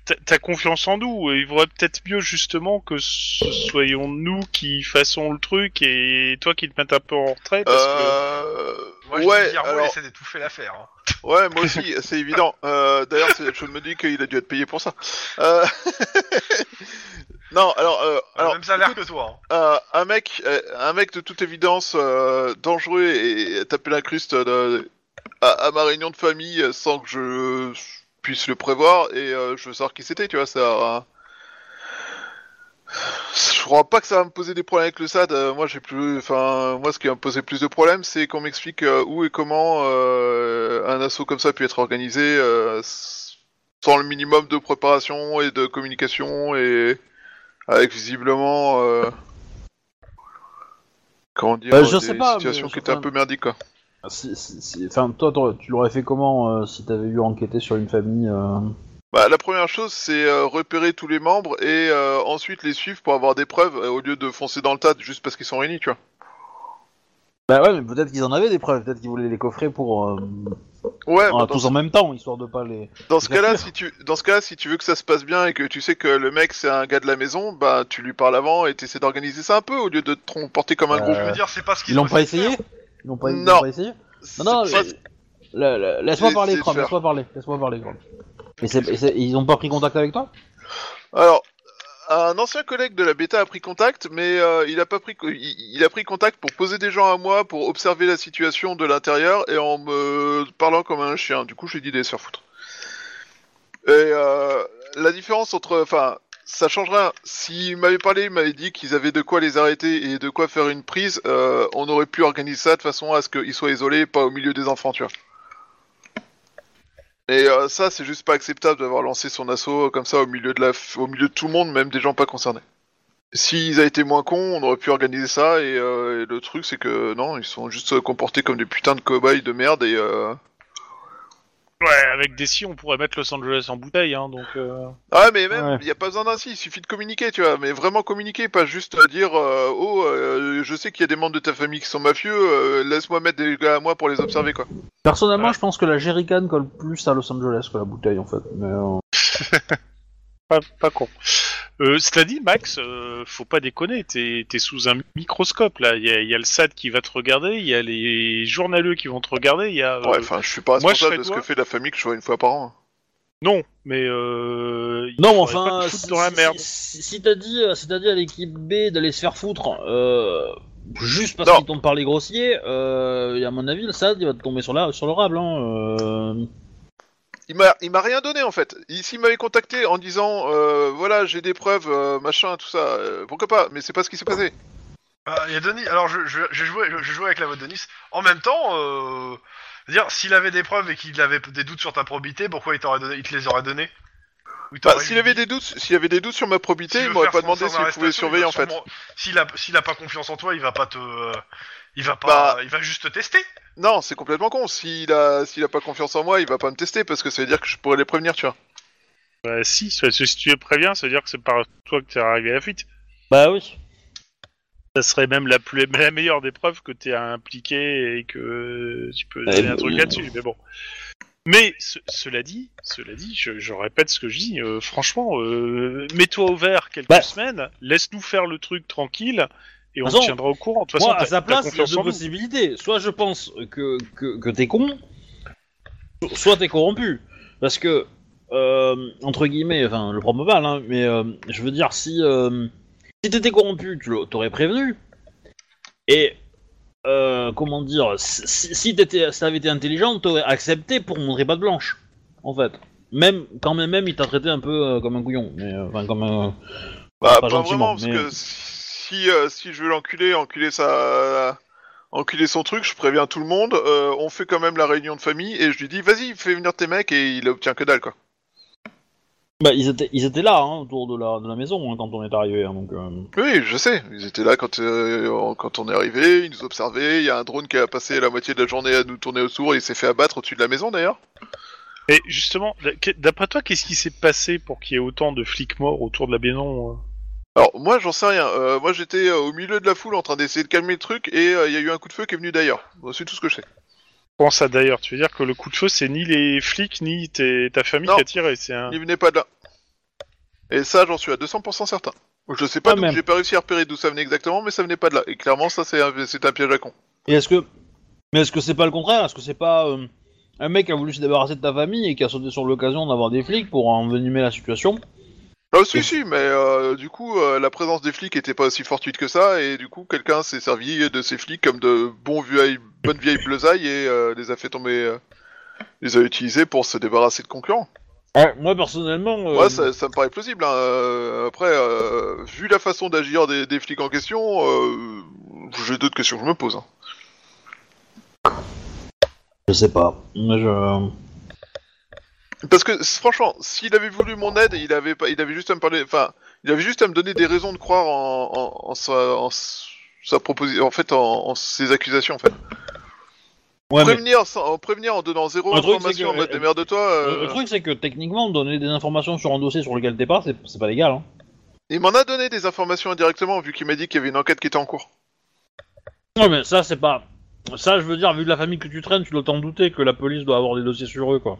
[SPEAKER 4] t'as, t'as confiance en nous. Et il vaudrait peut-être mieux justement que ce soyons nous qui fassons le truc et toi qui te mettes un peu en retrait parce que.
[SPEAKER 3] euh,
[SPEAKER 2] Moi, je dis
[SPEAKER 3] ouais,
[SPEAKER 2] Guillermo, il
[SPEAKER 3] alors,
[SPEAKER 2] essaie d'étouffer l'affaire. hein.
[SPEAKER 3] ouais,
[SPEAKER 1] [laughs]
[SPEAKER 3] moi aussi, c'est évident. Euh, D'ailleurs, c'est- je me dis qu'il a dû être payé pour ça. Euh, [laughs] non, alors, euh,
[SPEAKER 2] On a le
[SPEAKER 3] alors,
[SPEAKER 2] même salaire que toi. hein.
[SPEAKER 3] Euh, un mec, euh, un mec de toute évidence euh, dangereux et, et taper la cruste euh, de- à, à ma réunion de famille euh, sans que je puisse le prévoir et euh, je veux savoir qui c'était, tu vois ça. euh, Je crois pas que ça va me poser des problèmes avec le SAD. euh, moi, j'ai plus, enfin, moi, ce qui va me poser plus de problèmes, c'est qu'on m'explique euh, où et comment euh, un assaut comme ça a pu être organisé euh, s- sans le minimum de préparation et de communication et avec visiblement euh, comment dire
[SPEAKER 1] Bah, je
[SPEAKER 3] des
[SPEAKER 1] sais pas, mais
[SPEAKER 3] situations
[SPEAKER 1] je-
[SPEAKER 3] qui étaient un peu merdiques quoi.
[SPEAKER 1] Si, si, si- Enfin, toi, t'aurais- tu l'aurais fait comment euh, si t'avais eu enquêté sur une famille euh,
[SPEAKER 3] Bah, la première chose c'est euh, repérer tous les membres et euh, ensuite les suivre pour avoir des preuves euh, au lieu de foncer dans le tas juste parce qu'ils sont réunis tu vois.
[SPEAKER 1] Bah ouais, mais peut-être qu'ils en avaient des preuves, peut-être qu'ils voulaient les coffrer pour euh,
[SPEAKER 3] Ouais,
[SPEAKER 1] en-
[SPEAKER 3] bah, dans,
[SPEAKER 1] tous en même temps, histoire de pas les.
[SPEAKER 3] dans ce
[SPEAKER 1] les
[SPEAKER 3] cas-là
[SPEAKER 1] affaires.
[SPEAKER 3] si tu dans ce cas si tu veux que ça se passe bien et que tu sais que le mec c'est un gars de la maison bah tu lui parles avant et t'essaies d'organiser ça un peu au lieu de te comporter comme un
[SPEAKER 1] Euh,
[SPEAKER 3] groupe.
[SPEAKER 2] Je veux dire, c'est pas ce qu'ils
[SPEAKER 1] Ils l'ont
[SPEAKER 2] auraient
[SPEAKER 1] pas
[SPEAKER 2] fait
[SPEAKER 1] essayé
[SPEAKER 2] faire.
[SPEAKER 1] Ils l'ont pas, ils l'ont
[SPEAKER 3] Non.
[SPEAKER 1] pas essayé
[SPEAKER 3] C'est
[SPEAKER 1] Non, non,
[SPEAKER 3] pas-
[SPEAKER 1] mais- le- le- laisse-moi
[SPEAKER 3] J'ai essayé
[SPEAKER 1] parler,
[SPEAKER 3] de
[SPEAKER 1] Chrome,
[SPEAKER 3] faire.
[SPEAKER 1] laisse-moi parler, laisse-moi parler, Chrome. Mais c'est- et c'est- ils ont pas pris contact avec toi
[SPEAKER 3] Alors, un ancien collègue de la bêta a pris contact, mais euh, il a pas pris, co- il, il a pris contact pour poser des gens à moi, pour observer la situation de l'intérieur et en me parlant comme un chien. Du coup, je lui ai dit d'aller se faire foutre. Et euh, la différence entre, enfin, ça change rien. S'il m'avait parlé, il m'avait dit qu'ils avaient de quoi les arrêter et de quoi faire une prise, euh, on aurait pu organiser ça de façon à ce qu'ils soient isolés, et pas au milieu des enfants, tu vois. Et euh, ça, c'est juste pas acceptable d'avoir lancé son assaut comme ça au milieu de la, f- au milieu de tout le monde, même des gens pas concernés. S'ils avaient été moins cons, on aurait pu organiser ça. Et, euh, et le truc, c'est que non, ils sont juste euh, comportés comme des putains de cow-boys de merde. Et euh...
[SPEAKER 4] Ouais, avec des si, on pourrait mettre Los Angeles en bouteille, hein, donc. euh,
[SPEAKER 3] ah, mais même,
[SPEAKER 1] Ouais.
[SPEAKER 3] il y a pas besoin d'un si. Il suffit de communiquer, tu vois. Mais vraiment communiquer, pas juste euh, dire euh, oh, euh, je sais qu'il y a des membres de ta famille qui sont mafieux. euh, Laisse-moi mettre des gars à moi pour les observer, quoi.
[SPEAKER 1] Personnellement,
[SPEAKER 4] Voilà.
[SPEAKER 1] je pense que la jerrycan colle plus à Los Angeles que la bouteille en fait. Mais, euh,
[SPEAKER 4] Pas, pas con. Euh, cela dit, Max, euh, faut pas déconner, t'es, t'es sous un microscope là. Il y a, il y a le SAD qui va te regarder, il y a les journaleux qui vont te regarder, il y a. euh,
[SPEAKER 3] Ouais, enfin, je suis pas
[SPEAKER 4] moi, je
[SPEAKER 3] responsable
[SPEAKER 4] serais
[SPEAKER 3] de ce
[SPEAKER 4] toi.
[SPEAKER 3] que fait la famille que je vois une fois par an.
[SPEAKER 4] Non, mais euh, il
[SPEAKER 1] Non, mais
[SPEAKER 4] faudrait
[SPEAKER 1] enfin,
[SPEAKER 4] pas te
[SPEAKER 1] si-
[SPEAKER 4] foutre dans la
[SPEAKER 1] si-
[SPEAKER 4] merde.
[SPEAKER 1] Si, si t'as dit, euh, si t'as dit à l'équipe B d'aller se faire foutre, euh, juste parce
[SPEAKER 3] Non.
[SPEAKER 1] qu'ils t'ont parlé grossier, euh, et à mon avis, le SAD il va te tomber sur la, sur l'orable. Hein, euh.
[SPEAKER 3] Il m'a, il m'a rien donné en fait. Il, s'il m'avait contacté en disant euh, voilà j'ai des preuves euh, machin tout ça euh, pourquoi pas mais c'est pas ce qui s'est passé.
[SPEAKER 2] Bah, il y a Denis. Alors, je, je, je, jouais, je, je jouais avec la voix de Denis. En même temps, euh, je veux dire, s'il avait des preuves et qu'il avait des doutes sur ta probité, pourquoi il, t'aurait donné, il te les aurait donné Ou il
[SPEAKER 3] Bah,
[SPEAKER 2] t'aurait
[SPEAKER 3] s'il
[SPEAKER 2] dit-
[SPEAKER 3] avait des doutes s'il avait des doutes sur ma probité
[SPEAKER 2] s'il
[SPEAKER 3] il
[SPEAKER 2] veut
[SPEAKER 3] m'aurait
[SPEAKER 2] faire
[SPEAKER 3] pas
[SPEAKER 2] son-
[SPEAKER 3] demandé
[SPEAKER 2] son
[SPEAKER 3] s'il pouvait
[SPEAKER 2] arrestation,
[SPEAKER 3] surveiller
[SPEAKER 2] il va
[SPEAKER 3] en fait.
[SPEAKER 2] sûrement- S'il a, s'il a pas confiance en toi, il va pas te, euh, il va pas,
[SPEAKER 3] Bah.
[SPEAKER 2] il va juste te tester.
[SPEAKER 3] Non c'est complètement con. S'il a s'il a pas confiance en moi il va pas me tester parce que ça veut dire que je pourrais les prévenir tu vois.
[SPEAKER 4] Bah, si, ça- si tu es préviens, ça veut dire que c'est par toi que t'es arrivé à la fuite.
[SPEAKER 1] Bah oui.
[SPEAKER 4] Ça serait même la, plus, la meilleure des preuves que t'es impliqué et que tu peux
[SPEAKER 1] Eh
[SPEAKER 4] donner un
[SPEAKER 1] ben,
[SPEAKER 4] truc
[SPEAKER 1] oui.
[SPEAKER 4] là-dessus, mais bon. Mais ce- cela dit, cela dit, je, je répète ce que je dis, euh, franchement, euh, mets-toi au vert quelques
[SPEAKER 1] Bah.
[SPEAKER 4] semaines, laisse-nous faire le truc tranquille, et on
[SPEAKER 1] Façon,
[SPEAKER 4] te tiendra au courant. De toute façon,
[SPEAKER 1] Moi, à
[SPEAKER 4] t'as-
[SPEAKER 1] sa
[SPEAKER 4] t'as
[SPEAKER 1] place, il y a
[SPEAKER 4] confiance
[SPEAKER 1] deux
[SPEAKER 4] en nous.
[SPEAKER 1] possibilités. Soit je pense que, que, que t'es con, soit t'es corrompu. Parce que, euh, entre guillemets, enfin, le prends mal, hein, mais euh, je veux dire, si, euh, si t'étais corrompu, tu l'a- t'aurais prévenu. Et, euh, comment dire, si, si si t'étais- si t'avais été intelligent, t'aurais accepté pour montrer pas de blanche, en fait. Même, quand même, même il t'a traité un peu euh, comme un couillon, mais euh, enfin, comme un.
[SPEAKER 3] Bah,
[SPEAKER 1] pas
[SPEAKER 3] pas,
[SPEAKER 1] gentiment,
[SPEAKER 3] vraiment, parce
[SPEAKER 1] mais-
[SPEAKER 3] que si, euh, si je veux l'enculer, enculer sa... enculer son truc, je préviens tout le monde, euh, on fait quand même la réunion de famille, et je lui dis, vas-y, fais venir tes mecs, et il obtient que dalle, quoi.
[SPEAKER 1] Bah, ils étaient, ils étaient là, hein, autour de la, de la maison, hein, quand on est arrivé, hein, donc. euh,
[SPEAKER 3] Oui, je sais, ils étaient là quand, euh, on- quand on est arrivé, ils nous observaient, il y a un drone qui a passé la moitié de la journée à nous tourner autour, et il s'est fait abattre au-dessus de la maison, d'ailleurs.
[SPEAKER 4] Et justement, la- que- d'après toi, qu'est-ce qui s'est passé pour qu'il y ait autant de flics morts autour de la maison euh
[SPEAKER 3] Alors, moi, j'en sais rien, Euh, moi j'étais euh, au milieu de la foule en train d'essayer de calmer le truc, et euh, il y a eu un coup de feu qui est venu d'ailleurs. Bon, C'est tout ce que je sais.
[SPEAKER 4] Comment ça d'ailleurs Tu veux dire que le coup de feu, c'est ni les flics, ni tes- ta famille
[SPEAKER 3] Non.
[SPEAKER 4] qui a tiré, c'est un...
[SPEAKER 3] Il venait pas de là. Et ça, j'en suis à 200% certain. Je sais pas,
[SPEAKER 1] Pas
[SPEAKER 3] d'où-
[SPEAKER 1] même.
[SPEAKER 3] j'ai pas réussi à repérer d'où ça venait exactement, mais ça venait pas de là. Et clairement, ça, c'est un, c'est un piège à con.
[SPEAKER 1] Et est-ce que. Mais est-ce que c'est pas le contraire Est-ce que c'est pas. euh, un mec qui a voulu se débarrasser de ta famille et qui a sauté sur l'occasion d'avoir des flics pour envenimer la situation
[SPEAKER 3] Ah, si,
[SPEAKER 1] Et-
[SPEAKER 3] si, mais euh, du coup, euh, la présence des flics était pas aussi fortuite que ça, et du coup, quelqu'un s'est servi de ces flics comme de bons vieilles, bonnes vieilles bleusailles et euh, les a fait tomber. euh, les a utilisés pour se débarrasser de concurrents.
[SPEAKER 1] Moi personnellement. euh,
[SPEAKER 3] Moi, ça, ça me paraît plausible. hein. Euh, Après, euh, vu la façon d'agir des, des flics en question, euh, j'ai d'autres questions que je me pose. hein.
[SPEAKER 1] Je sais pas. Mais je.
[SPEAKER 3] Parce que s- franchement, s'il avait voulu mon aide, il avait pas, il avait juste à me parler, enfin, il avait juste à me donner des raisons de croire en, en, en sa, en s- sa proposition, en fait, en, en ses accusations, en fait.
[SPEAKER 1] Ouais, mais.
[SPEAKER 3] prévenir, sans- en prévenir en donnant zéro
[SPEAKER 1] Le truc, c'est
[SPEAKER 3] information
[SPEAKER 1] que-
[SPEAKER 3] en mode des merde de toi.
[SPEAKER 1] Le, le
[SPEAKER 3] euh,
[SPEAKER 1] truc, c'est que techniquement, donner des informations sur un dossier sur lequel t'es pas, c'est c'est pas légal. Hein.
[SPEAKER 3] Il m'en a donné des informations indirectement vu qu'il m'a dit qu'il y avait une enquête qui était en cours.
[SPEAKER 1] Non, mais ça, c'est pas. Ça, je veux dire, vu de la famille que tu traînes, tu dois t'en douter que la police doit avoir des dossiers sur eux, quoi.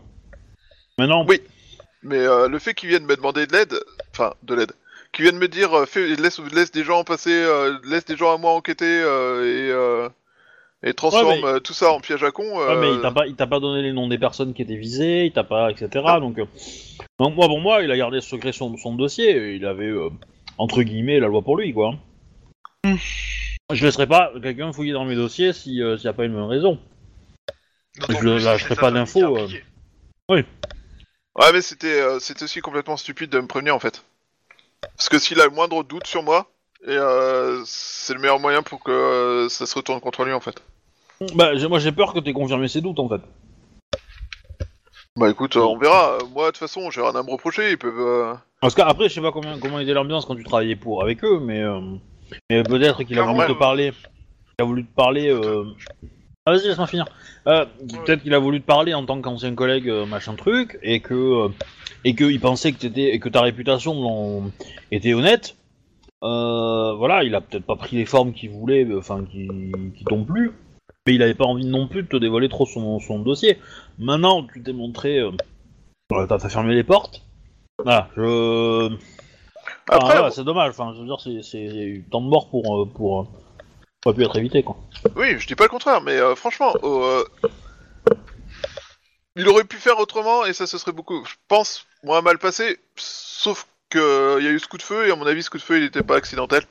[SPEAKER 1] Mais non.
[SPEAKER 3] Oui. Mais euh, le fait qu'il vienne me demander de l'aide, enfin, de l'aide, qu'il vienne me dire, euh, fais- laisse, laisse des gens passer, euh, laisse des gens à moi enquêter euh, et euh, et transforme
[SPEAKER 1] Ouais, mais-
[SPEAKER 3] euh, tout ça en piège à con.
[SPEAKER 1] Ouais, mais
[SPEAKER 3] euh,
[SPEAKER 1] il t'a pas, il t'a pas donné les noms des personnes qui étaient visées, il t'a pas, etc. Donc, euh, donc moi, pour moi, il a gardé secret son, son dossier. et Il avait euh, entre guillemets la loi pour lui, quoi. Je laisserai pas quelqu'un fouiller dans mes dossiers si euh, s'il y a pas une bonne raison.
[SPEAKER 2] D'autant
[SPEAKER 1] Je le-
[SPEAKER 2] plus
[SPEAKER 1] là, je
[SPEAKER 2] si c'est
[SPEAKER 1] ferai
[SPEAKER 2] ta
[SPEAKER 1] pas
[SPEAKER 2] famille
[SPEAKER 1] d'infos, euh.
[SPEAKER 2] qui est impliquée.
[SPEAKER 3] Ouais, mais c'était euh, c'était aussi complètement stupide de me prévenir en fait. Parce que s'il a le moindre doute sur moi, et euh, c'est le meilleur moyen pour que euh, ça se retourne contre lui en fait.
[SPEAKER 1] Bah, j'ai- moi, j'ai peur que t'aies confirmé ses doutes, en fait.
[SPEAKER 3] Bah écoute, euh, on verra. Euh, Moi de toute façon, j'ai rien à me reprocher. Ils peuvent. euh,
[SPEAKER 1] Parce qu'après, je sais pas combien, comment était l'ambiance quand tu travaillais pour avec eux, mais, euh, mais peut-être qu'il a
[SPEAKER 2] Clairement,
[SPEAKER 1] voulu te
[SPEAKER 2] euh,
[SPEAKER 1] parler. Il a voulu te parler. euh, Ah, vas-y, laisse-moi finir. Euh, peut-être qu'il a voulu te parler en tant qu'ancien collègue, euh, machin truc, et que euh, et que il pensait que t'étais et que ta réputation l'en- était honnête. Euh, voilà, il a peut-être pas pris les formes qu'il voulait, euh, enfin qui qui t'ont plu, mais il avait pas envie non plus de te dévoiler trop son, son dossier. Maintenant, tu t'es montré, euh, euh, t'as t'as fermé les portes. Voilà, je. Enfin,
[SPEAKER 3] Après,
[SPEAKER 1] Ah, ouais, c'est dommage. Enfin, je veux dire, c'est- c'est il y a eu tant de morts pour euh, pour euh, pas pu être évité quoi.
[SPEAKER 3] bon, oui, je dis pas le contraire, mais euh, franchement, oh, euh, Il aurait pu faire autrement et ça se serait beaucoup, je pense, moins mal passé. Sauf que euh, il y a eu ce coup de feu et à mon avis, ce coup de feu, il n'était pas accidentel.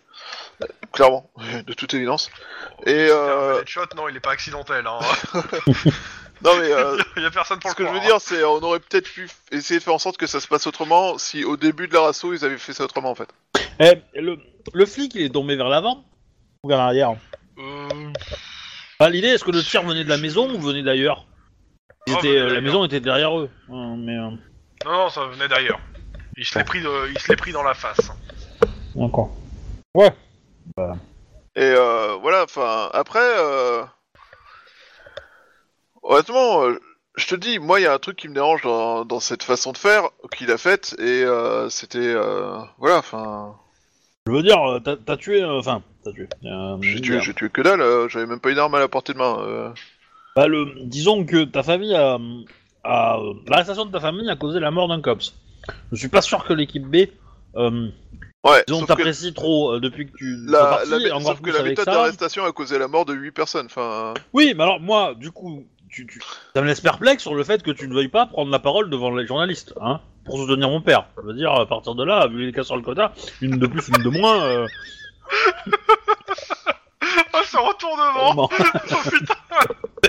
[SPEAKER 3] Euh, Clairement, [laughs] de toute évidence. Et
[SPEAKER 2] Euh...
[SPEAKER 3] euh,
[SPEAKER 2] Headshot, non, il est pas accidentel. Hein. [laughs]
[SPEAKER 3] non mais euh,
[SPEAKER 2] il y a personne pour
[SPEAKER 3] ce
[SPEAKER 2] le
[SPEAKER 3] que je
[SPEAKER 2] croire.
[SPEAKER 3] veux dire, c'est euh, on aurait peut-être pu f- essayer de faire en sorte que ça se passe autrement si au début de leur assaut ils avaient fait ça autrement en fait.
[SPEAKER 1] Eh, le, le flic, il est tombé vers l'avant ou vers l'arrière
[SPEAKER 2] Euh,
[SPEAKER 1] Enfin, L'idée, est-ce que le tir venait de la maison ou venait d'ailleurs Ils
[SPEAKER 2] Ah,
[SPEAKER 1] étaient-
[SPEAKER 2] venait
[SPEAKER 1] euh, La
[SPEAKER 2] d'ailleurs.
[SPEAKER 1] maison était derrière eux. Euh, mais, euh,
[SPEAKER 2] Non, non, ça venait d'ailleurs. Il se l'est pris, de- il se l'est pris dans la face.
[SPEAKER 3] [laughs]
[SPEAKER 1] D'accord.
[SPEAKER 3] Et euh, voilà, enfin, après, euh, honnêtement, euh, je te dis, moi, il y a un truc qui me dérange dans, dans cette façon de faire qu'il a faite, et euh, c'était, euh, voilà, enfin,
[SPEAKER 1] Je veux dire, euh, t'as- t'as tué. euh, Enfin, t'as tué. Euh,
[SPEAKER 3] j'ai tué,
[SPEAKER 1] merde.
[SPEAKER 3] j'ai tué que dalle, euh, j'avais même pas une arme à la portée de main. euh.
[SPEAKER 1] Bah, le, disons que ta famille a. a- euh, L'arrestation de ta famille a causé la mort d'un cops. Je suis pas sûr que l'équipe B. euh,
[SPEAKER 3] Ouais,
[SPEAKER 1] disons,
[SPEAKER 3] sauf que
[SPEAKER 1] t'apprécie trop euh, depuis que tu sois
[SPEAKER 3] la,
[SPEAKER 1] parti,
[SPEAKER 3] la-
[SPEAKER 1] et encore
[SPEAKER 3] sauf que
[SPEAKER 1] plus
[SPEAKER 3] la
[SPEAKER 1] avec
[SPEAKER 3] méthode
[SPEAKER 1] ça.
[SPEAKER 3] d'arrestation a causé la mort de 8 personnes, enfin,
[SPEAKER 1] Oui, mais alors moi, du coup, tu, tu- ça me laisse perplexe sur le fait que tu ne veuilles pas prendre la parole devant les journalistes, hein, pour soutenir mon père. Je veux dire, à partir de là, vu les cas sur le quota, une de plus, une de moins.
[SPEAKER 3] [laughs]
[SPEAKER 1] euh,
[SPEAKER 2] Ah, ce
[SPEAKER 3] [laughs]
[SPEAKER 2] retournement
[SPEAKER 1] bon.
[SPEAKER 2] Oh putain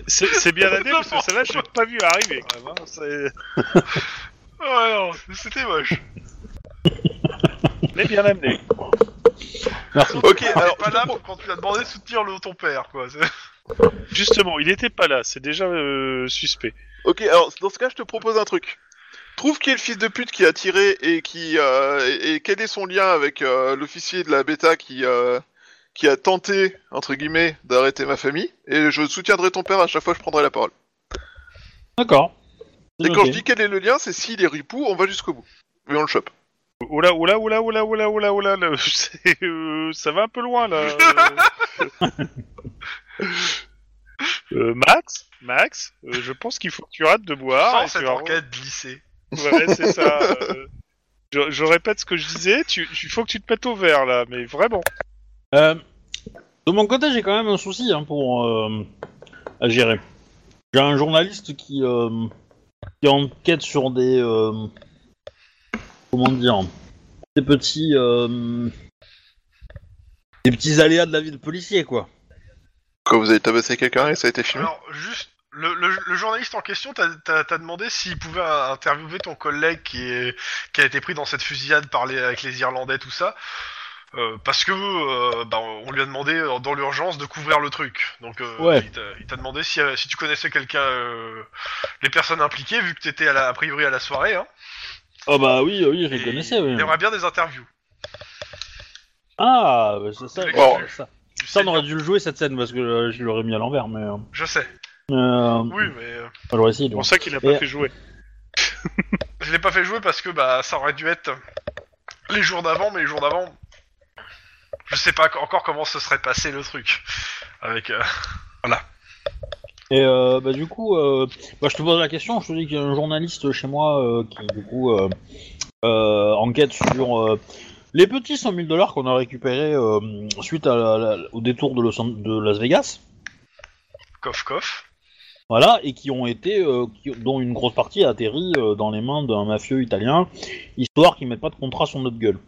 [SPEAKER 4] C'est c'est bien l'année parce que celle-là, je l'ai pas vu arriver quand même. hein. C'est-
[SPEAKER 2] Ouais, non, c'était
[SPEAKER 1] [laughs]
[SPEAKER 2] moche.
[SPEAKER 4] Elle est bien amenée.
[SPEAKER 1] Merci.
[SPEAKER 3] ok,
[SPEAKER 2] T'es
[SPEAKER 3] alors,
[SPEAKER 2] pas là pour quand tu l'as demandé de soutenir le, ton père, quoi. C'est-
[SPEAKER 4] Justement, il était pas là, c'est déjà euh, suspect.
[SPEAKER 3] ok, alors, dans ce cas, je te propose un truc. Trouve qui est le fils de pute qui a tiré et qui euh, et, et quel est son lien avec euh, l'officier de la bêta qui euh, qui a tenté entre guillemets d'arrêter ma famille et je soutiendrai ton père à chaque fois que je prendrai la parole.
[SPEAKER 1] D'accord. C'est
[SPEAKER 3] Et quand
[SPEAKER 1] noté.
[SPEAKER 3] je dis quel est le lien, c'est s'il est ripou, on va jusqu'au bout. Et on le chope.
[SPEAKER 4] Oh là, oh là, oh là, oh là, oh là, oh là, oh là, là, [laughs] c'est, euh, ça va un peu loin [laughs] là. Euh, Max, Max, euh, je pense qu'il faut que tu arrêtes de boire.
[SPEAKER 2] Sans
[SPEAKER 4] Ah, et tu
[SPEAKER 2] cette
[SPEAKER 4] vas-
[SPEAKER 2] enquête glissée.
[SPEAKER 4] Ouais, c'est ça. euh, je, je répète ce que je disais. Tu, il faut que tu te mettes au vert là, mais vraiment.
[SPEAKER 1] Euh, de mon côté, j'ai quand même un souci hein, pour euh, à gérer. J'ai un journaliste qui, euh, qui enquête sur des euh, comment dire des petits euh, des petits aléas de la vie de policier quoi.
[SPEAKER 3] Quand vous avez tabassé quelqu'un et ça a été filmé.
[SPEAKER 2] Alors, juste, le, le- le journaliste en question t'a- t'a t'a demandé s'il pouvait euh, interviewer ton collègue qui, est, qui a été pris dans cette fusillade par les, avec les Irlandais, tout ça. Euh, parce que euh, bah, on lui a demandé euh, dans l'urgence de couvrir le truc. Donc euh,
[SPEAKER 1] Ouais.
[SPEAKER 2] il t'a- il t'a demandé si, euh, si tu connaissais quelqu'un, euh, les personnes impliquées, vu que t'étais à la- a priori à la soirée. Hein,
[SPEAKER 1] Oh bah oui, oui, je les
[SPEAKER 2] Et
[SPEAKER 1] connaissais. oui.
[SPEAKER 2] Il aimerait bien des interviews.
[SPEAKER 1] Ah, bah, c'est ça,
[SPEAKER 2] Bon.
[SPEAKER 1] ça.
[SPEAKER 2] Tu
[SPEAKER 1] Ça,
[SPEAKER 2] sais,
[SPEAKER 1] on aurait dû le jouer cette scène parce que euh, je l'aurais mis à l'envers, mais euh,
[SPEAKER 2] Je sais.
[SPEAKER 1] euh,
[SPEAKER 2] Oui, mais euh,
[SPEAKER 1] j'aurais essayé.
[SPEAKER 4] C'est
[SPEAKER 1] de-
[SPEAKER 4] pour ça qu'il a pas
[SPEAKER 1] Et-
[SPEAKER 4] fait jouer.
[SPEAKER 2] je l'ai pas fait jouer parce que bah ça aurait dû être les jours d'avant, mais les jours d'avant, je sais pas encore comment se serait passé le truc. Avec euh,
[SPEAKER 1] Et euh, bah, du coup, euh, bah, je te pose la question, je te dis qu'il y a un journaliste chez moi euh, qui du coup euh, euh, enquête sur euh, les petits 100 000 dollars qu'on a récupérés euh, suite à la- la- au détour de, Los An- de Las Vegas,
[SPEAKER 2] Coff Coff.
[SPEAKER 1] voilà, et qui ont été, euh, qui- dont une grosse partie a atterri euh, dans les mains d'un mafieux italien, histoire qu'il mette pas de contrat sur notre gueule.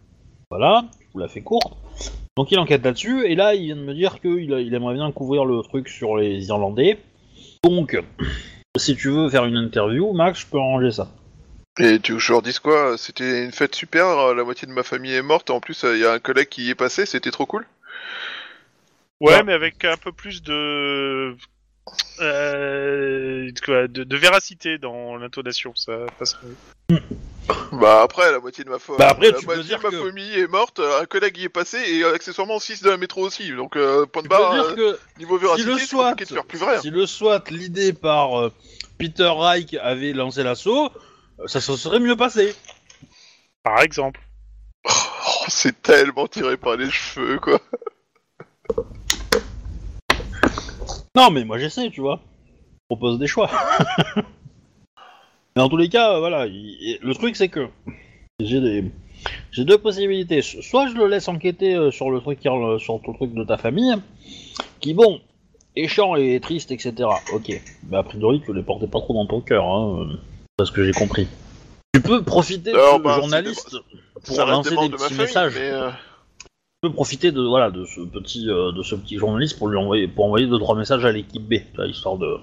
[SPEAKER 1] Voilà, je vous la fais courte. Donc il enquête là-dessus, et là il vient de me dire qu'il il aimerait bien couvrir le truc sur les Irlandais. Donc, [clears throat] si tu veux faire une interview, Max, je peux arranger ça.
[SPEAKER 3] Et tu veux que je leur dise quoi C'était une fête super, euh, la moitié de ma famille est morte, en plus euh, il y a un collègue qui y est passé, c'était trop cool.
[SPEAKER 4] Ouais,
[SPEAKER 1] Ouais.
[SPEAKER 4] mais avec un peu plus de euh, quoi, de, de véracité dans l'intonation, ça passe mieux.
[SPEAKER 3] Bah après la moitié de ma famille,
[SPEAKER 1] Bah, après,
[SPEAKER 3] la
[SPEAKER 1] tu peux
[SPEAKER 3] moitié
[SPEAKER 1] dire
[SPEAKER 3] de ma
[SPEAKER 1] que-
[SPEAKER 3] famille est morte, euh, un collègue y est passé et euh, accessoirement 6 de la métro aussi. Donc euh, point de
[SPEAKER 1] Tu
[SPEAKER 3] barre
[SPEAKER 1] peux dire
[SPEAKER 3] euh,
[SPEAKER 1] que
[SPEAKER 3] niveau
[SPEAKER 1] si
[SPEAKER 3] véracité,
[SPEAKER 1] le
[SPEAKER 3] c'est
[SPEAKER 1] SWAT,
[SPEAKER 3] compliqué de faire plus vrai.
[SPEAKER 1] si le SWAT l'idée par euh, Peter Reich avait lancé l'assaut, euh, ça se serait mieux passé.
[SPEAKER 4] Par exemple.
[SPEAKER 3] Oh, c'est tellement tiré par les cheveux quoi.
[SPEAKER 1] Non, mais moi j'essaie, tu vois. Je propose des choix. [laughs] mais dans tous les cas, euh, voilà. il- il- le truc, c'est que j'ai des, j'ai deux possibilités. So- euh, Soit je le laisse enquêter euh, sur le truc, qui rel- sur ton truc de ta famille, qui bon, échant et triste, etc. Ok. Bah, a priori, tu les portais pas trop dans ton cœur, hein, euh, parce que j'ai compris. Tu peux profiter
[SPEAKER 3] Alors,
[SPEAKER 1] de
[SPEAKER 3] bah,
[SPEAKER 1] ce
[SPEAKER 3] c'est
[SPEAKER 1] journaliste pour
[SPEAKER 3] Ça reste
[SPEAKER 1] lancer des
[SPEAKER 3] membres
[SPEAKER 1] petits messages.
[SPEAKER 3] mais, euh,
[SPEAKER 1] Tu peux profiter de voilà de ce petit euh, de ce petit journaliste pour lui envoyer pour envoyer deux trois messages à l'équipe B, tu vois, histoire de.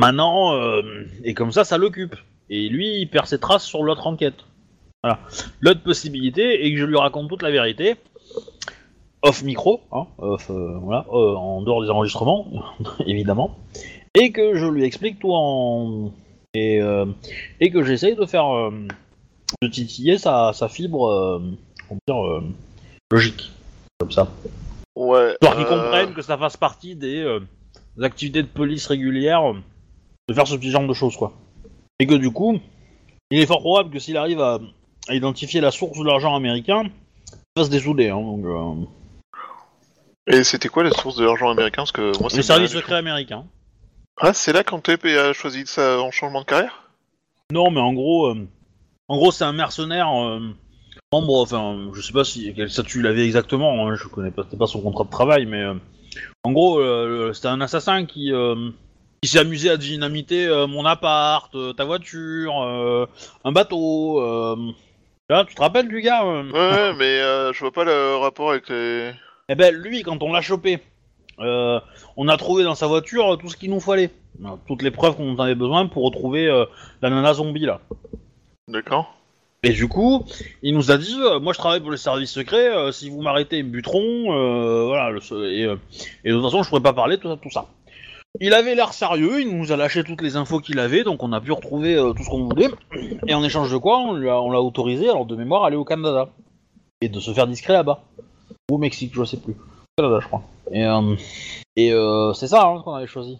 [SPEAKER 1] Maintenant euh, et comme ça, ça l'occupe. Et lui, il perd ses traces sur l'autre enquête. Voilà. L'autre possibilité est que je lui raconte toute la vérité off micro, hein, off, euh, voilà, euh, en dehors des enregistrements, [laughs] évidemment, et que je lui explique tout en et, euh, et que j'essaye de faire euh, de titiller sa, sa fibre, euh, comment dire, euh, logique, comme ça,
[SPEAKER 3] Ouais.
[SPEAKER 1] histoire qu'ils
[SPEAKER 3] euh,
[SPEAKER 1] comprennent que ça fasse partie des, euh, des activités de police régulières, euh, de faire ce petit genre de choses quoi, et que du coup, il est fort probable que s'il arrive à, à identifier la source de l'argent américain, il va se désouder, hein, donc. euh,
[SPEAKER 3] Et c'était quoi la source de l'argent américain Parce que moi,
[SPEAKER 1] Les
[SPEAKER 3] c'est-
[SPEAKER 1] services secrets américains.
[SPEAKER 3] Ah, c'est là quand TP a choisi ça en changement de carrière
[SPEAKER 1] Non, mais en gros, euh, en gros, c'est un mercenaire euh, membre. Enfin, je sais pas si quel statut il avait exactement. hein, je connais pas, c'était pas son contrat de travail, mais euh, en gros, euh, le- c'était un assassin qui, euh, qui s'est amusé à dynamiter euh, mon appart, euh, ta voiture, euh, un bateau. euh. Là, tu te rappelles du gars euh [laughs]
[SPEAKER 3] Ouais, ouais, mais euh, je vois pas le rapport avec les.
[SPEAKER 1] Eh ben, lui, quand on l'a chopé, euh, on a trouvé dans sa voiture tout ce qu'il nous fallait, Euh, toutes les preuves qu'on avait besoin pour retrouver euh, la nana zombie là.
[SPEAKER 3] D'accord.
[SPEAKER 1] Et du coup, il nous a dit, euh, moi je travaille pour les services secrets, euh, si vous m'arrêtez, ils me buteront, euh, voilà, le seul- et, euh, et de toute façon, je pourrais pas parler, tout ça, tout ça. Il avait l'air sérieux, il nous a lâché toutes les infos qu'il avait, donc on a pu retrouver euh, tout ce qu'on voulait, et en échange de quoi, on lui a- on l'a autorisé, alors de mémoire, à aller au Canada, et de se faire discret là-bas, ou au Mexique, je sais plus, Au Canada, je crois. Et, euh, et, euh, c'est ça hein, ce qu'on avait choisi.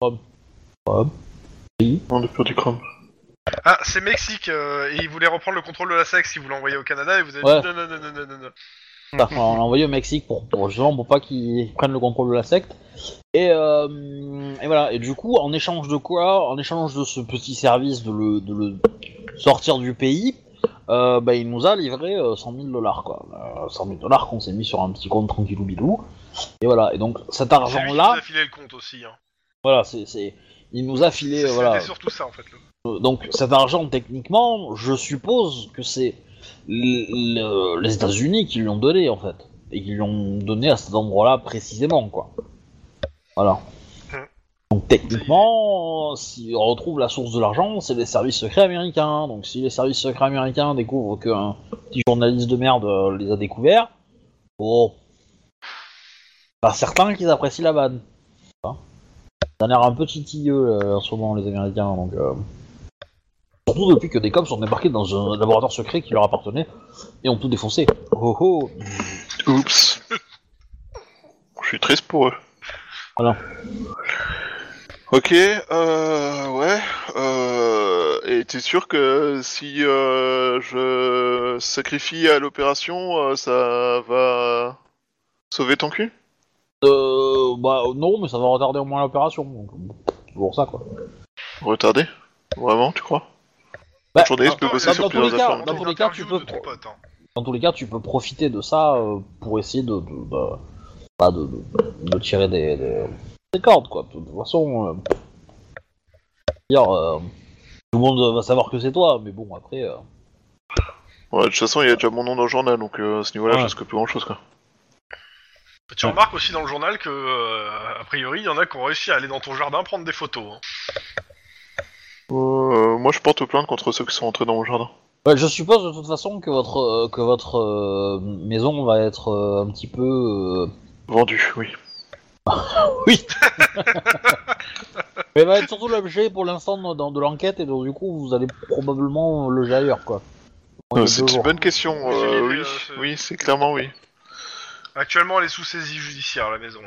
[SPEAKER 1] Hop. Hop.
[SPEAKER 3] Non, depuis du chrome.
[SPEAKER 2] Ah, c'est Mexique, euh, et ils voulaient reprendre le contrôle de la E sexe, ils vous l'ont envoyé au Canada, et vous avez
[SPEAKER 1] Ouais.
[SPEAKER 2] dit non, non, non, non, non, non, non.
[SPEAKER 1] Enfin, on l'a envoyé au Mexique pour, pour justement pour pas qu'ils prennent le contrôle de la secte. Et, euh, et voilà. Et du coup, en échange de quoi En échange de ce petit service de le, de le sortir du pays, euh, bah, il nous a livré euh, 100 000 dollars quoi. Euh, 100 000 dollars qu'on s'est mis sur un petit compte tranquillou bidou. Et voilà. Et donc cet
[SPEAKER 2] C'est lui
[SPEAKER 1] argent
[SPEAKER 2] qui
[SPEAKER 1] là,
[SPEAKER 2] nous a filé le compte aussi. Hein.
[SPEAKER 1] voilà, c'est c'est- il nous a filé euh,
[SPEAKER 2] C'était
[SPEAKER 1] voilà.
[SPEAKER 2] surtout ça en fait. là.
[SPEAKER 1] Euh, Donc cet argent, techniquement, je suppose que c'est l- le- les États-Unis qui lui ont donné en fait, et qui lui ont donné à cet endroit-là précisément quoi. Voilà.
[SPEAKER 2] Mhm.
[SPEAKER 1] Donc techniquement, si on retrouve la source de l'argent, c'est les services secrets américains. Donc si les services secrets américains découvrent qu'un petit journaliste de merde euh, les a découverts, bon, pas certain qu'ils apprécient la vanne. Hein. Ça a l'air un peu titilleux euh, en ce moment les Américains. Donc euh, Surtout depuis que des cops sont débarqués dans un laboratoire secret qui leur appartenait et ont tout défoncé. Oh oh
[SPEAKER 3] Oups. Je suis triste pour eux.
[SPEAKER 1] Voilà.
[SPEAKER 3] Ok, euh, ouais. Euh, et t'es sûr que si euh, je sacrifie à l'opération, euh, ça va sauver ton cul
[SPEAKER 1] Euh, bah non, mais ça va retarder au moins l'opération. donc, C'est pour ça quoi.
[SPEAKER 3] Retardé Vraiment, tu crois
[SPEAKER 1] Bah,
[SPEAKER 3] Le journaliste peut
[SPEAKER 2] dans-
[SPEAKER 3] bosser
[SPEAKER 2] dans-
[SPEAKER 3] sur
[SPEAKER 1] dans tous les
[SPEAKER 3] plusieurs
[SPEAKER 1] cas,
[SPEAKER 3] affaires. hein. en
[SPEAKER 1] dans
[SPEAKER 3] même temps.
[SPEAKER 1] tous les cas,
[SPEAKER 2] L'interview
[SPEAKER 1] tu peux
[SPEAKER 2] de ton
[SPEAKER 1] pro-
[SPEAKER 2] pote, hein.
[SPEAKER 1] Dans tous les cas, tu peux profiter de ça euh, pour essayer de, de, bah, bah, de, de- de tirer des, des- des cordes quoi. De toute façon, euh, dire, euh, tout le monde va savoir que c'est toi, mais bon après. euh,
[SPEAKER 3] Ouais, de toute façon, il y a déjà mon nom dans le journal, donc euh, à ce niveau-là,
[SPEAKER 1] Ouais.
[SPEAKER 3] je risque plus grand-chose, quoi.
[SPEAKER 2] Tu remarques aussi dans le journal que, euh, a priori, il y en a qui ont réussi à aller dans ton jardin prendre des photos. hein.
[SPEAKER 3] Euh, moi, je porte plainte contre ceux qui sont entrés dans mon jardin.
[SPEAKER 1] Ouais, bah, je suppose de toute façon que votre euh, que votre euh, maison va être euh, un petit peu euh,
[SPEAKER 3] Vendu, oui.
[SPEAKER 1] Mais va être surtout l'objet pour l'instant de, dans- de l'enquête et donc du coup vous allez probablement le jeter ailleurs quoi. Dans
[SPEAKER 3] Euh,
[SPEAKER 1] les deux
[SPEAKER 3] c'est une
[SPEAKER 1] jours.
[SPEAKER 3] bonne question.
[SPEAKER 2] Oui,
[SPEAKER 3] euh,
[SPEAKER 2] mais,
[SPEAKER 3] oui,
[SPEAKER 2] euh, c'est-
[SPEAKER 3] oui, c'est clairement oui.
[SPEAKER 2] Actuellement, elle est sous saisie judiciaire, la maison.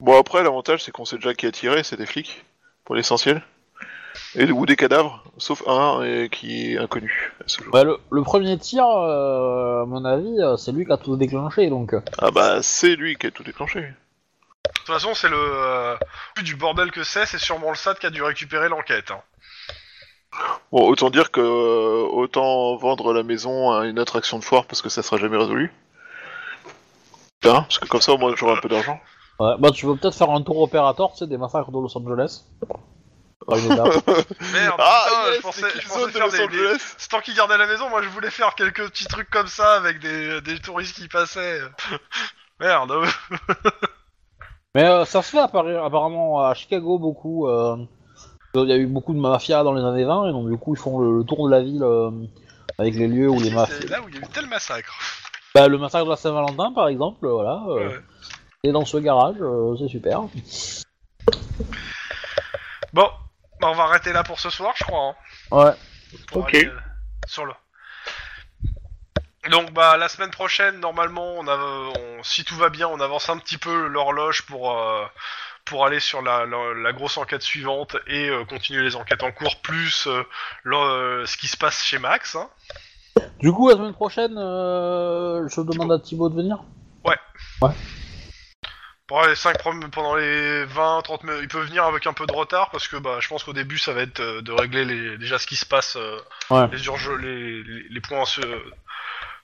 [SPEAKER 3] Bon, après, l'avantage, c'est qu'on sait déjà qui a tiré, c'est des flics, pour l'essentiel. Et, ou des cadavres, sauf un euh, qui est inconnu. à ce jour.
[SPEAKER 1] Bah, le, le premier tir, euh, à mon avis, euh, c'est lui qui a tout déclenché donc. euh,
[SPEAKER 3] Ah bah, c'est lui qui a tout déclenché.
[SPEAKER 2] De toute façon, c'est le. euh, vu du bordel que c'est, c'est sûrement le SAD qui a dû récupérer l'enquête. hein.
[SPEAKER 3] Bon, autant dire que euh, autant vendre la maison à une autre action de foire parce que ça sera jamais résolu. Hein, parce que comme ça, au moins, j'aurai un peu d'argent.
[SPEAKER 5] Ouais, bah tu veux peut-être faire un tour opérateur, tu sais, des massacres de Los Angeles. Pas une date.
[SPEAKER 2] Merde, Ah, putain,
[SPEAKER 3] Ah, yes,
[SPEAKER 2] je pensais,
[SPEAKER 3] les
[SPEAKER 2] je
[SPEAKER 3] killzones
[SPEAKER 2] pensais
[SPEAKER 3] de
[SPEAKER 2] faire
[SPEAKER 3] Los
[SPEAKER 2] des, des...
[SPEAKER 3] Angeles.
[SPEAKER 2] C'est tant qu'ils gardaient la maison, moi je voulais faire quelques petits trucs comme ça avec des, des touristes qui passaient. [laughs] Merde. euh.
[SPEAKER 5] Mais euh, ça se fait appara- apparemment à Chicago beaucoup. euh, Il y a eu beaucoup de mafias dans les années 20 et donc du coup ils font le, le tour de la ville euh, avec les lieux où les
[SPEAKER 2] Si,
[SPEAKER 5] mafias.
[SPEAKER 2] [laughs] c'est là où il y a eu tel massacre.
[SPEAKER 5] Bah, le massacre de la Saint-Valentin par exemple, euh, voilà. euh,
[SPEAKER 2] Ouais.
[SPEAKER 5] Et dans ce garage, euh, c'est super.
[SPEAKER 2] Bon, bah, on va arrêter là pour ce soir, je crois. hein,
[SPEAKER 5] Ouais.
[SPEAKER 2] pour
[SPEAKER 4] Ok.
[SPEAKER 2] aller, euh, sur le. Donc bah la semaine prochaine, normalement, on a, on- si tout va bien, on avance un petit peu l'horloge pour euh, pour aller sur la, la, la grosse enquête suivante et euh, continuer les enquêtes en cours plus euh, le- euh, ce qui se passe chez Max. hein.
[SPEAKER 5] Du coup, la semaine prochaine, euh, je demande à Thibaut de venir.
[SPEAKER 2] Pendant les, 5 pendant les 20, 30 minutes, il peut venir avec un peu de retard parce que bah, je pense qu'au début ça va être euh, de régler les, déjà ce qui se passe, euh,
[SPEAKER 5] Ouais.
[SPEAKER 2] les, urge- les, les- les points euh,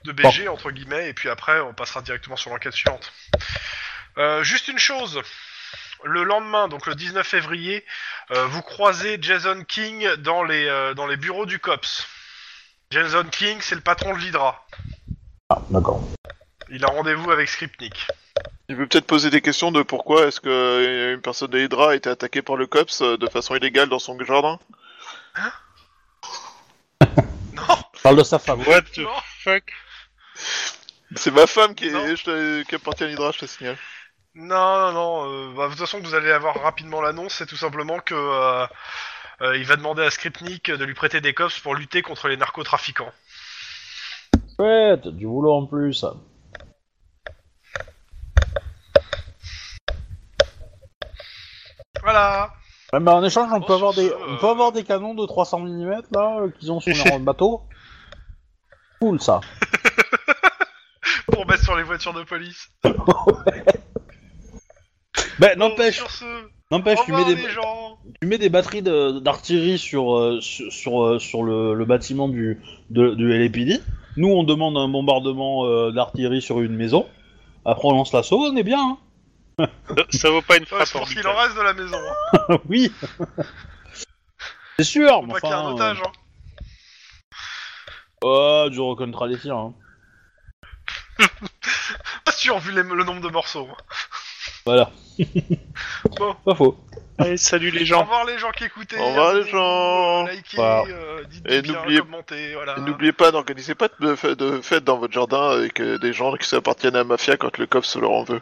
[SPEAKER 2] de BG entre guillemets, et puis après on passera directement sur l'enquête suivante. Euh, juste une chose, le lendemain, donc le 19 février, euh, vous croisez Jason King dans les, euh, dans les bureaux du COPS. Jason King, c'est le patron de l'Hydra.
[SPEAKER 5] Ah, d'accord.
[SPEAKER 2] Il a rendez-vous avec Skripnik.
[SPEAKER 3] Il peut peut-être poser des questions de pourquoi est-ce que euh, une personne de Hydra a été attaquée par le COPS euh, de façon illégale dans son jardin.
[SPEAKER 5] Je parle de sa femme.
[SPEAKER 4] What the
[SPEAKER 2] Non.
[SPEAKER 4] fuck
[SPEAKER 3] C'est ma femme qui,
[SPEAKER 2] Non.
[SPEAKER 3] est, je te- qui appartient à l'Hydra, je te signale.
[SPEAKER 2] Non, non, non. euh, bah, de toute façon, vous allez avoir rapidement l'annonce. C'est tout simplement que euh, euh, il va demander à Skripnik de lui prêter des cops pour lutter contre les narcotrafiquants.
[SPEAKER 5] Ouais, t'as du boulot en plus.
[SPEAKER 2] Voilà.
[SPEAKER 5] Ouais, bah, en échange, on
[SPEAKER 2] Bon,
[SPEAKER 5] peut, avoir
[SPEAKER 2] sur
[SPEAKER 5] des...
[SPEAKER 2] ce,
[SPEAKER 5] on
[SPEAKER 2] euh,
[SPEAKER 5] peut avoir des canons de 300 mm là euh, qu'ils ont
[SPEAKER 2] [laughs]
[SPEAKER 5] sur leur bateau. Cool ça.
[SPEAKER 2] Pour mettre sur les voitures de police.
[SPEAKER 1] Bah,
[SPEAKER 2] Bon,
[SPEAKER 1] n'empêche,
[SPEAKER 2] Sur ce,
[SPEAKER 1] n'empêche,
[SPEAKER 2] au
[SPEAKER 1] tu
[SPEAKER 2] revoir,
[SPEAKER 1] mets des,
[SPEAKER 2] les gens.
[SPEAKER 1] tu mets des batteries de- d'artillerie sur, euh, sur, sur, euh, sur le, le bâtiment du, de- du LAPD. Nous, on demande un bombardement euh, d'artillerie sur une maison. Après, on lance l'assaut, on est bien. hein.
[SPEAKER 4] ça, ça vaut pas une
[SPEAKER 2] Ouais,
[SPEAKER 4] frappe
[SPEAKER 2] c'est pour ce qu'il
[SPEAKER 4] orbitale.
[SPEAKER 2] en reste de la maison. Hein.
[SPEAKER 1] oui C'est sûr,
[SPEAKER 2] Faut
[SPEAKER 1] mais
[SPEAKER 2] pas qu'il y ait un
[SPEAKER 1] enfin,
[SPEAKER 2] otage. Hein.
[SPEAKER 1] euh, tu reconnaîtras les tirs. hein.
[SPEAKER 2] Pas sûr vu les- le nombre de morceaux. hein.
[SPEAKER 1] Voilà.
[SPEAKER 2] Bon.
[SPEAKER 1] Pas faux.
[SPEAKER 4] Allez, salut les
[SPEAKER 2] Au
[SPEAKER 4] gens.
[SPEAKER 2] revoir les gens qui écoutaient.
[SPEAKER 3] Au revoir, les
[SPEAKER 2] abonnez-vous,
[SPEAKER 3] gens.
[SPEAKER 2] Likez,
[SPEAKER 1] Au revoir.
[SPEAKER 2] euh, dites
[SPEAKER 3] Et
[SPEAKER 2] du bien,
[SPEAKER 3] n'oubliez-
[SPEAKER 2] commentez, voilà.
[SPEAKER 3] Et N'oubliez pas, n'organisez pas de, fe- de fête dans votre jardin avec euh, des gens qui appartiennent à la mafia quand le COPS leur en veut.